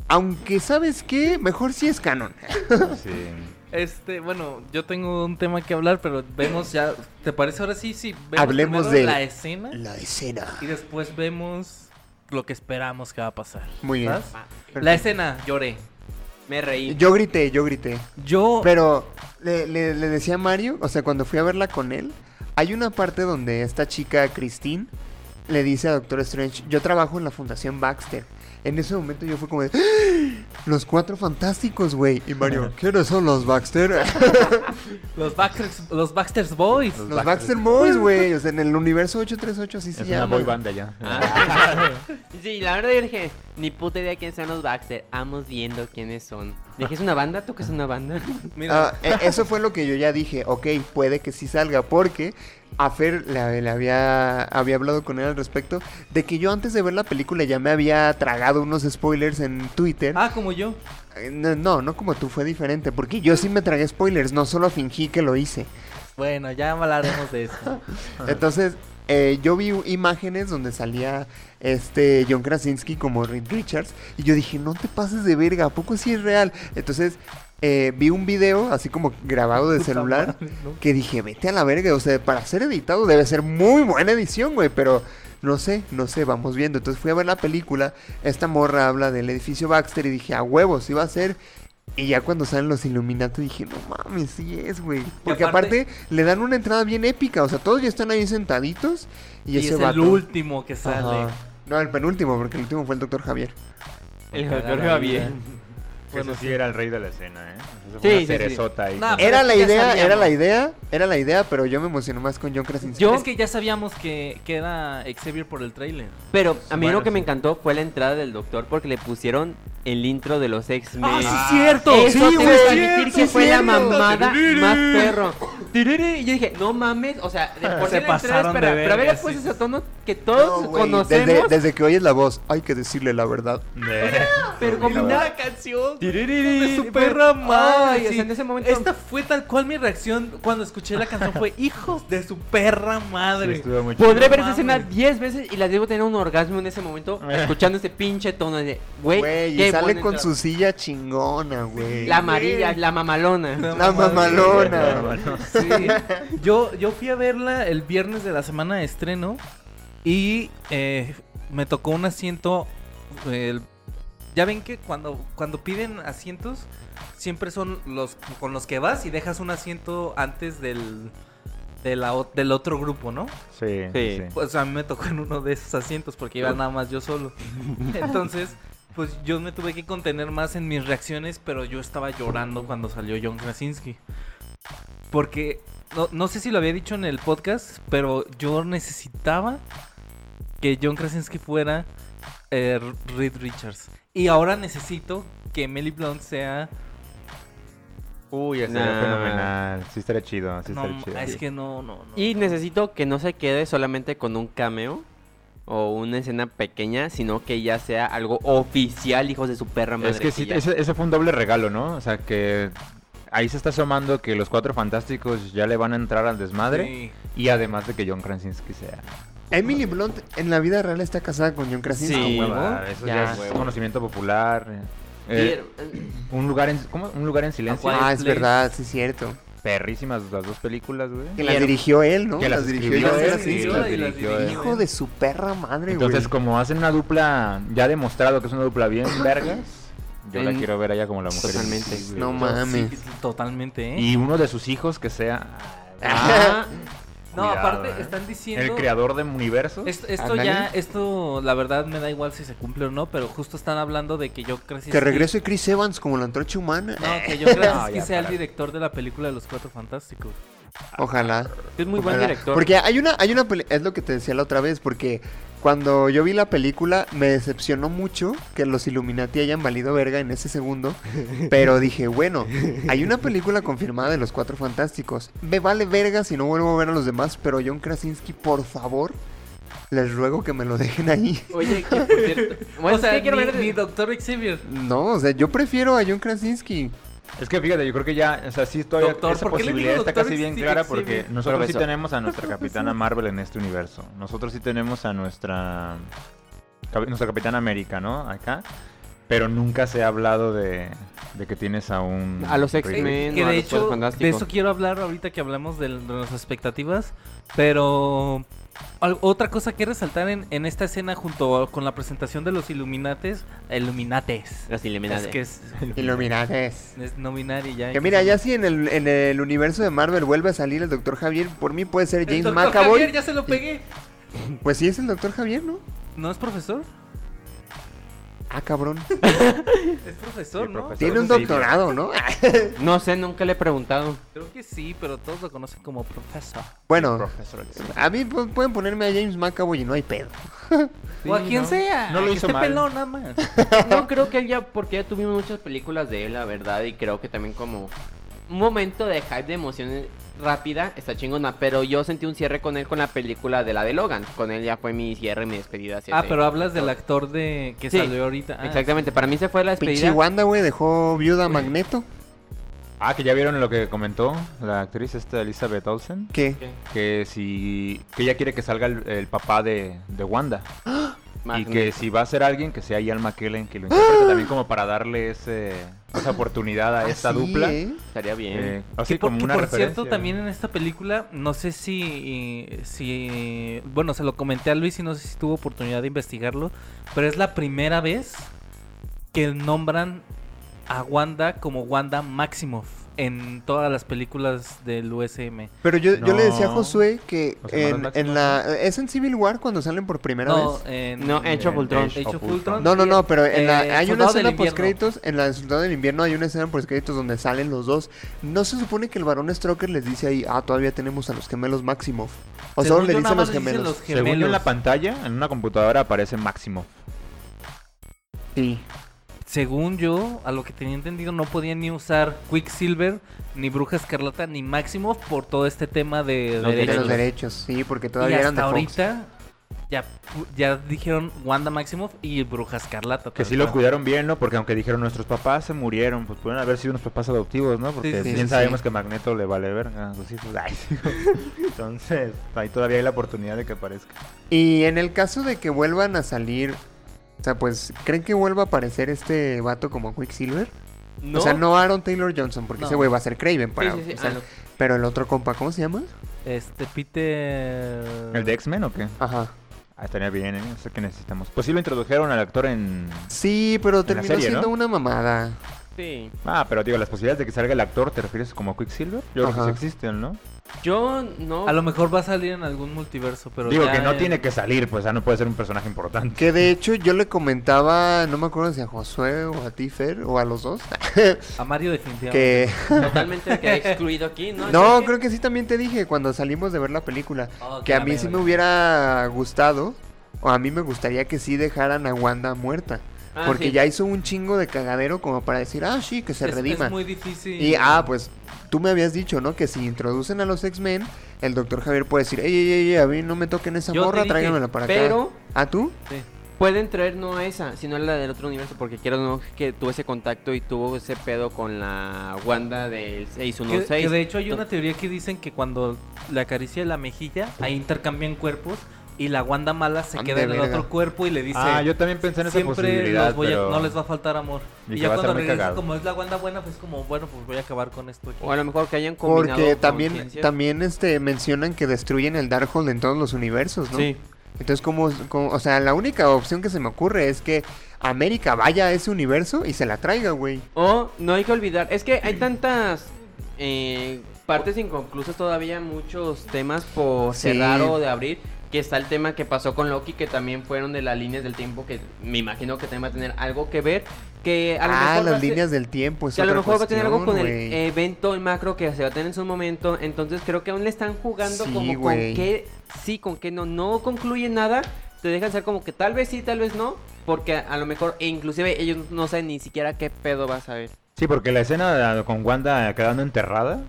S2: Aunque, ¿sabes qué? Mejor sí es canon. ¿eh?
S4: Sí.
S5: Este, bueno, yo tengo un tema que hablar, pero vemos ya, ¿te parece ahora sí? Sí, vemos
S2: Hablemos de-
S5: primero la escena
S2: La escena.
S5: y después vemos lo que esperamos que va a pasar.
S2: Muy bien.
S5: ¿Vas?
S2: Perfecto.
S5: La escena, lloré.
S6: Me reí.
S2: Yo grité, yo grité.
S5: Yo
S2: Pero le, le- le decía a Mario, o sea, cuando fui a verla con él, hay una parte donde esta chica, Christine, le dice a Doctor Strange, yo trabajo en la Fundación Baxter. En ese momento yo fui como de, "¡Ah! los cuatro fantásticos, güey. Y Mario, ¿quiénes son los Baxter?
S5: Los Baxter's, los Baxter's Boys.
S4: Los
S2: los Baxter
S4: Baxter.
S2: Boys, güey. O sea, en el universo 838 así se
S4: Es una
S2: llama.
S4: boy band de allá.
S6: Ah. sí, la verdad yo dije, ni puta idea quiénes son los Baxter. Vamos viendo quiénes son. Dije, ¿es una banda? ¿Tú que es una banda?
S5: Mira,
S2: Ah, e- eso fue lo que yo ya dije. Ok, puede que sí salga. Porque a Fer le, le había, había hablado con él al respecto. De que yo antes de ver la película ya me había tragado unos spoilers en Twitter.
S5: ah, como yo.
S2: Eh, No, no, no como tú, fue diferente. Porque yo sí me tragué spoilers. No solo fingí que lo hice.
S5: Bueno, ya hablaremos de eso.
S2: Entonces, eh, yo vi imágenes donde salía este John Krasinski como Reed Richards. Y yo dije, no te pases de verga, ¿a poco sí es real? Entonces, eh, vi un video así como grabado de celular. Que dije, vete a la verga. O sea, para ser editado debe ser muy buena edición, güey. Pero no sé, no sé, vamos viendo. Entonces fui a ver la película. Esta morra habla del edificio Baxter. Y dije, a huevos, iba a ser. Y ya cuando salen los Illuminati dije, no mames, sí es, güey. Porque
S5: aparte-
S2: aparte, le dan una entrada bien épica. O sea, todos ya están ahí sentaditos. Y,
S5: Y,
S2: ese
S5: es el
S2: vato-
S5: último que
S2: Ajá.
S5: sale.
S2: No, el penúltimo, porque el último fue el doctor Javier.
S6: El
S5: Cagada
S6: doctor
S5: la
S6: Javier.
S5: vida.
S4: Bueno, sí era el rey de la escena, ¿eh? Eso
S6: Sí,
S4: fue una
S6: sí, sí.
S4: cerezota ahí.
S5: Nah,
S4: con-
S2: Era
S5: es
S2: la
S5: que Ah, ya
S2: idea,
S5: sabíamos.
S2: era la idea, era la idea, pero yo me emocioné más con John Krasinski.
S6: Yo-
S5: Es que ya sabíamos que, que era Xavier por el trailer.
S6: Pero a mí
S4: Bueno,
S6: lo que me
S4: sí.
S6: encantó fue la entrada del doctor porque le pusieron el intro de los X-Men.
S5: Ah,
S6: Ah,
S5: cierto!
S6: Eso
S2: Sí,
S6: te
S2: güey,
S6: voy a
S2: cierto,
S6: admitir que
S2: sí,
S6: fue la
S2: cierto.
S6: mamada más perro. Tiriri, Y yo dije, no mames, o sea, de por
S5: Se
S6: sí la entrada
S5: pasaron de
S6: espera, pero a ver,
S5: verga,
S6: pues
S5: sí.
S6: ese tono que
S2: No,
S6: todos
S2: güey,
S6: conocemos,
S2: Desde, desde que oyes la voz, hay que decirle la verdad.
S4: De-
S6: pero combinada
S5: la canción
S6: Tiriri,
S5: de su perra madre.
S6: Ay, o sea, en ese momento-
S5: Esta fue tal cual mi reacción cuando escuché la canción. Fue hijos de su perra
S4: Sí,
S5: madre.
S4: estuvo muy chido.
S6: Podré ver
S5: No
S6: esa escena
S5: mames.
S6: 10 veces y la debo tener un orgasmo en ese momento,
S5: Eh.
S6: escuchando ese pinche tono de, güey,
S2: Güey, y
S6: qué
S2: sale
S6: buena
S2: con su
S6: entrada.
S2: silla chingona, güey.
S6: La amarilla, la mamalona.
S2: La mamalona.
S5: Sí. Yo, yo fui a verla el viernes de la semana de estreno y eh, me tocó un asiento. el- ya ven que cuando, cuando piden asientos, siempre son los con los que vas y dejas un asiento antes del, de la o- del otro grupo, ¿no?
S4: Sí,
S6: Sí.
S4: sí.
S5: Pues a mí me tocó en uno de esos asientos porque iba nada más yo solo. Entonces, pues yo me tuve que contener más en mis reacciones, pero yo estaba llorando cuando salió John Krasinski. Porque, no, no sé si lo había dicho en el podcast, pero yo necesitaba que John Krasinski fuera eh, Reed Richards. Y ahora necesito que Melly Blunt sea...
S4: Uy, estaría
S6: Nah.
S4: fenomenal. Sí estaría chido, sí
S5: no,
S4: estaría chido.
S5: es que no, no, no.
S6: Y necesito que no se quede solamente con un cameo o una escena pequeña, sino que ya sea algo oficial, hijos de su perra madre.
S4: Es que sí,
S6: ya-
S4: ese, ese fue un doble regalo, ¿no? O sea, que ahí se está asomando que los cuatro fantásticos ya le van a entrar al desmadre.
S5: Sí.
S4: Y además de que John Krasinski sea.
S2: Emily Blunt en la vida real está casada con John Krasinski.
S6: Sí.
S4: Hueva,
S6: huevo,
S4: Ah, eso
S6: ya.
S4: ya, es
S6: Huevo.
S4: conocimiento popular. eh, un lugar en ¿cómo? un lugar en silencio.
S5: Acuario.
S2: Ah,
S5: Quiet
S2: es
S5: Place.
S2: verdad, sí es cierto.
S4: Perrísimas las dos películas, güey.
S2: Que las dirigió él, ¿no?
S4: Que las
S2: dirigió
S4: escribió
S2: John
S4: él,
S2: Krasinski.
S4: sí,
S5: y
S4: las
S5: las
S4: dirigió
S5: dirigió.
S4: él.
S2: Hijo de su perra madre, güey.
S4: Entonces, como hacen una dupla ya demostrado que es una dupla bien vergas, yo la
S6: En-
S4: quiero ver allá como la mujer.
S6: Totalmente.
S4: invisible,
S2: No
S4: güey.
S2: mames.
S5: Sí, totalmente, ¿eh?
S4: Y uno de sus hijos que sea
S6: Ah,
S5: No,
S4: Cuidado,
S5: aparte
S4: eh.
S5: están diciendo...
S4: el creador de universos.
S5: Esto, esto
S2: Ándale.
S5: ya, esto la verdad me da igual si se cumple o no, pero justo están hablando de que yo crecí...
S2: Que regrese Chris Evans como la antorcha humana.
S5: No, que yo creo
S4: No,
S5: que
S4: ya,
S5: sea el
S4: para.
S5: director de la película de los Cuatro Fantásticos.
S2: Ojalá.
S6: es muy buen
S2: Ojalá.
S6: director.
S2: Porque hay una, hay una peli- es lo que te decía la otra vez, porque cuando yo vi la película me decepcionó mucho que los Illuminati hayan valido verga en ese segundo, pero dije, bueno, hay una película confirmada de los Cuatro Fantásticos, me vale verga si no vuelvo a ver a los demás, pero John Krasinski, por favor, les ruego que me lo dejen ahí.
S6: Oye, que por cierto. Bueno,
S5: o sea,
S6: es que quiero
S5: ni,
S6: ver.
S5: ni Doctor Xavier.
S2: No, o sea, yo prefiero a John Krasinski.
S4: Es que fíjate, yo creo que ya, o sea, sí todavía
S5: Doctor,
S4: esa
S5: ¿por qué le digo
S4: posibilidad está
S5: doctor
S4: casi bien
S5: si-
S4: clara
S5: si-
S4: porque
S5: si-
S4: nosotros sí
S6: Profesor.
S4: tenemos a nuestra capitana Marvel en este universo. Nosotros sí tenemos a nuestra capi- nuestra capitana América, ¿no? Acá. Pero nunca se ha hablado de, de que tienes a un
S6: A los X-Men.
S4: Riddler.
S5: que
S6: no, a
S5: de
S6: los Cuatro
S5: hecho, de
S6: Fantásticos.
S5: eso quiero hablar ahorita que hablamos del- de, las expectativas. Pero al- otra cosa que resaltar en, en esta escena junto con la presentación de los Illuminates. Illuminates.
S6: Las
S5: Es
S6: eliminadas.
S5: que es,
S2: Illuminates.
S5: es no binaria ya.
S2: Que mira, ya si en el, en el universo de Marvel vuelve a salir el Doctor Javier, por mí puede ser
S5: El
S2: James
S5: Dr.
S2: McAvoy.
S5: Javier, ya se lo pegué.
S2: Pues sí es el Doctor Javier, ¿no?
S5: ¿No es profesor?
S2: Ah, cabrón.
S5: Es profesor,
S4: Sí,
S5: ¿no?
S4: profesor.
S2: Tiene un
S4: Sí, doctor-
S2: doctorado, ¿no? Ah,
S6: No sé, nunca le he preguntado.
S5: Creo que sí, pero todos lo conocen como profesor.
S2: Bueno,
S4: Profesor X.
S2: a mí pues, pueden ponerme a James McAvoy y no hay pedo.
S5: o a quien
S6: no.
S5: sea.
S4: No lo
S5: que
S4: hizo
S5: esté
S4: mal.
S5: pelón nada más.
S6: No, creo que él ya, porque ya tuvimos muchas películas de él, la verdad, y creo que también como un momento de hype, de emoción rápida, está chingona, pero yo sentí un cierre con él con la película de la de Logan, con él ya fue mi cierre, mi despedida. hacia
S5: Ah,
S6: ese-
S5: pero hablas del actor de que
S6: Sí,
S5: salió ahorita. Ah,
S6: Exactamente, para mí se fue la
S2: Pinche
S6: despedida.
S2: Wanda, güey, dejó viuda a Magneto.
S4: Ah, que ya vieron lo que comentó la actriz esta Elizabeth Olsen.
S2: ¿Qué?
S4: Que si. que ella quiere que salga el, el papá de, de Wanda.
S6: Más-
S4: Y que si va a ser alguien, que sea Ian McKellen que lo interprete también como para darle ese, esa oportunidad a esta
S2: Así,
S4: dupla.
S2: ¿eh?
S6: Estaría bien.
S4: Eh,
S5: Que
S4: así
S5: por,
S4: como
S5: que
S4: una
S5: por
S4: referencia.
S5: cierto, también en esta película, no sé si, si... Bueno, se lo comenté a Luis y no sé si tuvo oportunidad de investigarlo, pero es la primera vez que nombran a Wanda como Wanda Maximoff en todas las películas del USM.
S2: Pero yo, yo le decía a
S4: No.
S2: Josué que
S4: Los hermanos
S2: en,
S4: Maximoff,
S2: en la... ¿Es en Civil War cuando salen por primera
S5: No, eh,
S2: vez?
S5: en...
S6: No, Age of
S4: en
S6: Ultron.
S4: Age
S5: Age of
S4: of
S5: Ultron.
S2: No, no, no, pero en la,
S5: Eh,
S2: hay una
S5: Soldado del
S2: escena
S5: Invierno.
S2: post-créditos, en la de Soldado del Invierno hay una escena post-créditos donde salen los dos. ¿No se supone que el varón Stroker les dice ahí, ah, todavía tenemos a los gemelos Maximoff? O
S5: Según
S2: solo le
S5: yo, nada
S2: dicen los
S5: más les dicen
S2: gemelos.
S5: los
S4: Según yo en la pantalla, en una computadora aparece Máximo.
S2: Sí.
S5: Según yo, a lo que tenía entendido, no podían ni usar Quicksilver, ni Bruja Escarlata, ni Máximo por todo este tema de
S6: Los
S2: De
S5: derechos.
S2: los derechos, sí, porque
S5: Y
S2: todavía eran de
S5: hasta
S2: Fox.
S5: ahorita ya, pu- ya dijeron Wanda Maximoff y Bruja Escarlata.
S4: Que
S5: tal
S4: sí lo
S5: cual.
S4: cuidaron bien, ¿no? Porque aunque dijeron nuestros papás se murieron, pues pueden haber sido unos papás adoptivos, ¿no? Porque
S5: Sí, sí,
S4: bien
S2: sí,
S4: sabemos
S2: sí.
S4: que Magneto le vale verga a sus hijos. Ay, sí. Entonces, ahí todavía hay la oportunidad de que aparezca.
S2: Y en el caso de que vuelvan a salir, o sea, pues, ¿creen que vuelva a aparecer este vato como Quicksilver?
S6: No.
S2: O sea, no Aaron Taylor Johnson, porque
S5: No.
S2: ese güey va a ser Craven para.
S6: Sí, sí, sí.
S2: o sea,
S6: Ah, no.
S2: Pero el otro compa, ¿cómo se llama?
S5: Este Peter.
S4: ¿El de X-Men o qué?
S2: Ajá.
S4: Ah, estaría bien, ¿eh? Eso que necesitamos. Pues sí lo introdujeron al actor en...
S2: Sí, pero
S4: la
S2: terminó
S4: serie,
S2: siendo
S4: ¿no?
S2: una mamada.
S6: Sí.
S4: Ah, pero digo, las posibilidades de que salga el actor, ¿te refieres como a Quicksilver? Yo creo
S2: Ajá.
S4: que sí existen, ¿no?
S6: Yo no.
S5: A lo mejor va a salir en algún multiverso, pero.
S4: digo
S5: ya,
S4: que no
S5: eh,
S4: tiene que salir, pues ya no puede ser un personaje importante.
S2: Que de hecho yo le comentaba, no me acuerdo si a Josué o a Tifer o a los dos,
S5: A Mario definitivamente.
S2: que...
S6: Totalmente quedé excluido aquí, ¿no?
S2: No, creo que sí también te dije cuando salimos de ver la película.
S5: Oh,
S2: que a
S5: la
S2: mí
S5: veo,
S2: sí
S5: la
S2: me
S5: veo.
S2: hubiera gustado, o a mí me gustaría que sí dejaran a Wanda muerta.
S6: Ah,
S2: porque
S6: sí.
S2: ya hizo un chingo de cagadero como para decir, ah, sí, que se
S5: Es-
S2: redima.
S5: Es muy difícil.
S2: Y, ah, pues tú me habías dicho, ¿no? Que si introducen a los X-Men, el doctor Javier puede decir, ey, ey, ey, a mí no me toquen esa
S5: Yo te
S2: morra,
S5: dije,
S2: tráiganmela para
S6: pero-
S2: acá. ¿A tú?
S5: Sí.
S6: pueden traer no a esa, sino a la del otro universo, porque quiero no que tuvo ese contacto y tuvo ese pedo con la Wanda del
S5: Que,
S6: 616.
S5: que de hecho hay una teoría que dicen que cuando le acaricia la mejilla, ahí intercambian cuerpos y la Wanda mala se
S2: Ande,
S5: queda en el
S2: verga.
S5: otro cuerpo y le dice...
S4: ah, yo también pensé en esa
S5: Siempre
S4: posibilidad,
S5: los voy a-
S4: pero-
S5: no les va a faltar amor.
S4: Y
S5: Y,
S4: que
S5: ya
S4: va a estar
S5: cuando
S4: muy
S5: regresa,
S4: cagado.
S5: como es la Wanda buena, pues como, bueno, pues voy a acabar con esto aquí.
S6: O a lo mejor que hayan combinado
S2: Porque también,
S6: conciencias.
S2: también este, mencionan que destruyen el Darkhold en todos los universos, ¿no?
S6: Sí.
S2: Entonces, como, o sea, la única opción que se me ocurre es que América vaya a ese universo y se la traiga, güey.
S6: O no hay que olvidar, es que hay tantas eh, partes inconclusas todavía, muchos temas por
S2: Sí.
S6: cerrar o de abrir, que está el tema que pasó con Loki, que también fueron de las líneas del tiempo, que me imagino que también va a tener algo que ver, que a lo
S2: ah,
S6: mejor va
S2: las
S6: a ser-
S2: líneas del tiempo. Es
S6: que a lo
S2: otra
S6: mejor va a tener algo con
S2: cuestión,
S6: el
S2: güey.
S6: evento, el macro que se va a tener en su momento. Entonces creo que aún le están jugando
S2: Sí,
S6: como con
S2: güey.
S6: qué sí, con qué no. No concluye nada. Te dejan ser como que tal vez sí, tal vez no. Porque a, a lo mejor, e inclusive ellos no saben ni siquiera qué pedo vas a ver.
S4: Sí, porque la escena con Wanda quedando enterrada,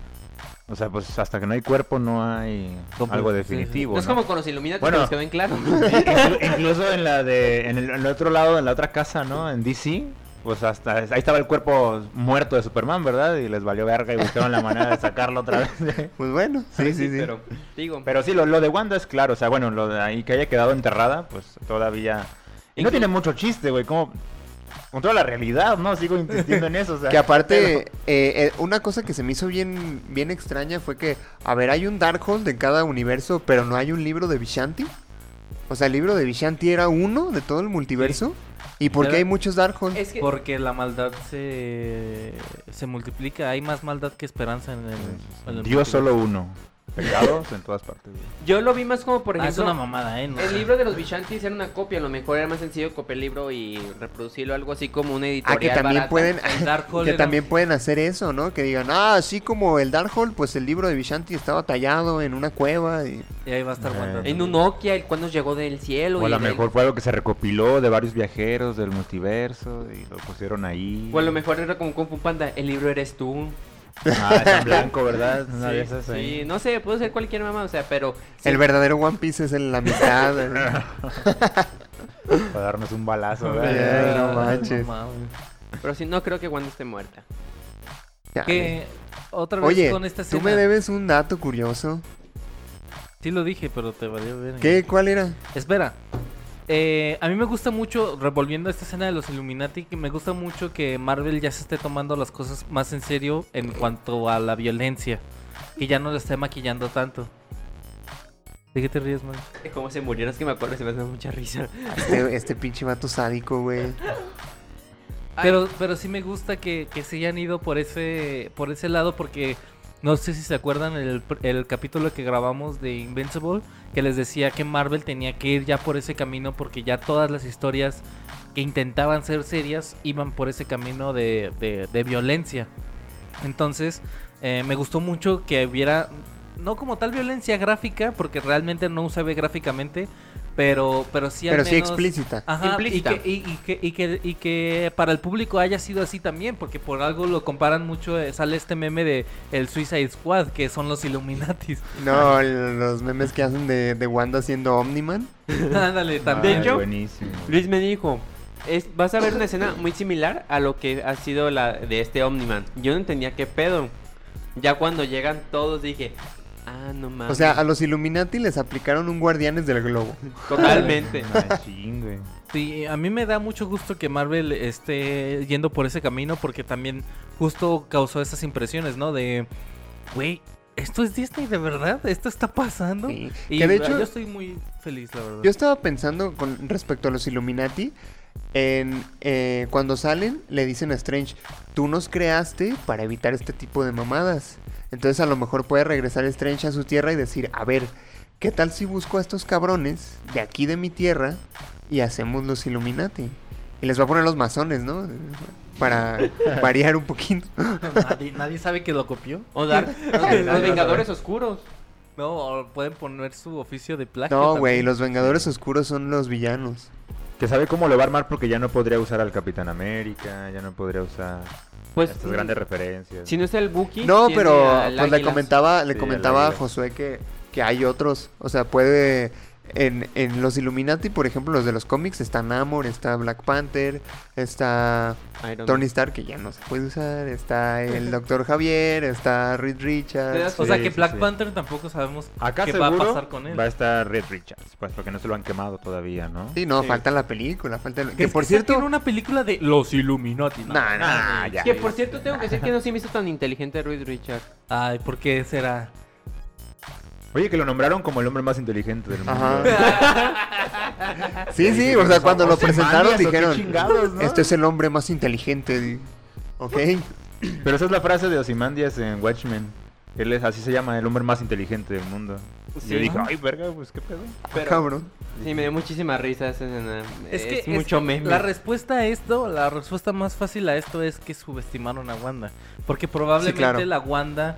S4: o sea, pues hasta que no hay cuerpo no hay
S5: Comple-
S4: algo
S5: sí,
S4: definitivo.
S6: No es
S4: ¿no?
S6: como con los Illuminati
S4: Bueno.
S6: que nos quedó en claro.
S4: Inclu- Incluso en la de en el, en el otro lado, en la otra casa, ¿no? En DC, pues hasta ahí estaba el cuerpo muerto de Superman, ¿verdad? Y les valió verga y buscaron la manera de sacarlo otra vez.
S2: Pues bueno, sí, sí, sí.
S6: Pero, digo,
S4: Pero sí, lo, lo de Wanda es claro, o sea, bueno, lo de ahí que haya quedado enterrada, pues todavía y no
S6: Inclu-
S4: tiene mucho chiste, güey, como contra la realidad, ¿no? Sigo insistiendo en eso, o sea.
S2: Que aparte, eh, eh, una cosa que se me hizo bien, bien extraña fue que, a ver, hay un Darkhold en cada universo, pero no hay un libro de Vishanti. O sea, el libro de Vishanti era uno de todo el multiverso. ¿Y por qué
S5: Pero-
S2: hay muchos Darkhold?
S6: es que
S5: Porque la maldad se, se multiplica. Hay más maldad que esperanza en el. en el
S4: Dios
S5: multiverso.
S4: solo uno. Pecados en todas partes. güey.
S6: yo lo vi más como, por
S5: Ah, es
S6: ejemplo,
S5: una mamada, ¿eh? No sé.
S6: el libro de los Vishantis era una copia. A lo mejor era más sencillo copiar el libro y reproducirlo, algo así como una editorial.
S2: Ah, que también
S6: barata.
S2: pueden,
S5: El Darkhold
S2: que
S5: era-
S2: también pueden hacer eso, ¿no? Que digan, ah, así como el Darkhold, pues el libro de Vishanti estaba tallado en una cueva. Y...
S5: Y ahí va a estar
S4: Eh,
S5: Wanda.
S6: En un Nokia, el cuando llegó del cielo.
S4: O a
S6: y
S4: lo
S6: del-
S4: mejor fue algo que se recopiló de varios viajeros del multiverso y lo pusieron ahí.
S6: O a lo mejor era como Kung Fu Panda, el libro eres tú.
S4: Ah, está en blanco, ¿verdad? Una
S6: sí,
S4: de esas ahí.
S6: sí, no sé, puede ser cualquier mamá, o sea, pero... sí,
S2: El verdadero One Piece es en la mitad. ¿verdad?
S4: Para darnos un balazo,
S2: Ay,
S4: ¿verdad?
S2: no
S5: Ah,
S2: manches.
S5: mames.
S6: Pero sí, no creo que Wanda esté muerta.
S5: Que otra vez
S2: Oye,
S5: con esta
S2: tú
S5: escena.
S2: me debes un dato curioso.
S5: Sí lo dije, pero te valió ver.
S2: ¿Qué? ¿Cuál era?
S5: Espera. Eh, a mí me gusta mucho, revolviendo esta escena de los Illuminati, que me gusta mucho que Marvel ya se esté tomando las cosas más en serio en cuanto a la violencia. Que ya no la esté maquillando tanto. ¿De qué te ríes, man?
S6: Como se murieron, es que me acuerdo, se me hace mucha risa.
S2: Este, este pinche vato sádico, güey.
S6: Ay.
S5: Pero, pero sí me gusta que, que se hayan ido por ese, por ese lado porque no sé si se acuerdan el, pr- el capítulo que grabamos de Invincible que les decía que Marvel tenía que ir ya por ese camino porque ya todas las historias que intentaban ser serias iban por ese camino de, de- de violencia. Entonces eh, me gustó mucho que hubiera, no como tal violencia gráfica porque realmente no se ve gráficamente, pero, pero sí al
S2: Pero sí
S5: menos-
S2: explícita.
S5: Ajá, y
S6: Implícita.
S5: que, y- y que- y que- y que para el público haya sido así también, porque por algo lo comparan mucho, eh, sale este meme de el Suicide Squad, que son los Illuminatis.
S2: No, el- los memes que hacen de, de Wanda siendo Omniman.
S5: Ándale,
S4: Ay,
S5: también.
S6: hecho,
S4: buenísimo.
S6: Luis me dijo, es, vas a ver una escena muy similar a lo que ha sido la de este Omniman. Yo no entendía qué pedo. Ya cuando llegan todos dije, ah, no mames.
S2: O sea, a los Illuminati les aplicaron un Guardianes del Globo.
S6: totalmente.
S4: Machín, Ah, güey.
S5: Sí, a mí me da mucho gusto que Marvel esté yendo por ese camino, porque también justo causó esas impresiones, ¿no? De, güey, esto es Disney, de verdad, esto está pasando.
S2: Sí,
S5: Y
S2: que de
S5: yo
S2: hecho-
S5: estoy muy feliz, la verdad.
S2: Yo estaba pensando con respecto a los Illuminati. En, eh, cuando salen, le dicen a Strange: Tú nos creaste para evitar este tipo de mamadas. Entonces, a lo mejor puede regresar Strange a su tierra y decir: A ver, ¿qué tal si busco a estos cabrones de aquí de mi tierra y hacemos los Illuminati? Y les va a poner los masones, ¿no? Para variar un poquito.
S5: nadie, nadie sabe que lo copió.
S6: O dar los Vengadores Oscuros.
S5: No, o pueden poner su oficio de plagio.
S2: No,
S5: también.
S2: güey, los Vengadores Oscuros son los villanos.
S4: Que sabe cómo lo va a armar porque ya no podría usar al Capitán América, ya no podría usar
S6: Pues,
S4: estas grandes referencias.
S6: si no está el Buki,
S2: No,
S6: tiene
S2: pero
S6: al
S2: pues le
S6: Águilas.
S2: comentaba, le
S4: Sí, al
S2: comentaba a
S4: Águilas.
S2: Josué que, que hay otros. O sea, puede En, en los Illuminati, por ejemplo, los de los cómics, está Namor, está Black Panther, está
S6: Iron
S2: Tony
S6: Man.
S2: Stark, que ya no se puede usar, está el Doctor Javier, está Reed
S5: ¿Te das-
S2: Richards.
S5: o sea
S4: Sí,
S5: que
S4: sí,
S5: Black
S4: sí.
S5: Panther tampoco sabemos
S4: Acá
S5: qué va a
S4: seguro
S5: pasar con él.
S4: va a estar Red Richards, pues porque no se lo han quemado todavía, ¿no?
S2: Sí, no, falta la película, falta... el- Que
S5: Es
S2: por
S5: se
S2: cierto...
S5: tiene una película de Los Illuminati. ¿no?
S2: Nah, nah.
S4: Ah, ya.
S6: Que por cierto, tengo que decir que no se me hizo tan inteligente Ruiz Richard.
S5: Ay, ¿por qué será?
S4: Oye, que lo nombraron como el hombre más inteligente del mundo.
S2: Ajá. Sí, sí, o sea, cuando lo presentaron dijeron, este es el hombre más inteligente. Ok.
S4: Pero esa es la frase de Ozymandias en Watchmen. Él es, así se llama, el hombre más inteligente del mundo.
S6: Sí.
S4: Y yo dije,
S5: Ajá.
S4: ay, verga, pues qué pedo.
S6: Pero-
S2: Cabrón.
S6: Sí, me dio muchísima risa esa escena.
S5: Es que es-
S6: mucho meme.
S5: La respuesta a esto, la respuesta más fácil a esto es que subestimaron a Wanda. Porque probablemente
S2: claro.
S5: la Wanda.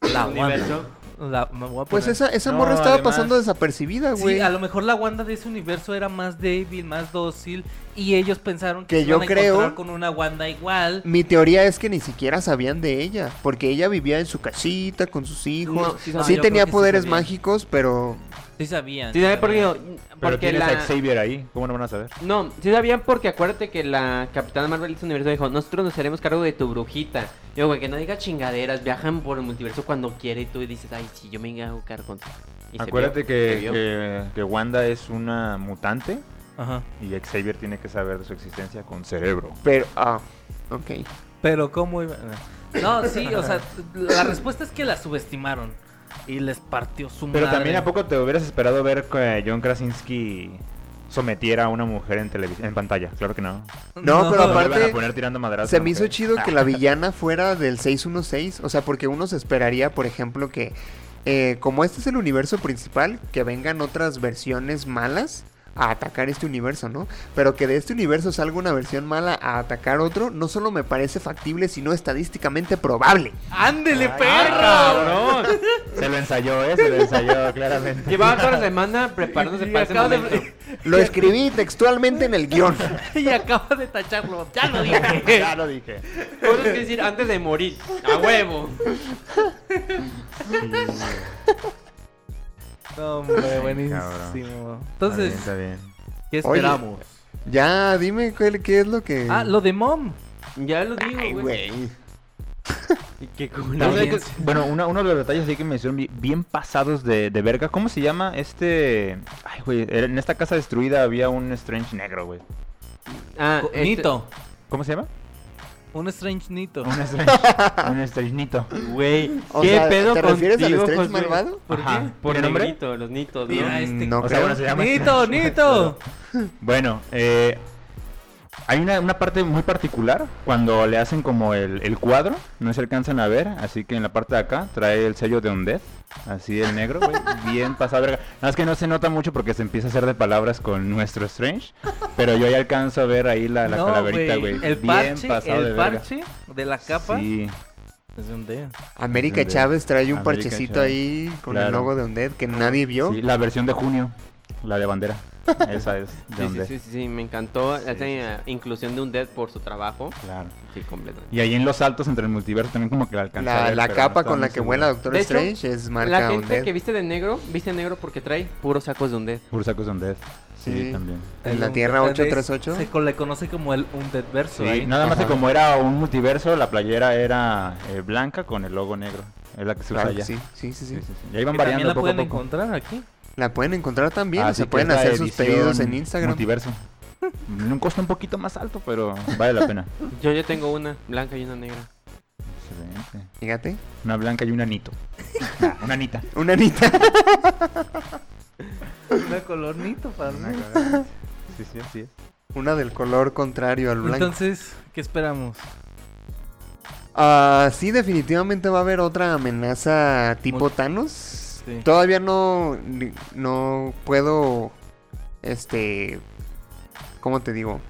S5: La Wanda. la- me voy a
S2: Pues
S5: poner-
S2: esa, esa
S4: No,
S2: morra estaba
S4: además-
S2: pasando desapercibida, güey.
S5: Sí, a lo mejor la Wanda de ese universo era más débil, más dócil. Y ellos pensaron
S2: Que
S5: que, se
S2: yo
S5: iban a encontrar
S2: creo-
S5: con una Wanda igual.
S2: Mi teoría es que ni siquiera sabían de ella, porque ella vivía en su casita con sus hijos.
S6: No, sí
S2: sí
S6: sabía.
S5: Yo creo
S2: tenía
S5: que sí
S2: poderes
S5: sabían.
S2: mágicos, pero
S5: Sí sabían.
S6: Sí, sabía porque,
S4: Pero
S6: porque
S4: tienes a
S6: la...
S4: Xavier ahí, ¿cómo no van a saber?
S6: No, sí sabían porque acuérdate que la Capitana Marvel de este universo dijo, nosotros nos haremos cargo de tu brujita. Yo, güey, que no diga chingaderas, viajan por el multiverso cuando quiere y tú dices, ay, sí, yo me hago cargo. Y se
S4: Acuérdate
S6: vio,
S4: que,
S6: se vio.
S4: que- que Wanda es una mutante
S5: Ajá.
S4: y Xavier tiene que saber de su existencia con cerebro.
S2: pero ah, ok.
S5: Pero cómo iba... No, sí, o sea, la respuesta es que la subestimaron y les partió su
S4: Pero
S5: madre.
S4: también a poco te hubieras esperado ver que John Krasinski sometiera a una mujer en televis- en pantalla, claro que no.
S2: No, pero
S4: No le
S2: aparte-
S4: iban a poner tirando madrazos,
S2: Se me hizo
S4: ¿ok?
S2: chido que la villana fuera del 616, o sea, porque uno se esperaría, por ejemplo, que eh, como este es el universo principal, que vengan otras versiones malas a atacar este universo, ¿no? Pero que de este universo salga una versión mala a atacar otro, no solo me parece factible, sino estadísticamente probable.
S5: ¡Ándele, perro!
S4: Ah, cabrón. Se lo ensayó, ¿eh? Se lo ensayó, claramente.
S6: Llevaba toda la semana preparándose
S5: Y
S6: para ese
S5: acaba de-
S6: momento.
S2: Lo escribí textualmente en el guión.
S5: y acaba de tacharlo. Ya lo dije.
S4: Ya lo dije.
S6: Cosas que decir antes de morir, a huevo.
S5: No, hombre, buenísimo.
S4: cabrón.
S5: Entonces,
S4: Está bien, está bien. eh,
S5: ¿qué
S2: Oye.
S5: esperamos?
S2: Ya, dime cuál- qué es lo que...
S5: Ah, lo de Mom.
S6: Ya lo
S2: Ay,
S6: digo, güey.
S2: güey.
S6: Qué
S5: La
S4: No,
S6: culo.
S4: de que-
S5: audiencia.
S4: bueno, una- uno de los detalles ahí que me hicieron bi- bien pasados de, de verga. ¿Cómo se llama este...? Ay, güey, era- en esta casa destruida había un Strange negro, güey.
S6: Ah, este-
S5: Nito.
S4: ¿Cómo se llama?
S5: Un Strange Nito.
S4: Un Strange... un Strange nito.
S6: Güey,
S2: O
S6: ¿qué
S2: sea,
S6: pedo
S2: ¿Te refieres al
S6: contigo,
S2: Strange
S6: Josué?
S2: malvado?
S5: ¿Por
S4: Ajá.
S5: qué?
S6: Por
S4: ¿Tiene
S6: el
S4: nombre?
S6: negrito, los nitos, ¿no?
S5: Mira, este-
S2: No
S4: o sea,
S2: creo.
S4: bueno, se llama
S5: Nito,
S4: Strange,
S5: Nito.
S4: Bueno, eh, hay una, una parte muy particular cuando le hacen como el, el cuadro, no se alcanzan a ver, así que en la parte de acá trae el sello de Undead, así el negro, güey, bien pasado. verga. Nada más que no se nota mucho porque se empieza a hacer de palabras con nuestro Strange, pero yo ya alcanzo a ver ahí la, la
S5: No,
S4: calaverita, güey,
S5: El
S4: bien
S5: parche,
S4: pasado de
S5: el
S4: verga.
S5: parche de la capa
S4: Sí,
S5: es de un dedo.
S2: América
S4: Undead.
S2: Chávez trae un
S4: América
S2: parchecito
S4: Chávez.
S2: ahí con el
S4: Claro.
S2: logo de Undead que nadie vio.
S4: sí, la versión de junio, la de bandera, esa es de
S6: Sí, sí,
S4: Undead.
S6: sí, sí, sí, me encantó
S4: Sí,
S6: la
S4: sí,
S6: inclusión de un dead por su trabajo.
S4: Claro.
S6: Sí, completamente.
S4: Y ahí en los saltos entre el multiverso también como que la alcanza a
S2: La,
S4: ver,
S2: la
S4: pero no
S2: capa
S4: estaba
S2: con la
S4: muy
S2: que
S4: seguro.
S2: vuela Doctor
S6: De hecho,
S2: Strange es marca
S6: la gente
S2: Undead.
S6: que viste de negro, viste negro porque trae puros sacos de un dead.
S4: Puro sacos de Undead. Sí,
S2: Sí.
S4: también.
S2: En la
S5: El
S2: Tierra
S5: Undead es-
S2: 838.
S5: Se co- le conoce como el ¿eh? Undead Verso.
S4: Sí,
S5: ahí.
S4: nada más que
S2: Ajá.
S4: como era un multiverso, la playera era eh, blanca con el logo negro. Es la que se usa
S2: Claro que
S4: ya.
S2: Ah, sí, sí, sí, sí.
S4: Sí, sí, sí. Ya iban
S5: Que
S4: variando
S5: también la
S4: poco a
S5: pueden
S4: poco.
S5: encontrar aquí.
S2: La pueden encontrar también, o
S4: Así
S2: se
S4: Ah, que
S2: pueden
S4: es la
S2: hacer sus
S4: edición
S2: pedidos en Instagram.
S4: Multiverso. Mm, Un costo un poquito más alto, pero vale la pena.
S6: Yo ya tengo una blanca y una negra.
S4: Excelente.
S2: Fíjate.
S4: Una blanca y un anito. Ah, una anita.
S2: Una anita.
S5: Una color nito para mí.
S4: Sí, sí, así es.
S2: Una del color contrario al blanco.
S5: Entonces, ¿qué esperamos?
S2: Ah, sí, definitivamente va a haber otra amenaza tipo
S5: Muy-
S2: Thanos.
S5: Sí.
S2: Todavía no, ni- no puedo, este, ¿cómo te digo?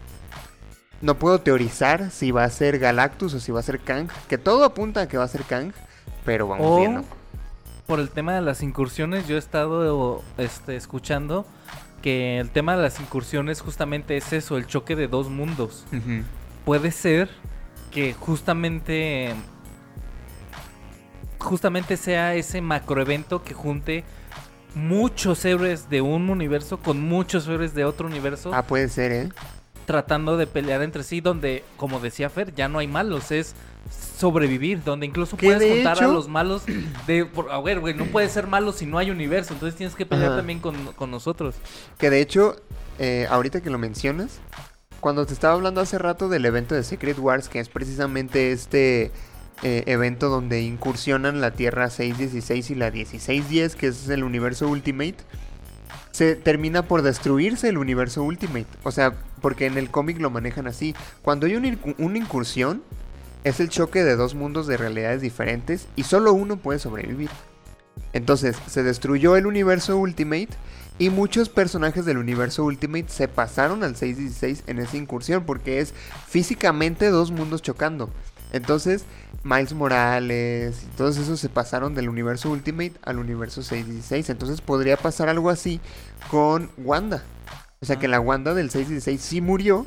S2: No puedo teorizar si va a ser Galactus o si va a ser Kang. Que todo apunta a que va a ser Kang, pero vamos
S5: O-
S2: viendo.
S5: Por el tema de las incursiones, yo he estado este, escuchando que el tema de las incursiones justamente es eso, el choque de dos mundos.
S2: Ujú.
S5: Puede ser que justamente justamente sea ese macroevento que junte muchos héroes de un universo con muchos héroes de otro universo
S2: Ah, puede ser, ¿eh?
S5: tratando de pelear entre sí, donde, como decía Fer, ya no hay malos, es sobrevivir, donde incluso
S2: Que
S5: puedes
S2: de
S5: contar a
S2: hecho-
S5: los malos de, por- a ver, güey, no puedes ser malo si no hay universo, entonces tienes que pelear
S2: Ajá.
S5: también con, con nosotros.
S2: Que de hecho, eh, ahorita que lo mencionas, cuando te estaba hablando hace rato del evento de Secret Wars, que es precisamente este eh, evento donde incursionan la Tierra 616 y la 1610, que es el universo Ultimate, se termina por destruirse el universo Ultimate. O sea, porque en el cómic lo manejan así. Cuando hay una incu- una incursión, es el choque de dos mundos de realidades diferentes y solo uno puede sobrevivir. Entonces, se destruyó el universo Ultimate y muchos personajes del universo Ultimate se pasaron al 616 en esa incursión porque es físicamente dos mundos chocando. Entonces, Miles Morales y todos esos se pasaron del universo Ultimate al universo 616. Entonces podría pasar algo así con Wanda. O sea, que la Wanda del 616 sí murió,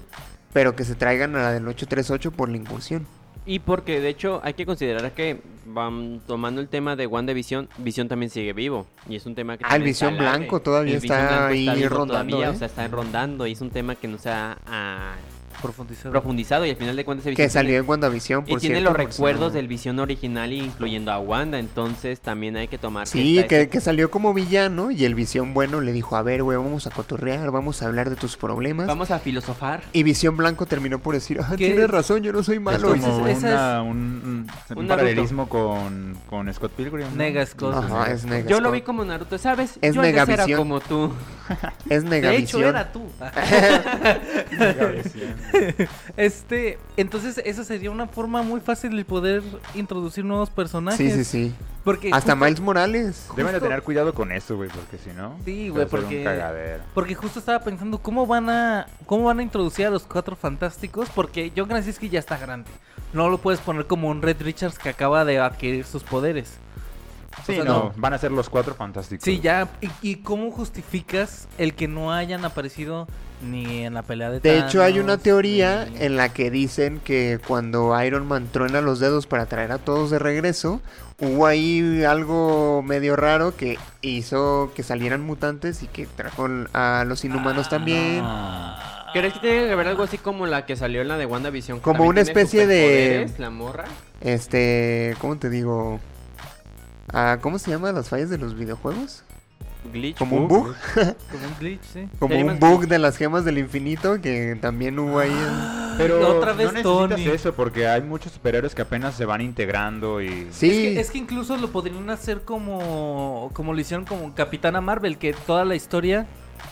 S2: pero que se traigan a la del 838 por la incursión.
S6: Y porque de hecho hay que considerar que van tomando el tema de WandaVision, Visión también sigue vivo. Y es un tema que...
S2: Ah,
S6: también
S2: el Visión
S6: está al aire.
S2: Blanco todavía está
S6: Visión Blanco
S2: ahí
S6: vivo
S2: rondando,
S6: todavía,
S2: ¿eh?
S6: O sea, está rondando y es un tema que no se ha ah,
S5: Profundizar.
S6: profundizado y al final de cuentas... ese
S2: Que
S6: Visión
S2: salió
S6: tiene-
S2: en WandaVision, por
S6: Y tiene
S2: cierto,
S6: los
S2: porque
S6: recuerdos
S2: no-
S6: del Visión original incluyendo a Wanda, entonces también hay que tomar...
S2: Sí,
S6: está
S2: que,
S6: ese-
S2: que salió como villano y el Visión Bueno le dijo, a ver, güey, vamos a cotorrear, vamos a hablar de tus problemas.
S6: Vamos a filosofar.
S2: Y Visión Blanco terminó por decir, ah,
S5: ¿Qué?
S2: tienes razón, yo no soy malo.
S4: Es
S5: Entonces,
S4: como una-
S5: esa
S4: un, un- un
S6: Un Naruto.
S4: paralelismo con, con Scott Pilgrim. ¿no?
S5: Nega Scott.
S2: Ajá, es nega.
S6: Yo lo vi como Naruto, ¿sabes?
S2: Es
S6: Yo antes era
S2: Megavisión.
S6: como tú.
S2: Es
S5: De hecho,
S2: negavisión.
S5: era tú.
S4: Megavisión.
S5: Este, entonces esa sería una forma muy fácil de poder introducir nuevos personajes.
S2: Sí, sí, sí.
S5: Porque
S2: Hasta
S5: justo-
S2: Miles Morales.
S4: Deben de
S5: Justo-
S4: tener cuidado con eso, güey, porque si no.
S5: Sí,
S4: se
S5: güey,
S4: va a hacer
S5: porque-
S4: Un cagadero.
S5: Porque justo estaba pensando cómo van a cómo van a introducir a los cuatro fantásticos porque John Krasinski ya está grande. No lo puedes poner como un Red Richards que acaba de adquirir sus poderes.
S4: Sí,
S5: sea,
S4: no,
S5: no.
S4: Van a ser los cuatro fantásticos.
S5: Sí, ya. ¿Y, y cómo justificas el que no hayan aparecido ni en la pelea de
S2: De hecho, hay una
S5: Thanos,
S2: teoría
S5: ni-
S2: en la que dicen que cuando Iron Man truena los dedos para traer a todos de regreso, hubo ahí algo medio raro que hizo que salieran mutantes y que trajo a los inhumanos también. Ah.
S6: ¿Crees que tiene que ver algo así como la que salió en la de WandaVision? que
S2: Como
S6: también
S2: una
S6: tiene
S2: especie de-
S6: superpoderes, La morra.
S2: Este, ¿cómo te digo? Ah, ¿Cómo se llaman las fallas de los videojuegos?
S6: Glitch.
S2: Como un bug.
S5: Como un glitch, sí.
S2: Como
S6: Sí,
S2: un
S6: más
S2: bug de las gemas del infinito que también hubo ahí. en-
S4: Pero
S5: Otra vez
S4: no necesitas
S5: Tony.
S4: eso porque hay muchos superhéroes que apenas se van integrando y
S2: Sí,
S5: Es que, es que incluso lo podrían hacer como, como lo hicieron con Capitana Marvel, que toda la historia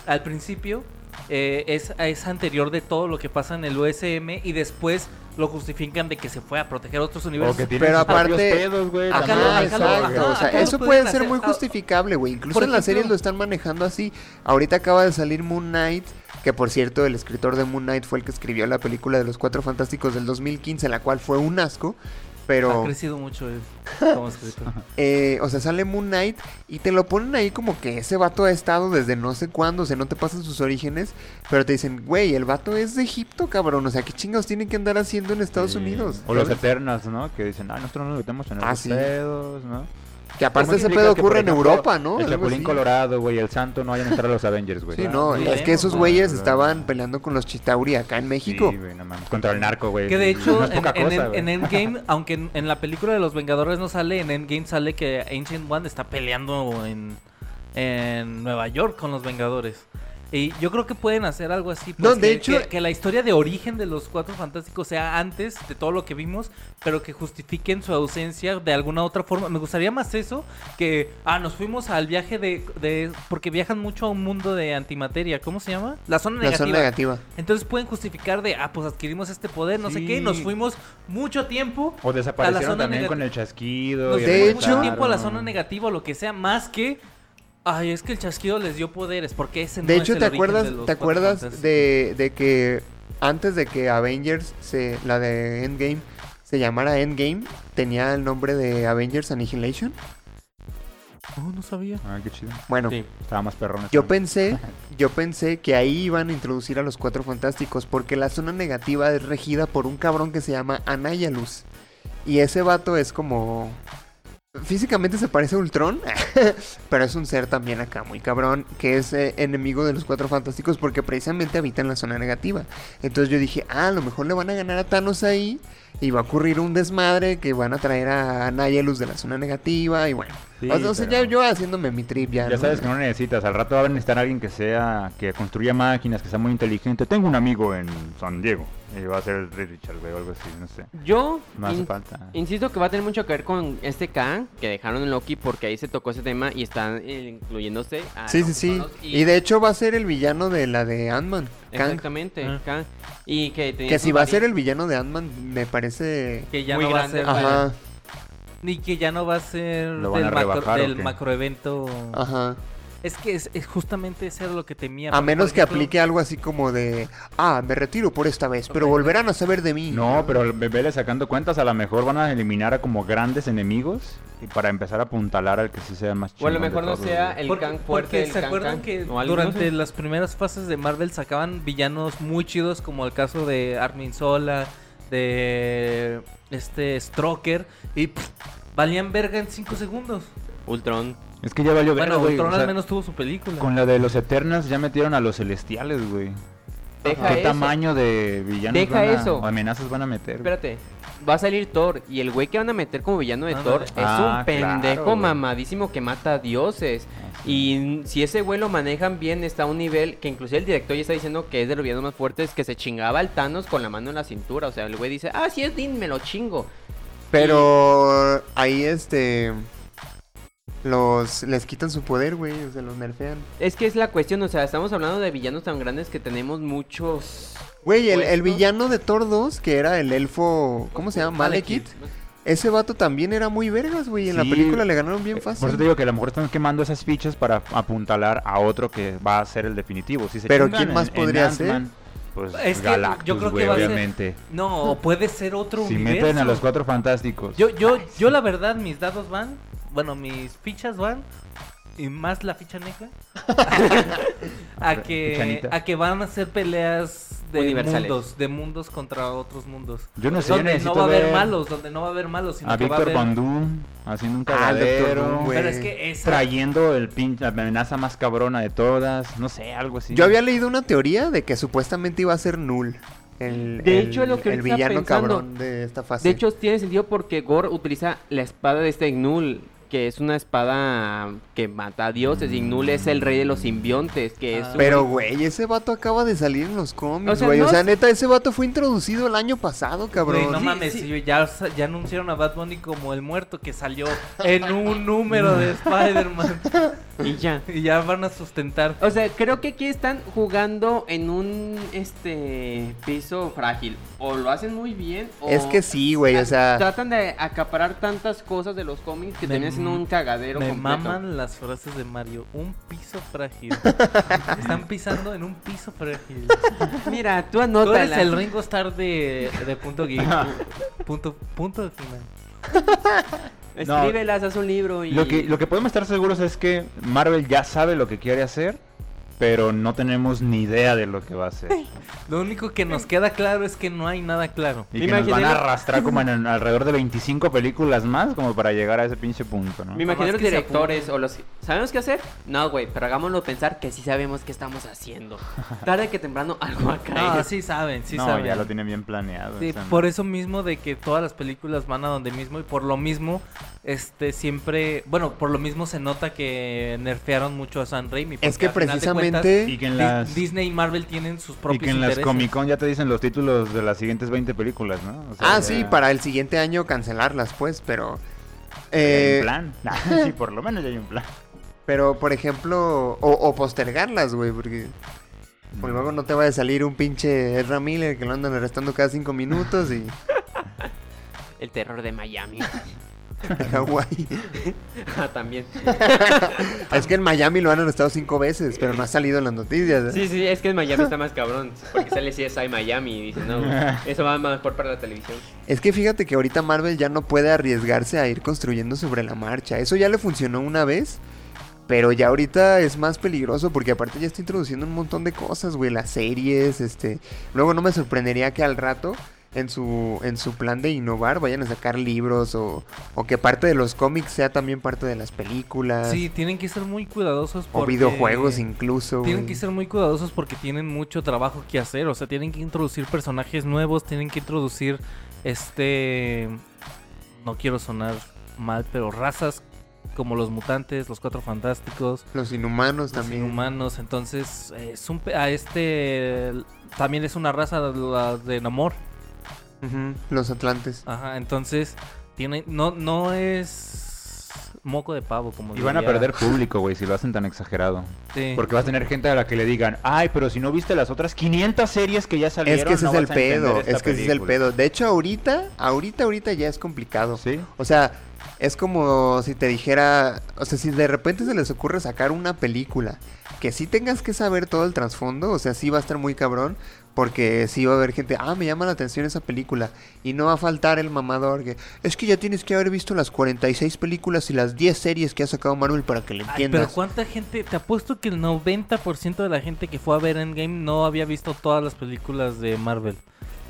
S5: al principio eh, es, es anterior de todo lo que pasa en el USM y después lo justifican de que se fue a proteger otros
S4: o que
S5: universos.
S4: tienen
S2: Pero
S4: sus propios
S2: aparte-
S4: pedos, güey,
S2: Ajá,
S4: también
S5: acá lo-
S4: eso,
S5: ajá,
S2: exacto.
S4: güey.
S2: o sea,
S5: acá lo
S2: eso
S5: podrían
S2: puede ser
S5: hacer.
S2: muy
S5: Ah,
S2: justificable, güey. Incluso
S5: por
S2: en las
S5: ejemplo-
S2: series lo están manejando así. Ahorita acaba de salir Moon Knight, que por cierto, el escritor de Moon Knight fue el que escribió la película de los Cuatro Fantásticos del 2015, la cual fue un asco.
S5: Ha
S2: Pero,
S5: crecido mucho él como escritor.
S2: eh, o sea, sale Moon Knight y te lo ponen ahí como que ese vato ha estado desde no sé cuándo, o sea, no te pasan sus orígenes, pero te dicen, güey, el vato es de Egipto, cabrón, o sea, ¿qué chingados tienen que andar haciendo en Estados
S4: Sí.
S2: Unidos?
S4: O los
S2: ¿Sabes?
S4: Eternas, ¿no? Que dicen, ah, nosotros no nos metemos en esos
S2: Ah, sí.
S4: pedos, ¿no?
S2: Que aparte
S4: ¿Cómo
S2: ese
S4: explicas
S2: pedo
S4: que, por
S2: ocurre en
S4: ejemplo,
S2: Europa, ¿no?
S4: El
S2: Algo
S4: Chapulín
S2: así.
S4: Colorado, güey, el Santo no vayan a entrar a los Avengers, güey.
S2: Sí, no,
S5: Sí,
S2: es que esos
S5: no,
S2: güeyes
S4: no, no.
S2: estaban peleando con los Chitauri acá en
S4: Sí,
S2: México.
S4: güey, no mames, Contra el narco, güey.
S5: Que de hecho,
S4: No es
S5: en,
S4: poca
S5: en-
S4: cosa,
S5: en-
S4: güey.
S5: en Endgame, aunque en, en la película de los Vengadores no sale, en Endgame sale que Ancient One está peleando en, en Nueva York con los Vengadores. Y yo creo que pueden hacer algo así. pues,
S2: No, de
S5: que,
S2: hecho-
S5: Que, que la historia de origen de los Cuatro Fantásticos sea antes de todo lo que vimos, pero que justifiquen su ausencia de alguna otra forma. Me gustaría más eso que. Ah, nos fuimos al viaje de. de- porque viajan mucho a un mundo de antimateria. ¿Cómo se llama? La zona
S2: La
S5: negativa.
S2: zona negativa.
S5: Entonces pueden justificar de, ah, pues adquirimos este poder, no sé qué, y nos
S4: Sí.
S5: fuimos mucho tiempo.
S4: O desaparecieron
S5: zona
S4: también
S5: negati-
S4: con el chasquido.
S5: Nos
S4: y
S2: de
S5: fuimos mucho
S2: hecho-
S5: tiempo a la
S4: regresaron.
S5: zona negativa o lo que sea, más que. Ay, es que el chasquido les dio poderes, porque ese no
S2: De
S5: es
S2: hecho,
S5: el
S2: ¿te
S5: origen
S2: acuerdas,
S5: de los
S2: ¿te
S5: Cuatro
S2: acuerdas
S5: Fantásticos.
S2: de, de que antes de que Avengers, se, la de Endgame, se llamara Endgame, tenía el nombre de Avengers Annihilation?
S5: No, no sabía.
S4: Ah, qué chido.
S2: Bueno,
S6: Sí.
S4: Estaba más perrón.
S2: yo
S4: estaba-
S2: pensé, yo pensé que ahí iban a introducir a los cuatro fantásticos, porque la zona negativa es regida por un cabrón que se llama Anayalus. Y ese vato es como. Físicamente se parece a Ultron. Pero es un ser también acá muy cabrón, que es eh, enemigo de los cuatro fantásticos porque precisamente habita en la zona negativa. Entonces yo dije, ah, a lo mejor le van a ganar a Thanos ahí y va a ocurrir un desmadre que van a traer a Nihilus de la zona negativa y bueno.
S4: Sí,
S2: o sea, o sea,
S4: pero-
S2: ya yo haciéndome mi trip ya.
S4: Ya
S2: ¿no?
S4: sabes que no necesitas, al rato va a necesitar a alguien que sea, que construya máquinas, que sea muy inteligente. Tengo un amigo en San Diego, y va a ser el Richard, güey, o algo así, no sé.
S6: Yo
S4: No hace
S6: in-
S4: falta.
S6: insisto que va a tener mucho que ver con este Kang que dejaron en Loki porque ahí se tocó ese tema y están eh, incluyéndose a
S5: Ah,
S2: Sí,
S5: pues,
S2: sí,
S6: los
S2: sí.
S6: humanos
S2: Y de hecho va a ser el villano de la de Ant-Man. Kang.
S6: Exactamente,
S5: Ah.
S6: Kang. Y que, tenía
S2: Que
S6: sus
S2: si va a
S6: vari-
S2: ser el villano de Ant-Man, me parece...
S5: Que ya
S6: Muy
S5: no va
S6: grande,
S5: a ser.
S6: vaya.
S2: Ajá,
S5: Ni que ya no va a ser
S4: ¿Lo van
S5: del,
S4: a
S5: macro-
S4: rebajar o
S5: del
S4: qué?
S5: macroevento.
S2: ajá.
S5: Es que es, es justamente eso era lo que temía.
S2: Ah. A
S5: porque,
S2: menos
S5: por
S2: que
S5: ejemplo,
S2: aplique algo así como de... Ah, me retiro por esta vez, pero
S5: Ok.
S2: volverán a saber de mí.
S4: No, pero el bebé le sacando cuentas, a lo mejor van a eliminar a como grandes enemigos y para empezar a apuntalar al que sí sea más
S6: O a
S4: chingón
S6: lo
S4: de
S6: mejor no
S4: todos,
S6: sea
S4: güey.
S6: el
S5: porque-
S6: Kang fuerte,
S5: porque
S6: el
S5: se
S6: Kang
S5: acuerdan
S6: Kang,
S5: que
S6: o algo
S5: durante
S6: así.
S5: las primeras fases de Marvel sacaban villanos muy chidos, como el caso de Armin Sola, de este Stroker, y pff, valían verga en 5 segundos.
S6: Ultron.
S4: Es que ya valió verga,
S5: Bueno,
S4: güey,
S5: Ultron
S4: o sea,
S5: al menos tuvo su película.
S4: Con la de los Eternas ya metieron a los Celestiales, güey.
S6: Deja
S4: ¿Qué
S6: eso.
S4: tamaño de villanos
S6: Deja
S4: van a-
S6: eso.
S4: o amenazas van a meter? güey?
S6: Espérate. Va a salir Thor y el güey que van a meter como villano de
S5: Ándale.
S6: Thor es
S4: Ah,
S6: un pendejo
S4: claro, güey.
S6: mamadísimo que mata a dioses. Y n- si ese güey lo manejan bien, está a un nivel que inclusive el director ya está diciendo que es de los villanos más fuertes, que se chingaba al Thanos con la mano en la cintura. O sea, el güey dice, ah, si es Dean, me lo chingo.
S2: Pero ahí este... Los... Les quitan su poder, güey. O sea, los nerfean.
S6: Es que es la cuestión, o sea, estamos hablando de villanos tan grandes que tenemos muchos...
S2: Güey, el,
S5: Pues,
S2: el
S6: Puestos.
S2: villano de Thor 2, que era el elfo... ¿Cómo se llama? Malekith. Ese vato también era muy vergas, güey. En la
S4: Sí.
S2: película le ganaron bien
S4: Eh, Por eso te
S2: fácil.
S4: digo que a lo mejor están quemando esas fichas para apuntalar a otro que va a ser el definitivo. Si se
S2: Pero
S4: chingan
S2: ¿quién más podría
S4: Ant-Man, Pues
S5: Es que
S4: Galactus,
S5: yo creo que
S4: güey,
S5: va a ser
S4: obviamente.
S5: No, o puede ser otro
S4: Si
S5: universo.
S4: meten a los cuatro fantásticos.
S5: Yo, yo, yo la verdad, mis dados van, bueno, mis fichas van, y más la ficha negra, a, que,
S4: Fichanita.
S5: a que van a ser peleas de
S6: Universales.
S5: mundos, de mundos contra otros mundos.
S4: Yo no sé, yo
S5: donde no
S4: necesito
S5: va a haber
S4: ver
S5: malos, donde no va a haber malos, sino
S4: A
S5: que va a
S4: Víctor
S5: haber...
S4: Bandú haciendo un
S2: Ah, el Dr.
S4: cagadero.
S2: Doom, güey.
S5: Pero es que esa...
S4: trayendo el pin, la amenaza más cabrona de todas. No sé, algo así.
S2: Yo había leído una teoría de que supuestamente iba a ser Null. El,
S6: De
S2: el-
S6: hecho, lo que
S2: el
S6: ahorita
S2: villano
S6: pensando-
S2: cabrón de esta fase.
S6: De hecho, tiene sentido porque Gore utiliza la espada de este Ignul, que es una espada que mata a dioses. Ignul es el rey de los simbiontes, que es...
S5: Ah.
S6: un-
S2: Pero, güey, ese vato acaba de salir en los cómics,
S6: O sea,
S2: güey. O
S6: no
S2: sea,
S6: es-
S2: neta, ese vato fue introducido el año pasado,
S5: Güey,
S2: cabrón.
S5: no
S6: Sí,
S5: mames,
S6: sí.
S5: y Ya, ya anunciaron a Bad Bunny como el muerto que salió en un número de Spider-Man.
S6: Y ya.
S5: Y ya van a sustentar.
S6: O sea, creo que aquí están jugando en un este piso frágil. O lo hacen muy bien, o
S2: Es que sí, güey, o sea...
S6: tratan de acaparar tantas cosas de los cómics que
S5: Me
S6: terminan siendo un cagadero
S5: Me
S6: completo.
S5: maman las frases de Mario. Un piso frágil. Están pisando en un piso frágil.
S6: Mira, tú
S5: Tú eres
S6: anótala.
S5: el Ringo Starr de, de punto geek. Punto, punto de final.
S6: Escríbelas, haz un libro y
S4: Lo que, lo que podemos estar seguros es que Marvel ya sabe lo que quiere hacer, pero no tenemos ni idea de lo que va a hacer.
S5: Lo único que nos queda claro es que no hay nada claro.
S4: Y
S6: Me
S4: que nos van
S6: imaginé
S4: a
S6: lo-
S4: arrastrar como en, en alrededor de 25 películas más como para llegar a ese pinche punto, ¿no?
S6: Me imagino
S5: Nomás
S6: los
S5: que se
S6: directores o los... ¿Sabemos qué hacer? No, güey, pero hagámoslo pensar que sí sabemos qué estamos haciendo. Tarde que temprano algo va a caer.
S5: Ah, sí saben, sí
S4: no,
S5: saben.
S4: ya lo tienen bien planeado.
S5: Sí,
S4: o sea,
S5: por eso mismo de que todas las películas van a donde mismo y por lo mismo, este, siempre, bueno, por lo mismo se nota que nerfearon mucho a San Raimi.
S2: Es
S5: porque
S2: que
S5: al final de
S2: precisamente...
S4: Y que en
S5: cuentas,
S4: las,
S5: Dis- Disney y Marvel tienen sus
S4: y
S5: propios
S4: que en las
S5: intereses.
S4: Comic Con ya te dicen los títulos de las siguientes 20 películas, ¿no? O sea,
S2: Ah,
S4: ya-
S2: sí, para el siguiente año cancelarlas, pues, pero...
S4: ya hay
S2: eh,
S4: un plan. Nah, sí, por lo menos ya hay un plan.
S2: pero, por ejemplo... O, o postergarlas, güey, porque... Porque luego no te va a salir un pinche Ezra Miller que lo andan arrestando cada cinco minutos y...
S6: El terror de Miami.
S2: de Hawái.
S6: Ah, También.
S2: Es que en Miami lo han arrestado cinco veces, pero no ha salido en las noticias. ¿eh?
S6: Sí, sí, es que en Miami está más cabrón. Porque sale CSI Miami y dice, no, güey, eso va mejor para la televisión.
S2: Es que fíjate que ahorita Marvel ya no puede arriesgarse a ir construyendo sobre la marcha. Eso ya le funcionó una vez, pero ya ahorita es más peligroso porque aparte ya está introduciendo un montón de cosas, güey, las series, este... Luego no me sorprendería que al rato en su, en su plan de innovar vayan a sacar libros o, o que parte de los cómics sea también parte de las películas
S5: Sí, tienen que ser muy cuidadosos
S2: Ah. o
S5: porque...
S2: videojuegos incluso.
S5: Tienen
S2: güey.
S5: que ser muy cuidadosos porque tienen mucho trabajo que hacer. O sea, tienen que introducir personajes nuevos, tienen que introducir este. No quiero sonar mal, pero razas como los mutantes, los cuatro fantásticos,
S2: Los inhumanos
S5: los
S2: también.
S5: inhumanos. Entonces, eh, es un pe- a este. También es una raza la de Namor.
S2: Ujú, Los atlantes.
S5: Ajá, entonces, tiene, no, no es moco de pavo como
S4: Y van a
S5: diría-
S4: perder público, güey, si lo hacen tan exagerado.
S5: Sí.
S4: Porque vas a tener gente a la que le digan, ay, pero si no viste las otras 500 series que ya salieron.
S2: es que ese
S4: no
S2: es el
S4: vas a entender
S2: pedo,
S4: esta
S2: es que ese es el
S4: película".
S2: pedo. De hecho, ahorita, ahorita, ahorita ya es complicado.
S4: Sí.
S2: O sea, es como si te dijera, o sea, si de repente se les ocurre sacar una película, que sí tengas que saber todo el trasfondo, o sea, sí va a estar muy cabrón, porque sí va a haber gente, ah, me llama la atención esa película, y no va a faltar el mamador que, es que ya tienes que haber visto las 46 películas y las 10 series que ha sacado Marvel para que le
S5: Ay, pero
S2: entiendas.
S5: ¿cuánta gente? Te apuesto que el 90% de la gente que fue a ver Endgame no había visto todas las películas de Marvel.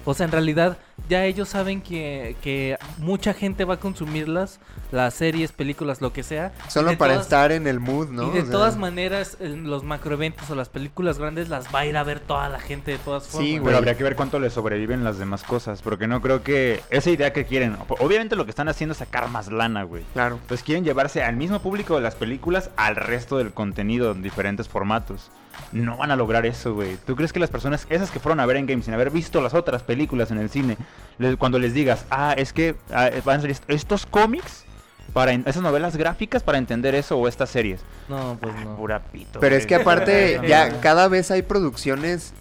S5: O sea, en realidad ya ellos saben que, que mucha gente va a consumirlas, las series, películas, lo que sea. y
S2: Solo
S5: de
S2: para
S5: todas-
S2: estar en el mood, ¿no?
S5: Y de
S2: O sea,
S5: todas maneras, en los macroeventos o las películas grandes las va a ir a ver toda la gente de todas formas.
S2: Sí, güey.
S4: Pero habría que ver cuánto le sobreviven las demás cosas, porque no creo que esa idea que quieren, obviamente lo que están haciendo es sacar más lana, güey.
S2: Claro.
S4: Entonces quieren llevarse al mismo público de las películas al resto del contenido en diferentes formatos. No van a lograr eso, güey. ¿Tú crees que las personas, esas que fueron a ver Endgame sin haber visto las otras películas en el cine, les- cuando les digas, ah, es que ah, van a salir est- estos cómics, para en- esas novelas gráficas para entender eso o estas series?
S5: No, pues no.
S4: Pura pito,
S2: Pero es
S4: güey.
S2: que aparte,
S5: Sí.
S2: ya cada vez hay producciones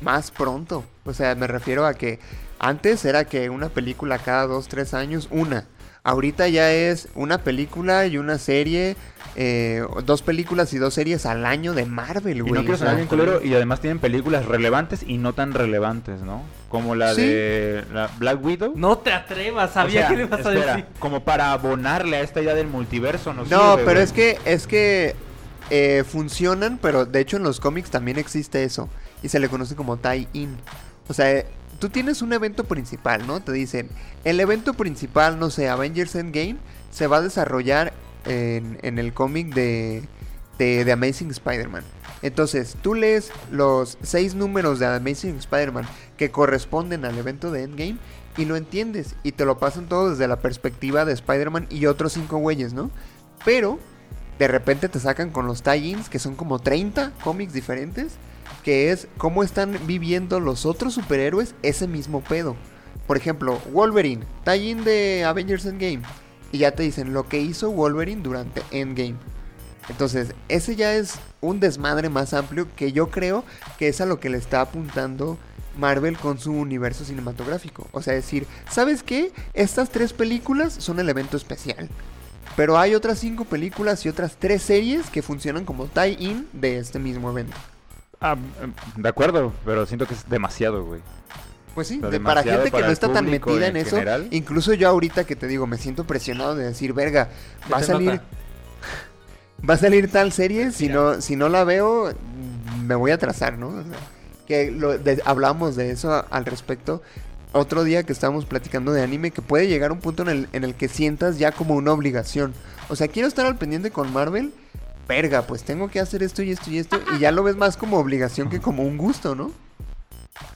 S2: más pronto. O sea, me refiero a que antes era que una película cada dos, tres años, una. Ahorita ya es una película y una serie, eh, dos películas y dos series al año de Marvel,
S4: Y
S2: güey.
S4: no
S2: o
S4: quiero
S2: sea,
S4: sonar bien culero, y además tienen películas relevantes y no tan relevantes, ¿no? Como la
S2: Sí.
S4: de la Black Widow.
S5: No te atrevas, sabía
S4: O sea,
S5: que le ibas a
S4: espera,
S5: decir.
S4: Como para abonarle a esta idea del multiverso, ¿no?
S2: No,
S4: sirve,
S2: pero
S4: güey.
S2: es que, es que eh, funcionan, pero de hecho en los cómics también existe eso. Y se le conoce como tie-in. O sea, eh, tú tienes un evento principal, ¿no? Te dicen, el evento principal, no sé, Avengers Endgame, se va a desarrollar en, en el cómic de, de, de Amazing Spider-Man. Entonces, tú lees los seis números de Amazing Spider-Man que corresponden al evento de Endgame y lo entiendes y te lo pasan todo desde la perspectiva de Spider-Man y otros cinco güeyes, ¿no? Pero de repente te sacan con los tie-ins, que son como 30 cómics diferentes, que es cómo están viviendo los otros superhéroes ese mismo pedo. Por ejemplo, Wolverine, tie-in de Avengers Endgame. Y ya te dicen lo que hizo Wolverine durante Endgame. Entonces, ese ya es un desmadre más amplio que yo creo que es a lo que le está apuntando Marvel con su universo cinematográfico. O sea, decir, ¿sabes qué? Estas tres películas son el evento especial. Pero hay otras cinco películas y otras tres series que funcionan como tie-in de este mismo evento.
S4: Ah, mm, de acuerdo, pero siento que es demasiado, güey.
S2: Pues sí,
S4: Está
S2: de- para
S4: demasiado
S2: gente que
S4: para
S2: no
S4: el
S2: está tan
S4: público
S2: metida en,
S4: en
S2: eso,
S4: general.
S2: incluso yo ahorita que te digo, me siento presionado de decir, verga,
S5: Se
S2: va a
S5: te
S2: salir,
S5: nota.
S2: va a salir tal serie, si no, si no la veo, mm, me voy a atrasar, ¿no? O sea, que lo, de- hablamos de eso a- al respecto otro día que estábamos platicando de anime, que puede llegar un punto en el, en el que sientas ya como una obligación. O sea, quiero estar al pendiente con Marvel, verga, pues tengo que hacer esto y esto y esto, y ya lo ves más como obligación que como un gusto, ¿no?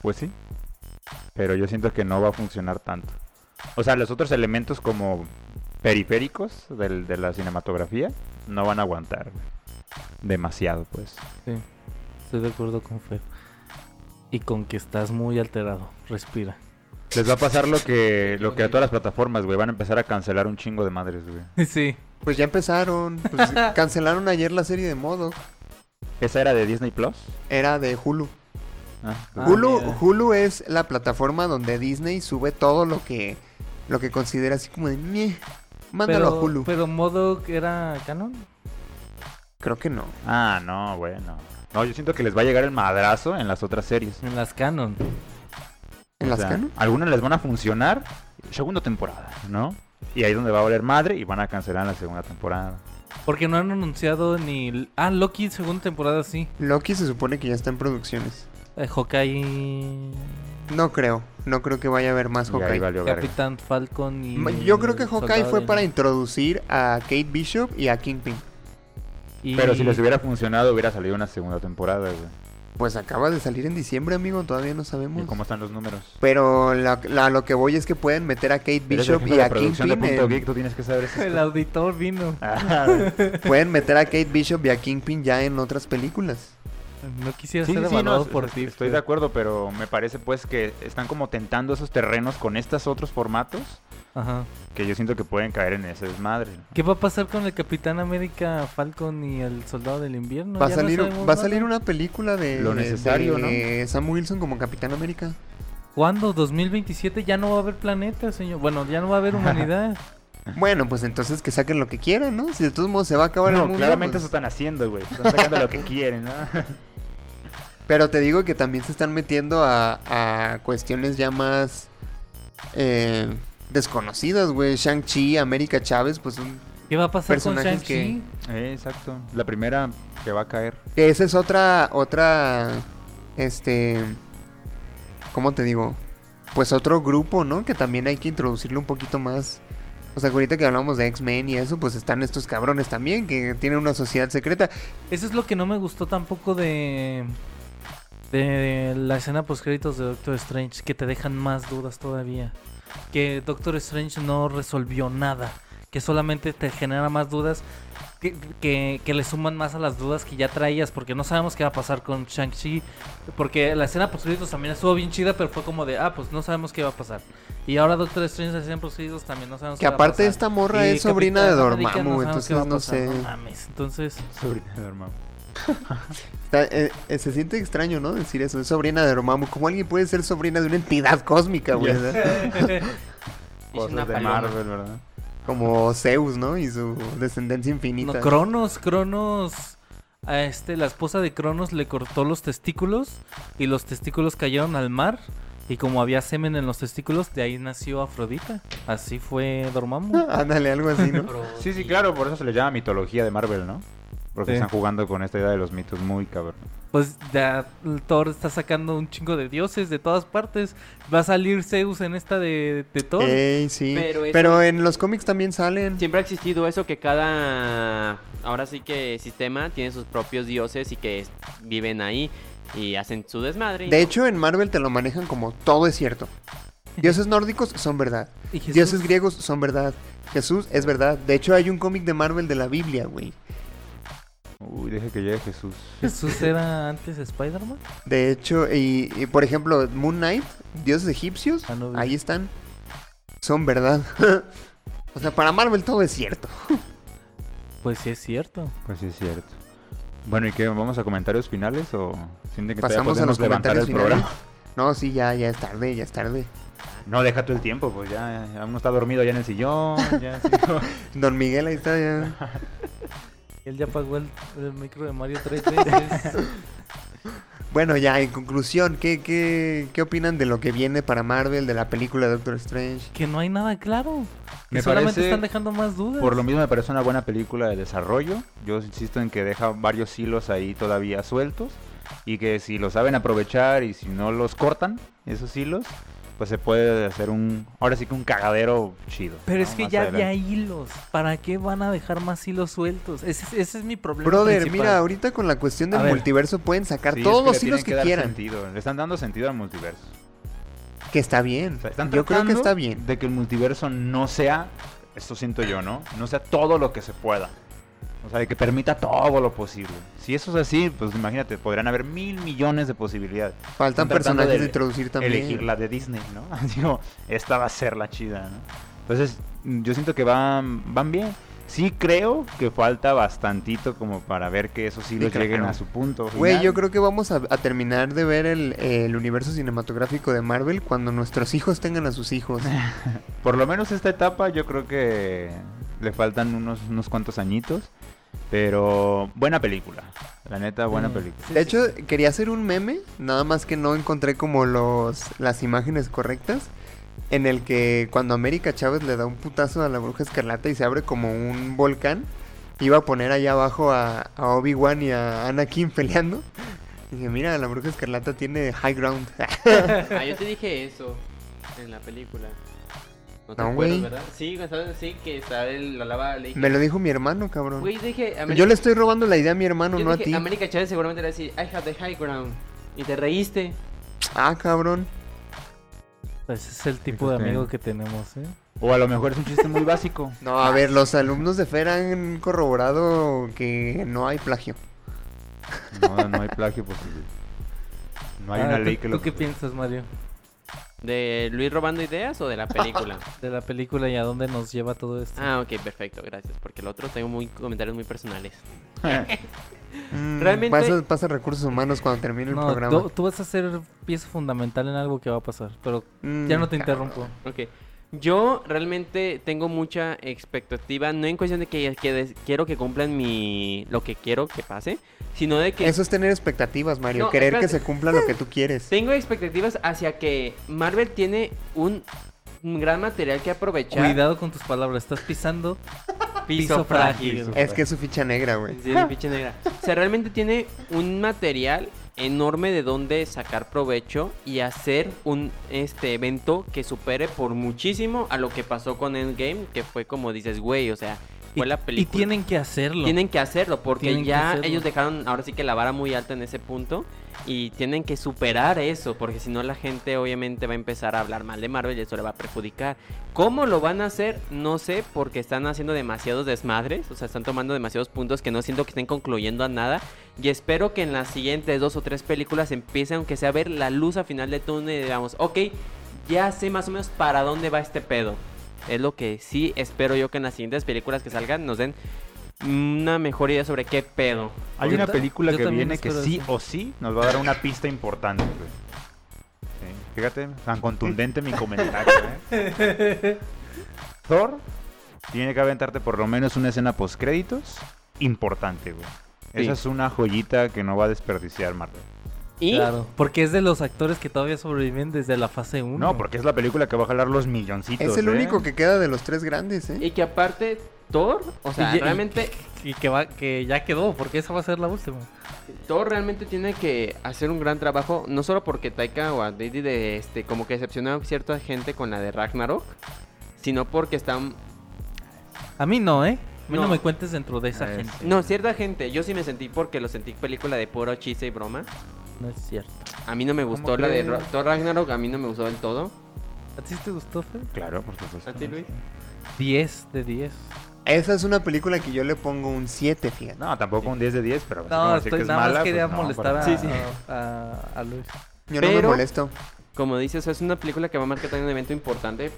S4: Pues sí. Pero yo siento que no va a funcionar tanto. O sea, los otros elementos como periféricos del- de la cinematografía no van a aguantar, güey. Demasiado, pues.
S5: Sí, estoy de acuerdo con Fer. Y con que estás muy alterado. Respira.
S4: Les va a pasar lo que, lo que a todas las plataformas, güey. Van a empezar a cancelar un chingo de madres, güey.
S5: Sí.
S2: Pues ya empezaron. pues, cancelaron ayer la serie de modo.
S4: ¿Esa era de Disney Plus?
S2: Era de Hulu.
S4: Ah,
S5: Ah,
S2: Hulu,
S5: mira.
S2: Hulu es la plataforma donde Disney sube todo lo que lo que considera así como de "Meh, Mándalo
S5: pero, pues,
S2: a Hulu.
S5: Pero Modoc era canon.
S2: Creo que no.
S4: Ah, no, bueno. No, yo siento que les va a llegar el madrazo en las otras series.
S5: En las canon.
S2: ¿En
S4: O
S2: las
S4: sea,
S2: canon?
S4: Algunas les van a funcionar segunda temporada, ¿no? Y ahí es donde va a valer madre y van a cancelar en la segunda temporada.
S5: Porque no han anunciado ni. Ah, Loki, segunda temporada, sí.
S2: Loki se supone que ya está en producciones.
S5: Eh, Hawkeye.
S2: No creo, no creo que vaya a haber más
S4: Y ahí
S2: Hawkeye.
S4: valió verga.
S5: Capitán Falcon y.
S2: Ma- Yo creo que
S5: el
S2: Hawkeye
S5: Soldado
S2: fue
S5: de-
S2: para introducir a Kate Bishop y a Kingpin.
S5: y-
S4: Pero si les hubiera funcionado, hubiera salido una segunda temporada, güey.
S2: Pues acaba de salir en diciembre, amigo, todavía no
S4: ¿Y
S2: sabemos.
S4: cómo están los números?
S2: Pero la, la- lo que voy es que pueden meter a Kate
S4: Eres el
S2: Bishop
S4: jefe
S2: y
S4: de
S2: a
S4: producción
S2: Kingpin.
S4: de Punto
S2: en-
S4: Geek, tú tienes que saber esas
S5: El
S4: cosas.
S5: auditor vino.
S4: Ah, güey.
S2: pueden meter a Kate Bishop y a Kingpin ya en otras películas.
S5: No quisiera
S4: Sí,
S5: ser
S4: sí, sí,
S5: evaluado
S4: no, es-
S5: por
S4: es-
S5: ti. pues.
S4: Estoy de
S5: pero-
S4: acuerdo, pero me parece pues que están como tentando esos terrenos con estos otros formatos
S5: Ajá.
S4: que yo siento que pueden caer en ese desmadre.
S5: ¿Qué va a pasar con el Capitán América Falcon y el Soldado del Invierno?
S2: Va a
S5: Ya no
S2: salir,
S5: sabemos
S2: va a
S5: nada.
S2: salir una película de,
S4: Lo necesario,
S2: de Sam Wilson como Capitán América.
S5: ¿Cuándo? ¿2027? Ya no va a haber planeta, señor. Bueno, ya no va a haber humanidad.
S2: Bueno, pues entonces que saquen lo que quieran, ¿no? Si de todos modos se va a acabar el
S4: no,
S2: mundo.
S4: claramente
S2: pues-
S4: eso están haciendo, güey. Están sacando lo que quieren, ¿no?
S2: Pero te digo que también se están metiendo a, a cuestiones ya más eh, desconocidas, güey. Shang-Chi, América Chávez, pues un-
S5: ¿Qué va a pasar con
S2: Personajes
S5: Shang-Chi?
S2: que-
S4: Eh, exacto. La primera que va a caer.
S2: que esa es otra, otra, este, ¿cómo te digo? Pues otro grupo, ¿no? Que también hay que introducirle un poquito más. O sea, que ahorita que hablamos de X-Men y eso, pues están estos cabrones también, que tienen una sociedad secreta.
S5: Eso es lo que no me gustó tampoco de. De la escena post créditos de Doctor Strange, que te dejan más dudas todavía. Que Doctor Strange no resolvió nada. Que solamente te genera más dudas. Que, que, que le suman más a las dudas que ya traías. Porque no sabemos qué va a pasar con Shang-Chi. Porque la escena post créditos también estuvo bien chida, pero fue como de, ah, pues no sabemos qué va a pasar. Y ahora Doctor Strange, la escena post créditos también no sabemos
S2: Que
S5: qué va a
S2: aparte
S5: pasar.
S2: esta morra
S5: Y
S2: es sobrina de
S5: Capitán América,
S2: Dormammu,
S5: sabemos
S2: entonces
S5: qué va a
S2: no
S5: pasar,
S2: sé.
S5: No mames, entonces.
S4: Sobrina de hermano.
S2: Está- eh, eh, se siente extraño, ¿no? Decir eso, es sobrina de Dormammu. ¿Cómo alguien puede ser sobrina de una entidad cósmica, güey?
S4: Ya
S6: Es una
S4: Cosas de
S6: paloma.
S4: Marvel, ¿verdad?
S2: Como Zeus, ¿no? Y su descendencia infinita.
S5: No, Cronos, Cronos. A este, la esposa de Cronos le cortó los testículos y los testículos cayeron al mar. Y como había semen en los testículos, de ahí nació Afrodita. Así fue Dormammu.
S2: Ándale, algo así, ¿no?
S6: Oh,
S4: Sí, sí, claro, por eso se le llama mitología de Marvel, ¿no? Porque
S5: Sí.
S4: están jugando con esta idea de los mitos muy cabrón.
S5: Pues ya Thor está sacando un chingo de dioses de todas partes. Va a salir Zeus en esta de, de Thor.
S2: Ey, sí. Pero,
S6: Pero eso-
S2: en los cómics también salen.
S6: Siempre ha existido eso que cada ahora sí que sistema tiene sus propios dioses y que es- viven ahí y hacen su desmadre. y
S2: De
S6: no.
S2: hecho, en Marvel te lo manejan como todo es cierto. Dioses nórdicos son verdad.
S5: Y Jesús-
S2: Dioses griegos son verdad. Jesús es verdad. De hecho, hay un cómic de Marvel de la Biblia, güey.
S4: Uy, deje que llegue Jesús.
S5: Jesús era antes Spider-Man.
S2: De hecho, y, y, por ejemplo, Moon Knight, dioses egipcios,
S5: Ah, no, güey.
S2: ahí están. Son verdad. o sea, para Marvel todo es cierto.
S5: Pues sí, es cierto.
S4: Pues sí, es cierto. Bueno, ¿y qué? ¿Vamos a comentarios finales o sienten que todavía
S2: Pasamos a los
S4: podemos levantar
S2: comentarios
S4: el programa?
S2: finales. No, sí, ya, ya es tarde, ya es tarde.
S4: No, deja todo el tiempo, pues ya, ya uno está dormido ya en el sillón, ya, sí, no.
S2: Don Miguel ahí está ya.
S5: Él ya apagó el, el micro de Mario tres veces.
S2: Bueno, ya, en conclusión, ¿qué, qué, qué opinan de lo que viene para Marvel, de la película de Doctor Strange?
S5: que no hay nada claro. Que
S4: Me
S5: solamente
S4: parece-
S5: están dejando más dudas.
S4: Por lo mismo me parece una buena película de desarrollo. Yo insisto en que deja varios hilos ahí todavía sueltos y que si lo saben aprovechar y si no los cortan esos hilos, pues se puede hacer un, ahora sí que un cagadero chido.
S5: Pero
S4: ¿no?
S5: es que
S4: Más
S5: ya había
S4: adelante.
S5: hilos. ¿Para qué van a dejar más hilos sueltos? Ese, es- ese es mi problema.
S2: Brother,
S5: principal.
S2: mira, ahorita con la cuestión
S5: A
S2: del
S5: ver.
S2: multiverso pueden sacar
S4: Sí, es
S2: todos
S4: le
S2: los hilos
S4: tienen
S2: que,
S4: dar
S2: quieran.
S4: sentido, Le están dando sentido al multiverso.
S2: Que está bien.
S4: O sea, están
S2: Yo creo que
S4: tratando
S2: está bien.
S4: De que el multiverso no sea, esto siento yo, ¿no? No sea todo lo que se pueda. O sea, de que permita todo lo posible. Si eso es así, pues imagínate, podrían haber mil millones de posibilidades.
S2: Faltan
S4: Están tratando
S2: personajes de,
S4: de
S2: introducir también.
S4: Elegir la de Disney, ¿no? Digo, esta va a ser la chida, ¿no? Entonces, mm, yo siento que van, van bien. Sí creo que falta bastantito como para ver que esos hilos
S2: claro.
S4: lleguen a su punto.
S2: Güey,
S4: final.
S2: yo creo que vamos a, a terminar de ver el, el universo cinematográfico de Marvel cuando nuestros hijos tengan a sus hijos.
S4: Por lo menos esta etapa yo creo que le faltan unos, unos cuantos añitos. Pero buena película. La neta, buena
S5: Mm.
S4: película.
S5: Sí,
S2: De
S5: sí,
S2: hecho, quería hacer un meme, nada más que no encontré como los las imágenes correctas, en el que cuando América Chávez le da un putazo a la bruja escarlata y se abre como un volcán, iba a poner allá abajo a, a Obi-Wan y a Anakin peleando. Dije, mira, la bruja escarlata tiene high ground.
S6: Ah, yo te dije eso en la película. No, te
S2: No,
S6: acuerdas,
S2: güey.
S6: ¿verdad? Sí, güey, ¿sabes? Sí, que está el- la lava, le dije.
S2: Me lo dijo mi hermano, cabrón.
S6: Güey, dije. América-
S2: Yo le estoy robando la idea a mi hermano,
S6: yo
S2: no a
S6: dije,
S2: ti.
S6: América Chávez seguramente le va a decir, I have the high ground. Y te reíste.
S2: Ah, cabrón.
S5: Pues es el tipo de
S4: Fíjate.
S5: amigo que tenemos, ¿eh?
S4: O a lo mejor es un chiste muy básico.
S2: No,
S6: Ah,
S2: a ver, los alumnos de Fer han corroborado que no hay plagio.
S4: No, no hay plagio posible. No hay
S5: Ah,
S4: una
S5: ¿tú-
S4: ley que
S5: ¿Tú
S4: lo...
S5: qué piensas, Mario?
S6: ¿De Luis robando ideas o de la película?
S5: De la película y a dónde nos lleva todo esto.
S6: ah, ok, perfecto, gracias. Porque el otro tengo muy comentarios muy personales.
S2: Mm,
S6: Realmente-
S2: Pasa, pasa recursos humanos cuando termine el
S5: no,
S2: programa.
S5: tú, tú vas a ser pieza fundamental en algo que va a pasar, pero
S2: Mm,
S5: ya no te
S2: cabrón.
S5: interrumpo.
S6: Ok. Yo realmente tengo mucha expectativa, no en cuestión de que, que des- quiero que cumplan mi lo que quiero que pase, sino de que
S2: Eso es tener expectativas, Mario.
S6: No,
S2: Querer que
S6: espérate.
S2: se cumpla lo que tú quieres.
S6: tengo expectativas hacia que Marvel tiene un un gran material que aprovechar.
S5: Cuidado con tus palabras, estás pisando piso frágil.
S2: Es que es su ficha negra, güey.
S6: Sí, el pinche negra. O sea, realmente tiene un material enorme de donde sacar provecho y hacer un este evento que supere por muchísimo a lo que pasó con Endgame, que fue como dices, güey, o sea,
S5: Y,
S6: fue la
S5: y
S6: película.
S5: tienen que hacerlo.
S6: Tienen que hacerlo porque
S5: Tienen que
S6: ya
S5: hacerlo.
S6: ellos dejaron ahora sí que la vara muy alta en ese punto y tienen que superar eso porque si no la gente obviamente va a empezar a hablar mal de Marvel y eso le va a perjudicar. ¿Cómo lo van a hacer? No sé porque están haciendo demasiados desmadres, o sea, están tomando demasiados puntos que no siento que estén concluyendo a nada y espero que en las siguientes dos o tres películas empiece aunque sea a ver la luz al final de túnel y digamos, ok, ya sé más o menos para dónde va este pedo. Es lo que sí espero yo que en las siguientes películas que salgan nos den una mejor idea sobre qué pedo.
S4: Hay
S5: Yo
S4: una
S5: ta-
S4: película
S5: yo
S4: que
S5: también
S4: viene que
S5: espero
S4: sí
S5: eso.
S4: o sí nos va a dar una pista importante. güey. Sí, Fíjate, tan contundente mi comentario. ¿eh? Thor tiene que aventarte por lo menos una escena post créditos importante, güey.
S6: Sí.
S4: Esa es una joyita que no va a desperdiciar Marvel.
S6: Y
S5: Claro, porque es de los actores que todavía sobreviven desde la fase 1.
S4: No, porque es la película que va a jalar los milloncitos.
S2: Es el
S4: ¿eh?
S2: único que queda de los tres grandes, ¿eh?
S6: y que aparte Thor, o sea,
S5: Y- y-
S6: realmente
S5: Y que, va, que ya quedó, porque esa va a ser la última.
S6: Thor realmente tiene que hacer un gran trabajo, no solo porque Taika Waititi de este como que decepcionó a cierta gente con la de Ragnarok, sino porque están
S5: A mí no, ¿eh? A mí no,
S6: No.
S5: me cuentes dentro de esa
S4: Ah,
S5: gente.
S6: no, cierta gente, yo sí me sentí porque lo sentí película de puro chiste y broma.
S5: No es cierto.
S6: A mí no me gustó
S4: ¿Cómo
S6: la de
S4: crees?
S6: Ra- Thor Ragnarok, a mí no me gustó del todo.
S5: ¿A ti sí te gustó, Fer?
S4: Claro, por supuesto.
S6: ¿A ti, Luis?
S5: 10 de 10.
S2: Esa es una película que yo le pongo un 7, fíjate.
S4: No, tampoco un 10 de 10, pero Pues así como
S5: No,
S4: decir
S5: estoy,
S4: que es
S5: nada
S4: mala,
S5: más quería
S4: pues no,
S5: molestar
S4: para
S5: a,
S4: nada.
S5: a- a Luis.
S2: Yo no me
S6: pero-
S2: molesto.
S6: Como dices, es una película que va a marcar también un evento importante.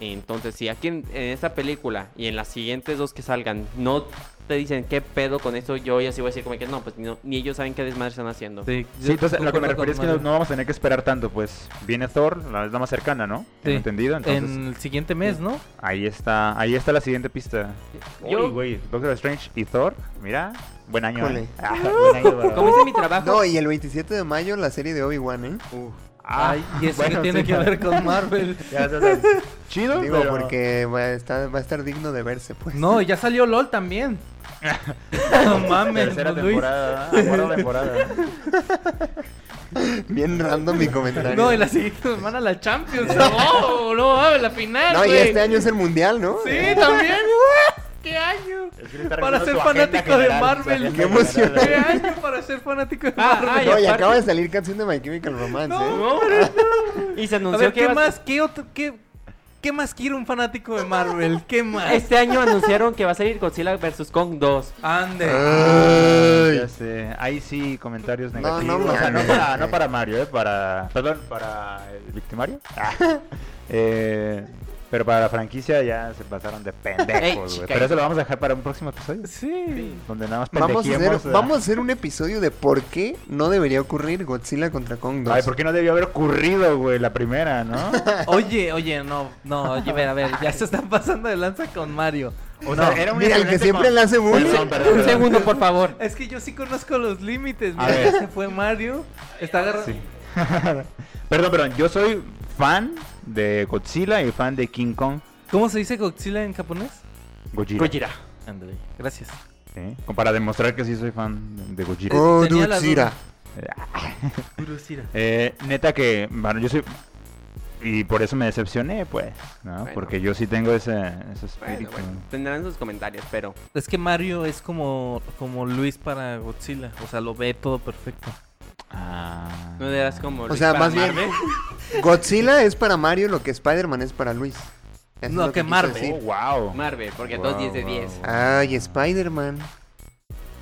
S6: Entonces, si aquí en, en esta película y en las siguientes dos que salgan no te dicen qué pedo con esto, yo ya sí voy a decir como que no, pues no, ni ellos saben qué desmadre están haciendo.
S5: Sí, yo
S4: Sí, entonces lo que me
S5: concuerdo
S4: refería es
S5: con
S4: que no,
S5: Mario.
S4: no vamos a tener que esperar tanto, pues viene Thor, la es la más cercana, ¿no?
S5: Sí.
S4: Tengo entendido, entonces
S5: En el siguiente mes, ¿no?
S4: ahí está, ahí está la siguiente pista.
S6: Yo-
S4: Uy, güey, Doctor Strange y Thor, mira, buen año.
S2: Híjole.
S4: ¿eh? Ah, buen año, ¿verdad?
S6: Como hice mi trabajo,
S2: No, y el 27 de mayo la serie de Obi-Wan, ¿eh?
S4: Ah,
S5: Ay, y eso
S4: bueno,
S5: que tiene
S4: sí,
S5: que
S4: ya-
S5: ver con Marvel.
S4: ya se sabe. Chido,
S2: Digo,
S4: pero-
S2: porque va a, estar, va a estar digno de verse, pues.
S5: No, ya salió LOL también. No mames,
S4: Tercera
S5: Luis.
S4: temporada, ¿eh? cuarta temporada.
S2: Bien random mi comentario.
S5: No, y la siguiente semana la Champions. No, no, mames, la final.
S2: No, y
S5: güey.
S2: este año es el mundial, ¿no?
S5: Sí, también. güey. ¡Qué año!
S4: Es que le está
S5: Para
S4: revisando
S5: ser
S4: su agenda
S5: fanático de
S4: general, su
S5: Marvel.
S4: agenda
S2: Qué
S4: general.
S2: emoción.
S5: ¡Qué año para ser fanático de
S6: Ah,
S5: Marvel!
S6: ah,
S2: No, y
S6: aparte-
S2: acaba de salir canción de My Chemical Romance, ¿eh?
S6: No. y se anunció
S5: A ver,
S6: que
S5: ¿qué
S6: iba a-
S5: más? ¿Qué, otro, qué, ¿Qué más quiere un fanático de Marvel? ¿Qué más?
S6: Este año anunciaron que va a salir Godzilla vs Kong 2.
S5: Ande.
S4: Ya
S2: Ay.
S4: sé, ahí sí comentarios
S2: No,
S4: negativos.
S2: no,
S4: o sea, no
S2: mames.
S4: para, no para Mario, eh, para. Perdón, para el victimario.
S2: Ah.
S4: Eh, pero para la franquicia ya se pasaron de
S6: Ey,
S4: pendejos, güey.
S6: chica.
S4: Pero eso lo vamos a dejar para un próximo episodio.
S5: Sí.
S4: Donde nada más
S2: Vamos a,
S4: pendejemos,
S2: hacer,
S4: ¿verdad?
S2: vamos a hacer un episodio de por qué no debería ocurrir Godzilla contra Kong 2.
S4: Ay, ¿por qué no debió haber ocurrido, güey, la primera, no?
S5: Oye, oye, no, no, oye, a ver, a ver, ya se están pasando de lanza con Mario.
S4: O sea, era un
S2: Mira, el que
S4: excelente
S2: siempre
S4: con-
S2: la hace bullying.
S4: Perdón, perdón,
S6: Un
S4: perdón.
S6: segundo, por favor.
S5: Es que yo sí conozco los límites,
S4: A
S5: mira, ya
S4: ver.
S5: se fue Mario, está agarrando...
S4: Sí. perdón, perdón. Yo soy fan de Godzilla y fan de King Kong.
S5: ¿Cómo se dice Godzilla en japonés?
S4: Gojira.
S6: Gojira.
S5: André, gracias.
S2: Oh.
S4: Sí, como Para demostrar que sí soy fan de Gojira.
S5: Tenía la
S2: Godzilla.
S5: duda. Curiosidad.
S4: Eh, neta que, bueno, yo soy... Y por eso me decepcioné, pues, ¿no?
S6: Bueno.
S4: Porque yo sí tengo ese, ese
S6: Bueno,
S4: espíritu.
S6: bueno, tendrán sus comentarios, pero
S5: Es que Mario es como, como Luis para Godzilla. O sea, lo ve todo perfecto.
S4: Ah.
S6: no dirás como.
S2: O
S6: Luis
S2: sea,
S6: para
S2: más bien,
S6: Marvel.
S2: Godzilla es para Mario lo que Spider-Man es para Luis. Eso es
S5: No, que
S2: quiso
S5: Marvel.
S2: decir.
S4: Oh, wow.
S6: Marvel, porque
S4: Wow,
S6: todos 10 de
S4: wow,
S6: 10.
S4: wow.
S2: Ay, Spider-man.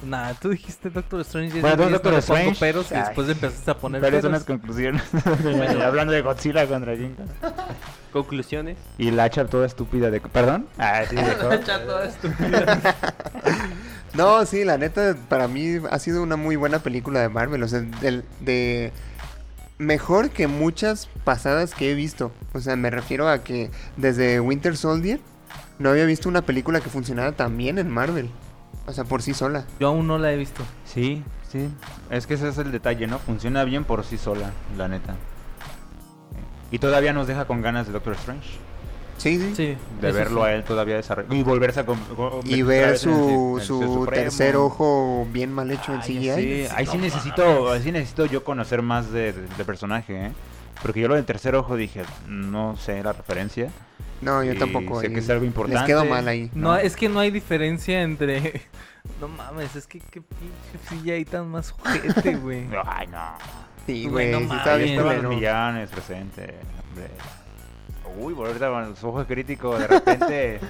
S5: Nah, tú dijiste Doctor Strange. y
S4: Bueno,
S5: después
S4: Doctor
S5: no le pongo
S4: Strange.
S5: peros y
S4: Ay.
S5: después empezaste a poner
S4: Pero
S5: peros.
S4: son las conclusiones. Hablando de Godzilla contra King Kong.
S6: Conclusiones.
S4: Y la hacha toda estúpida de... ¿Perdón? Ah, sí, de Kong.
S2: No, sí, la neta, para mí ha sido una muy buena película de Marvel. O sea, del- de, mejor que muchas pasadas que he visto. O sea, me refiero a que desde Winter Soldier no había visto una película que funcionara tan bien en Marvel. O sea, por sí sola.
S5: Yo aún no la he visto.
S4: Sí, sí. Es que ese es el detalle, ¿no? Funciona bien por sí sola, la neta. Y todavía nos deja con ganas de Doctor Strange.
S2: Sí, sí.
S5: Sí.
S4: De
S5: eso
S4: verlo
S5: sí.
S4: a él todavía desarrollado. Y volverse a... con- con-
S2: Y
S4: otra
S2: ver
S4: vez en el- en
S2: su,
S4: el
S2: su
S4: Supremo. Ah,
S2: tercer ojo bien mal hecho en
S5: Ay,
S2: CGI.
S5: sí.
S4: Ahí sí necesito, ahí sí necesito yo conocer más de, de- de personaje, ¿eh? Porque yo lo del tercer ojo dije, no sé la referencia.
S2: No, yo
S4: Y
S2: tampoco.
S4: sé
S2: y
S4: que es algo
S2: Les
S4: importante.
S2: quedó mal ahí.
S5: No,
S4: No.
S5: es que no hay diferencia entre. No mames, es que qué pinche CGI tan más ojete, güey.
S4: Ay, no.
S2: Sí,
S5: Güey,
S2: güey,
S5: no
S2: sí
S5: mames.
S2: estaba
S4: Ahí
S2: bien
S4: estaban
S2: culero.
S4: los villanes presentes, hombre. Uy, bueno, ahorita con los ojos críticos de repente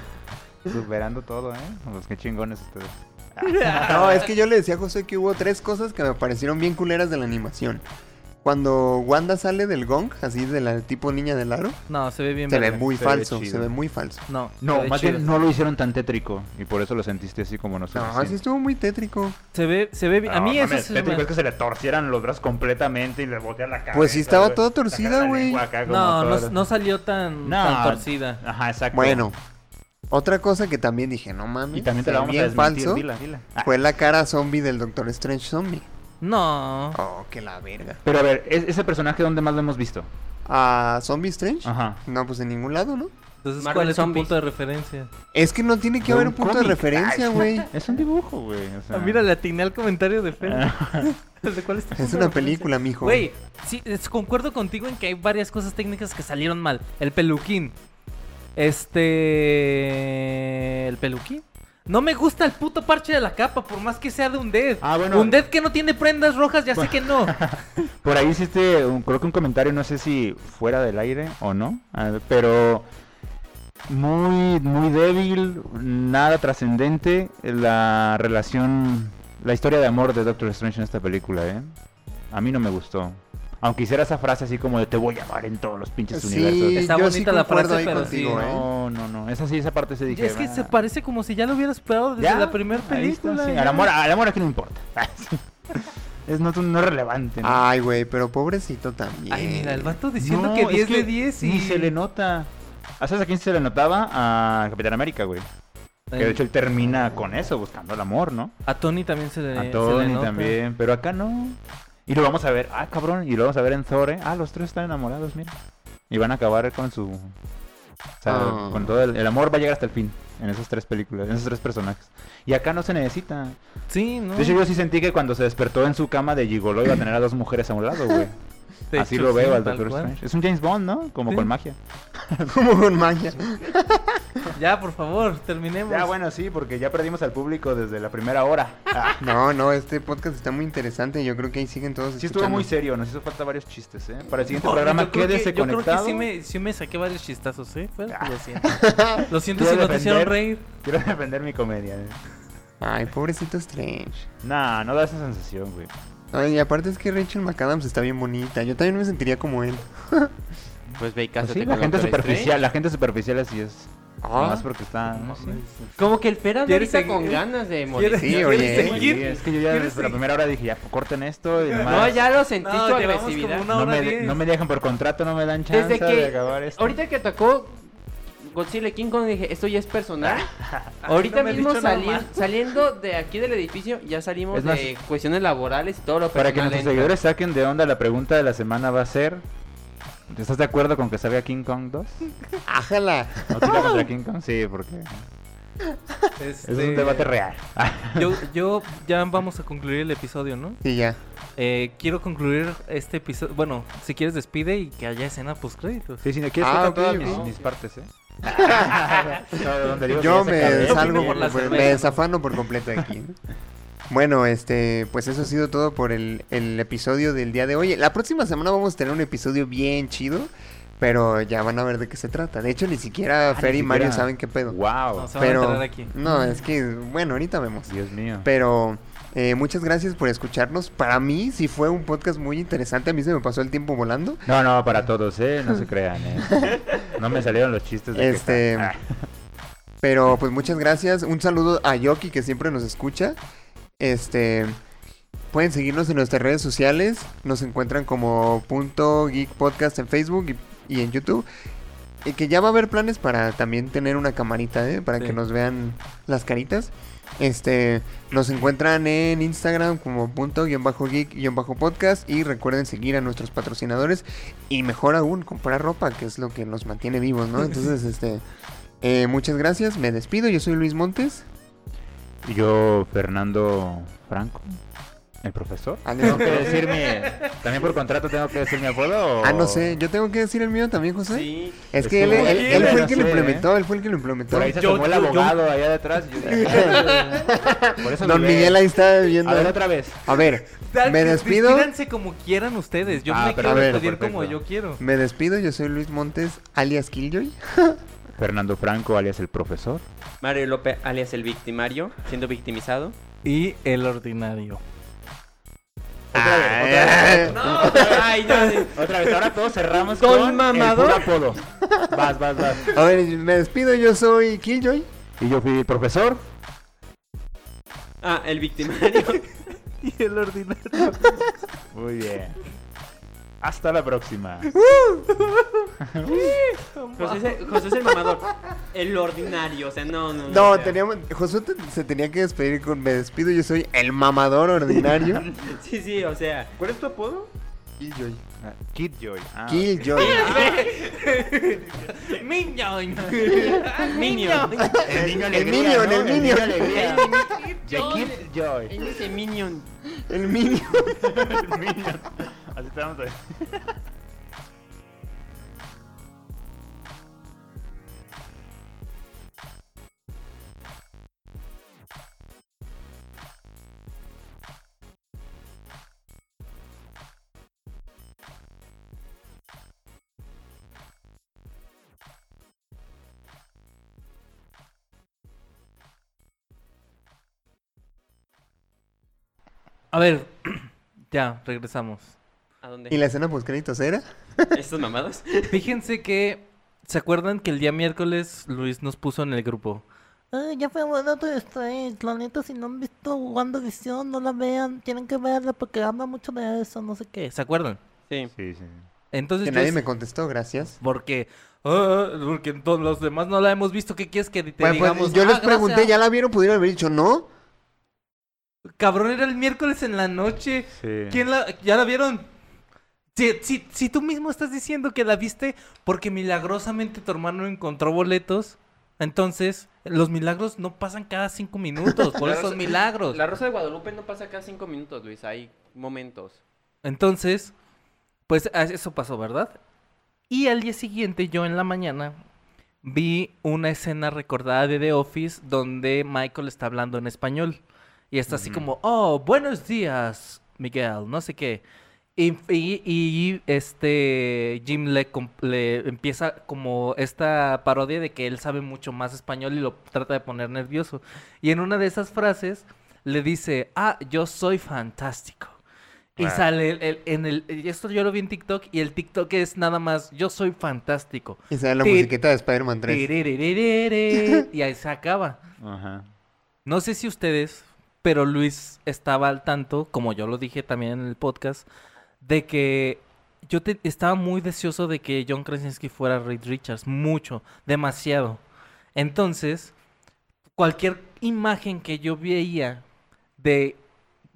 S4: superando todo, ¿eh? Pues qué chingones ustedes.
S2: No, es que yo le decía a José que hubo tres cosas que me parecieron bien culeras de la animación. Cuando Wanda sale del gong, así de la tipo niña del aro,
S5: No, se ve bien.
S2: se ve
S5: verga.
S2: muy
S4: eh, se ve
S2: falso,
S4: chido.
S2: se ve muy falso.
S5: No, se
S4: No,
S5: ve
S4: más
S5: chido.
S4: bien no lo hicieron tan tétrico y por eso lo sentiste así como nosotros.
S2: No, así estuvo muy tétrico.
S5: Se ve, se ve bien. A mí eso se me-
S4: tétrico es que se le torcieran los brazos completamente y le voltean la cara.
S2: Pues sí estaba toda torcida, güey.
S5: No, no, no salió tan,
S4: No.
S5: tan torcida.
S4: Ajá, exacto.
S2: Bueno, otra cosa que también dije, no
S4: y
S2: mames,
S4: también
S2: se
S4: te la
S2: ve
S4: vamos a
S2: bien
S4: desmentir,
S2: falso,
S4: dila, dila. Ah,
S2: fue la cara zombie del Doctor Strange Zombie.
S5: No.
S2: Oh, que la verga.
S4: Pero a ver, ¿es- ¿ese personaje dónde más lo hemos visto?
S2: ¿A Zombie Strange?
S4: Ajá.
S2: No, pues en ningún lado, ¿no?
S5: Entonces,
S6: Marvel
S5: ¿cuál es tu
S6: Zombies.
S5: punto de referencia?
S2: Es que no tiene que
S4: De
S2: haber
S4: un
S2: un punto
S4: cómic.
S2: de referencia, güey.
S4: Es un dibujo, güey. o sea.
S5: Ah, mira, le atiné al comentario de Fer. ¿De cuál tu punto
S2: Es
S5: de
S2: una
S5: referencia?
S2: película, mijo.
S5: Güey, sí, es- concuerdo contigo en que hay varias cosas técnicas que salieron mal. El peluquín. Este. El peluquín. No me gusta el puto parche de la capa, por más que sea de un dead.
S4: Ah, bueno.
S5: Un dead que no tiene prendas rojas, ya sé que no.
S4: Por ahí hiciste, un- creo que un comentario, no sé si fuera del aire o no, a ver, pero muy, muy débil, nada trascendente la relación, la historia de amor de Doctor Strange en esta película, ¿eh? A mí no me gustó. Aunque hiciera esa frase así como de te voy a amar en todos los pinches
S2: Sí,
S4: universos.
S5: Está
S2: yo sí
S5: bonita la
S2: concuerdo
S5: frase,
S2: ahí
S5: pero sí,
S2: contigo, ¿eh?
S4: No, no, no. Esa sí, esa parte se dije.
S5: es que
S4: "Ah,
S5: se parece como si ya lo hubiera esperado desde
S4: ya,
S5: la primera
S4: ahí está,
S5: película.
S4: sí,
S5: ya.
S4: Al amor, al amor aquí no importa. es no, no es relevante. ¿no?
S2: Ay, güey, pero pobrecito también.
S5: Ay, mira, el vato diciendo
S4: No,
S5: que
S4: es
S5: 10 de 10 y. Eh,
S4: Ni se le nota. ¿Ah, ¿Sabes a quién se le notaba? A Capitán América, güey. Que de hecho él termina con eso, buscando el amor, ¿no?
S5: A Tony también se le. se
S4: A
S5: le
S4: Tony
S5: nota.
S4: también, pero acá no. Y lo vamos a ver, ah, cabrón, y lo vamos a ver en Thor, ¿eh? Ah, los tres están enamorados, mira. Y van a acabar con su... O sea,
S2: Ah.
S4: con todo el, el amor va a llegar hasta el fin en esas tres películas, en esos tres personajes. Y acá no se necesita.
S5: Sí, ¿no?
S4: De hecho, yo sí sentí que cuando se despertó en su cama de Gigolo iba a tener a dos mujeres a un lado, güey.
S5: De
S4: Así
S5: hecho,
S4: lo veo
S5: sí,
S4: al
S5: tal
S4: Doctor
S5: cual.
S4: Strange. Es un James Bond, ¿no? Como
S5: Sí.
S4: con magia.
S2: Como con magia.
S5: Ya, por favor, terminemos.
S4: Ya, bueno, sí, porque ya perdimos al público desde la primera hora. Ah,
S2: No, no, este podcast está muy interesante. Yo creo que ahí siguen todos.
S4: sí, estuvo muy
S2: escuchando.
S4: serio, nos hizo falta varios chistes, ¿eh? Para el siguiente
S5: No,
S4: programa,
S5: yo creo
S4: quédese
S5: que-
S4: conectado.
S5: Yo creo que sí me, sí me saqué varios chistazos, ¿eh? Fer?
S4: Ah.
S5: Lo siento. Lo siento
S4: Voy a
S5: si no te
S4: defender.
S5: hicieron reír.
S4: Quiero defender mi comedia. ¿eh?
S2: Ay, pobrecito Strange.
S4: Nah, no da esa sensación, güey.
S2: Ay, y aparte es que Rachel McAdams está bien bonita. Yo también me sentiría como él.
S6: Pues ve y
S4: Pues
S6: cásate
S4: sí,
S6: con
S4: la gente
S6: Doctor
S4: superficial,
S6: Strange.
S4: la gente superficial así es. Más porque está... no sé.
S6: Como que el Fer anda
S5: ¿Quieres
S6: ahorita con
S5: seguir?
S6: ganas de
S5: ¿Quieres-
S6: morir.
S2: Sí,
S5: ¿quieres
S2: oye,
S4: Sí,
S5: seguir?
S4: es que yo ya
S5: ¿Quieres
S4: desde la
S5: seguir?
S4: primera hora dije, ya, corten esto y
S6: No,
S4: demás.
S6: ya lo sentí
S5: No,
S6: tu
S5: llevamos como
S6: agresividad.
S5: una-
S4: No
S5: hora
S4: me, de-
S5: diez.
S4: no me dejan por contrato, no me dan chance
S6: Desde
S4: de
S6: que
S4: acabar esto.
S6: ahorita que atacó Godzilla y King Kong dije, esto ya es personal.
S5: no
S6: ahorita
S5: me has
S6: mismo
S5: dicho nada
S6: sali-
S5: más.
S6: saliendo de aquí del edificio, ya salimos
S4: Es más,
S6: de cuestiones laborales y todo lo
S4: Para que
S6: personal
S4: nuestros
S6: entra.
S4: seguidores saquen de onda, la pregunta de la semana va a ser: ¿Estás de acuerdo con que salga King Kong 2?
S2: ¡Ájala!
S4: ¿No tira contra King Kong? Sí, porque.
S5: Este,
S4: Es un debate real.
S5: Yo, yo ya vamos a concluir el episodio, ¿no?
S2: Y ya.
S5: Eh, quiero concluir este episodio. Bueno, si quieres despide y que haya escena post créditos.
S4: Sí, si no quieres
S2: Ah,
S4: tocar
S2: ok,
S4: todas
S2: ok.
S4: mis, mis partes, ¿eh? No, donde digo que
S2: Yo
S4: ya se acabó.
S2: me salgo,
S5: Por
S2: por-
S5: las
S2: por- me
S5: cervezas.
S2: desafano por completo de aquí. ¿eh? Bueno, este, pues eso ha sido todo por el, el episodio del día de hoy. La próxima semana vamos a tener un episodio bien chido, pero ya van a ver de qué se trata. De hecho, ni siquiera
S4: Ah, ni
S2: Fer y Mario
S4: siquiera.
S2: saben qué pedo.
S4: Wow.
S5: No, se van a
S2: Pero,
S5: enterar aquí.
S2: no, es que, bueno, ahorita vemos.
S4: Dios mío.
S2: Pero eh, muchas gracias por escucharnos. Para mí sí fue un podcast muy interesante. A mí se me pasó el tiempo volando.
S4: No, no, para todos, ¿eh? No se crean, ¿eh? No me salieron los chistes de
S2: Este,
S4: queja.
S2: Pero pues muchas gracias. Un saludo a Yoki que siempre nos escucha. Este, pueden seguirnos en nuestras redes sociales. Nos encuentran como punto geek podcast en Facebook y, y en YouTube. Y que ya va a haber planes para también tener una camarita, ¿eh? para
S5: Sí.
S2: que nos vean las caritas. Este, nos encuentran en Instagram como punto guión bajo geek guión bajo podcast y recuerden seguir a nuestros patrocinadores y mejor aún comprar ropa que es lo que nos mantiene vivos, ¿no? Entonces, este, eh, muchas gracias, me despido, yo soy Luis Montes.
S4: Y Yo, Fernando Franco, el profesor.
S2: Ah, no,
S4: Tengo que decir mi... ¿También por contrato tengo que decir mi apodo o-
S2: ah, no sé, yo tengo que decir el mío también, José.
S6: Sí.
S2: Es que él,
S4: Oh. Estuvo
S2: él-
S4: bien,
S2: él fue el
S4: no
S2: que lo
S4: sé, ¿eh?
S2: implementó, él fue el que lo implementó.
S4: Por ahí se
S5: Yo-
S4: asomó el
S5: yo- yo-
S4: abogado allá detrás. y yo dije, "Ah". por eso
S2: Don
S4: dudé.
S2: Miguel ahí está viendo.
S4: A ver, otra vez.
S2: A ver, me despido.
S5: Despídanse como quieran ustedes. Yo
S4: Ah,
S5: me
S4: pero
S5: quiero
S2: a ver,
S5: despedir como
S4: perfecto.
S5: yo quiero.
S2: Me despido, yo soy Luis Montes, alias Killjoy.
S4: Fernando Franco, alias el profesor.
S6: Mario López, alias el victimario, siendo victimizado.
S5: Y el ordinario.
S4: Otra
S2: Ah,
S4: vez,
S6: No, ay, no.
S4: Otra vez, ahora todos cerramos
S6: Don
S4: con
S6: Mamador.
S4: el puro apodo. Vas, vas, vas.
S2: A ver, me despido, yo soy Killjoy.
S4: Y yo fui el profesor.
S6: Ah, el victimario.
S5: Y el ordinario.
S4: Muy bien. Hasta la próxima.
S6: José, es el- José es el mamador. El ordinario, o sea, no, no.
S2: No, teníamos, Josué te- se tenía que despedir con me despido, yo soy el mamador ordinario.
S6: Sí, sí, o sea. ¿Cuál es tu apodo?
S2: Killjoy.
S4: Kidjoy. Ah,
S2: Killjoy.
S5: Minion.
S6: Minion.
S4: El niño
S2: El Minion, el Minion.
S4: alegría. The Kidjoy.
S6: Él dice Minion.
S2: El Minion.
S4: El Minion. Así te vamos a decir.
S5: A ver, ya, regresamos.
S6: ¿A
S2: ¿Y
S6: dónde?
S2: la escena post créditos era?
S6: ¿Estos mamados?
S5: Fíjense que. ¿Se acuerdan que el día miércoles Luis nos puso en el grupo?
S1: Ay, ya fue bueno tu Strange. La neta, si no han visto WandaVision, no la vean. Tienen que verla porque habla mucho de eso, no sé qué.
S5: Eh, ¿Se acuerdan?
S6: Sí.
S4: Sí, sí.
S5: Entonces
S2: Que
S5: yo
S2: nadie
S5: es-
S2: me contestó, gracias.
S5: Porque, ah, porque todos los demás no la hemos visto. ¿Qué quieres que te
S2: Bueno, pues,
S5: digamos?
S2: yo
S5: Ah,
S2: les pregunté,
S5: gracias.
S2: ¿ya la vieron? Pudieron haber dicho no.
S5: Cabrón, era el miércoles en la noche.
S4: Sí.
S5: ¿Quién la... ¿Ya la vieron? Si, si- si tú mismo estás diciendo que la viste porque milagrosamente tu hermano encontró boletos, entonces los milagros no pasan cada cinco minutos, por
S6: La
S5: esos
S6: Rosa-
S5: milagros.
S6: La Rosa de Guadalupe no pasa cada cinco minutos, Luis. Hay momentos.
S5: Entonces, pues a- eso pasó, ¿verdad? Y al día siguiente, yo en la mañana, vi una escena recordada de The Office donde Michael está hablando en español. Y está así como, oh, buenos días, Miguel, no sé qué. Y, y- y este Jim le, com- le empieza como esta parodia de que él sabe mucho más español y lo trata de poner nervioso. Y en una de esas frases le dice, ah, yo soy fantástico. Y
S4: Claro.
S5: sale el- el- en el... Esto yo lo vi en TikTok y el TikTok es nada más, yo soy fantástico.
S2: Y sale la
S5: Ti-
S2: musiquita de Spider-Man 3.
S5: Tiririririri, Y ahí se acaba.
S4: Ajá.
S5: No sé si ustedes, pero Luis estaba al tanto, como yo lo dije también en el podcast, de que yo te- estaba muy deseoso de que John Krasinski fuera Reed Richards, mucho, demasiado. Entonces, cualquier imagen que yo veía de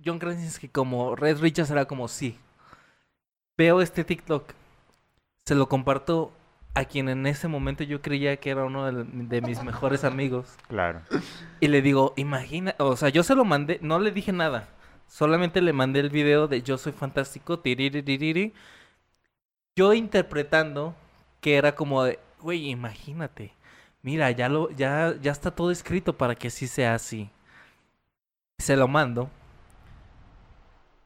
S5: John Krasinski como Reed Richards era como sí. Veo este TikTok, se lo comparto a quien en ese momento yo creía que era uno de, de mis mejores amigos.
S4: Claro.
S5: Y le digo, imagina, o sea, yo se lo mandé, no le dije nada. Solamente le mandé el video de Yo soy fantástico, tiriririri. Yo interpretando que era como de, güey, imagínate. Mira, ya lo ya ya está todo escrito para que sí sea así. Se lo mando.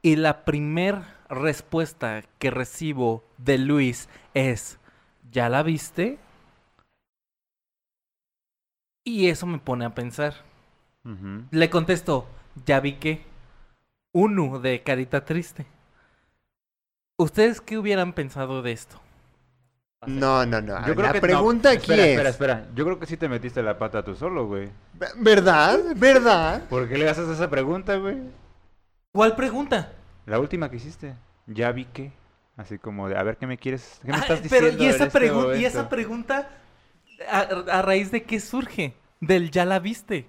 S5: Y la primer respuesta que recibo de Luis es, ¿ya la viste? Y eso me pone a pensar.
S4: Ujú.
S5: Le contesto, ya vi que. Uno de Carita Triste. ¿Ustedes qué hubieran pensado de esto?
S2: No, no, no.
S4: Yo creo
S2: la
S4: que- no,
S2: pregunta aquí
S4: espera,
S2: es.
S4: Espera, espera. Yo creo que sí te metiste la pata tú solo, güey.
S2: "Ve- ¿Verdad? ¿Verdad?
S4: ¿Por qué le haces esa pregunta, güey?
S5: ¿Cuál pregunta?
S4: La última que hiciste. Ya vi que. Así como de, a ver, ¿qué me quieres? ¿Qué me
S5: Ah,
S4: estás
S5: pero
S4: diciendo?
S5: ¿y esa,
S4: en este
S5: pregu- y esa
S4: momento?
S5: pregunta a, a raíz de qué surge? Del ya la viste.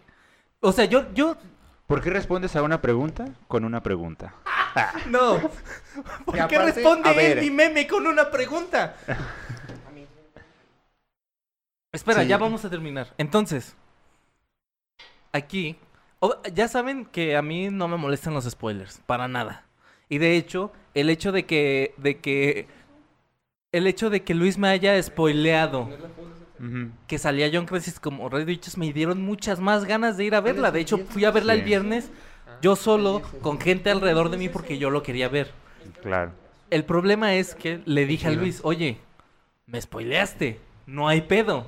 S5: O sea, yo, yo,
S4: ¿Por qué respondes a una pregunta con una pregunta?
S5: no. ¿Por
S2: Y
S5: qué
S2: aparte,
S5: responde
S2: a
S5: él
S2: ver.
S5: mi meme con una pregunta? Espera,
S2: Sí.
S5: ya vamos a terminar. Entonces, aquí, o- ya saben que a mí no me molestan los spoilers, para nada. Y de hecho, el hecho de que, de que, el hecho de que Luis me haya spoileado
S4: Ujú.
S5: que salía John Crisis como Red Witches me dieron muchas más ganas de ir a verla. De hecho, fui a verla el
S4: Sí.
S5: viernes yo solo, con gente alrededor de mí porque yo lo quería ver.
S4: Claro.
S5: El problema es que le dije a Luis, oye, me spoileaste, no hay pedo,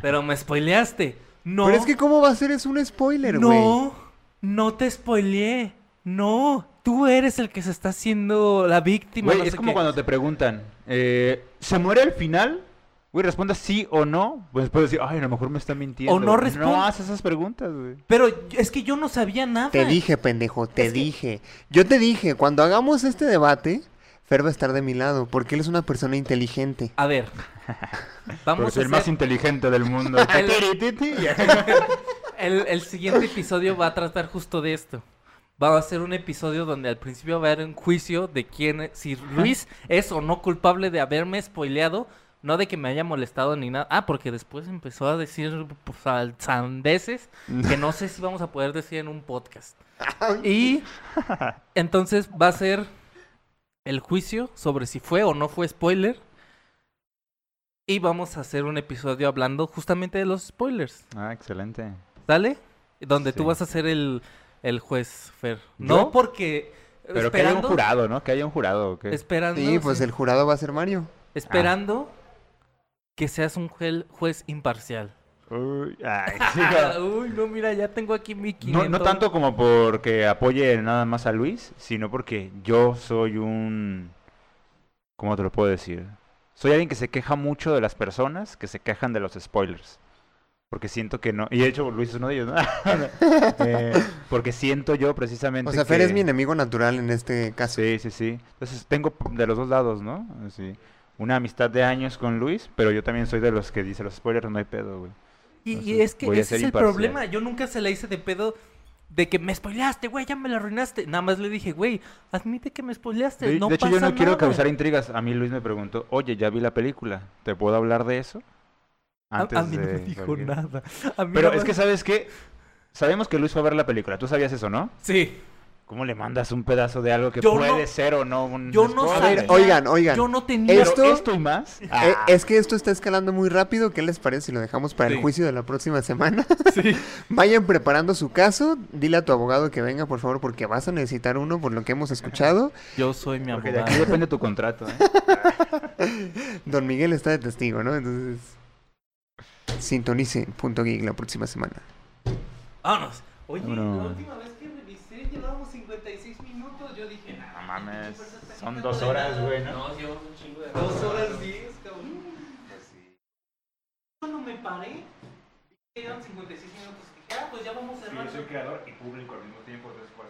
S5: pero me spoileaste. No,
S2: Pero es que, ¿cómo va a ser? Es un spoiler, güey.
S5: no, no te spoileé, no, tú eres el que se está haciendo la víctima.
S4: Güey,
S5: no
S4: es
S5: sé
S4: como
S5: qué.
S4: cuando te preguntan, eh, ¿se muere al final? Güey, respondas sí o no. Pues después decir, ay, a lo mejor me está mintiendo.
S5: O no
S4: güey.
S5: respon-
S4: No haces esas preguntas, güey.
S5: Pero es que yo no sabía nada.
S2: Te dije, pendejo, te
S5: Es que-
S2: dije. Yo te dije, cuando hagamos este debate, Fer va a estar de mi lado, porque él es una persona inteligente.
S5: A ver,
S4: Porque
S5: vamos
S4: soy
S5: a
S4: el
S5: hacer...
S4: más inteligente del mundo.
S5: El, el siguiente episodio va a tratar justo de esto. Va a ser un episodio donde al principio va a haber un juicio de quién, es- si Luis es o no culpable de haberme spoileado, no de que me haya molestado ni nada. Ah, porque después empezó a decir pues, sal- sandeces que no sé si vamos a poder decir en un podcast. Y entonces va a ser el juicio sobre si fue o no fue spoiler. Y vamos a hacer un episodio hablando justamente de los spoilers.
S4: ah, excelente.
S5: ¿Sale? Donde tú
S4: Sí.
S5: vas a ser el, el juez, Fer.
S4: ¿Yo?
S5: No porque...
S4: Pero que haya
S5: esperando,
S4: un jurado, ¿no? Que haya un jurado. ¿o qué?
S5: Esperando,
S2: Sí, pues
S5: sí,
S2: el ah. jurado va a ser Mario.
S5: esperando que seas un juez, juez imparcial.
S4: Uy, ay, chica.
S5: Uy, no, mira, ya tengo aquí mi
S4: No, no
S5: 500.
S4: tanto como porque apoye nada más a Luis, sino porque yo soy un... ¿Cómo te lo puedo decir? Soy alguien que se queja mucho de las personas que se quejan de los spoilers. Porque siento que no... Y de hecho Luis es uno de ellos, ¿no? Eh, porque siento yo precisamente
S2: O sea, Fer
S4: que-
S2: es mi enemigo natural en este caso.
S4: Sí, sí, sí. Entonces tengo p- de los dos lados, ¿no? Así, una amistad de años con Luis, pero yo también soy de los que dice los spoilers no hay pedo, güey.
S5: Y, y
S4: Entonces,
S5: es que
S4: voy a
S5: ese
S4: ser
S5: es el
S4: imparcial.
S5: problema. Yo nunca se la hice de pedo de que me spoileaste, güey, ya me la arruinaste. Nada más le dije, güey, admite que me spoileaste.
S4: De,
S5: no
S4: de hecho, yo no
S5: pasa
S4: quiero
S5: nada".
S4: causar intrigas. A mí Luis me preguntó, oye, ya vi la película, ¿te puedo hablar de eso?
S5: A, a mí no
S4: de
S5: me dijo
S4: cualquier-
S5: nada. A mí
S4: Pero
S5: nada
S4: es que,
S5: más-
S4: ¿sabes qué? Sabemos que Luis fue a ver la película, tú sabías eso, ¿no?
S5: Sí.
S4: ¿Cómo le mandas un pedazo de algo que
S5: Yo
S4: puede
S5: no-
S4: ser o no un
S5: Yo no
S4: spoiler?
S2: ver,
S5: sabía.
S2: oigan, oigan.
S5: Yo no tenía...
S2: Esto-
S4: Pero esto y más.
S2: Eh,
S4: ah,
S2: es que esto está escalando muy rápido. ¿Qué les parece si lo dejamos para el
S5: Sí.
S2: juicio de la próxima semana?
S5: Sí.
S2: Vayan preparando su caso. Dile a tu abogado que venga, por favor, porque vas a necesitar uno por lo que hemos escuchado.
S5: Yo soy mi
S4: porque de
S5: abogado.
S4: aquí depende tu contrato, ¿eh?
S2: Don Miguel está de testigo, ¿no? Entonces, sintonice Punto Geek la próxima semana.
S5: Vámonos. Oye,
S4: Vámonos.
S5: la última vez que revisé llevábamos 56 minutos. Yo dije, nah,
S4: No mames,
S5: pinche fuerza
S4: son
S5: técnica
S4: dos
S5: no hay
S4: horas,
S5: nada".
S4: güey, ¿no?
S5: No, llevamos un chingo de Dos horas 10, cabrón. Cuando me paré, llegaron 56 minutos. Dije, ah, pues ya vamos a cerrar.
S4: creador y público al mismo tiempo, después.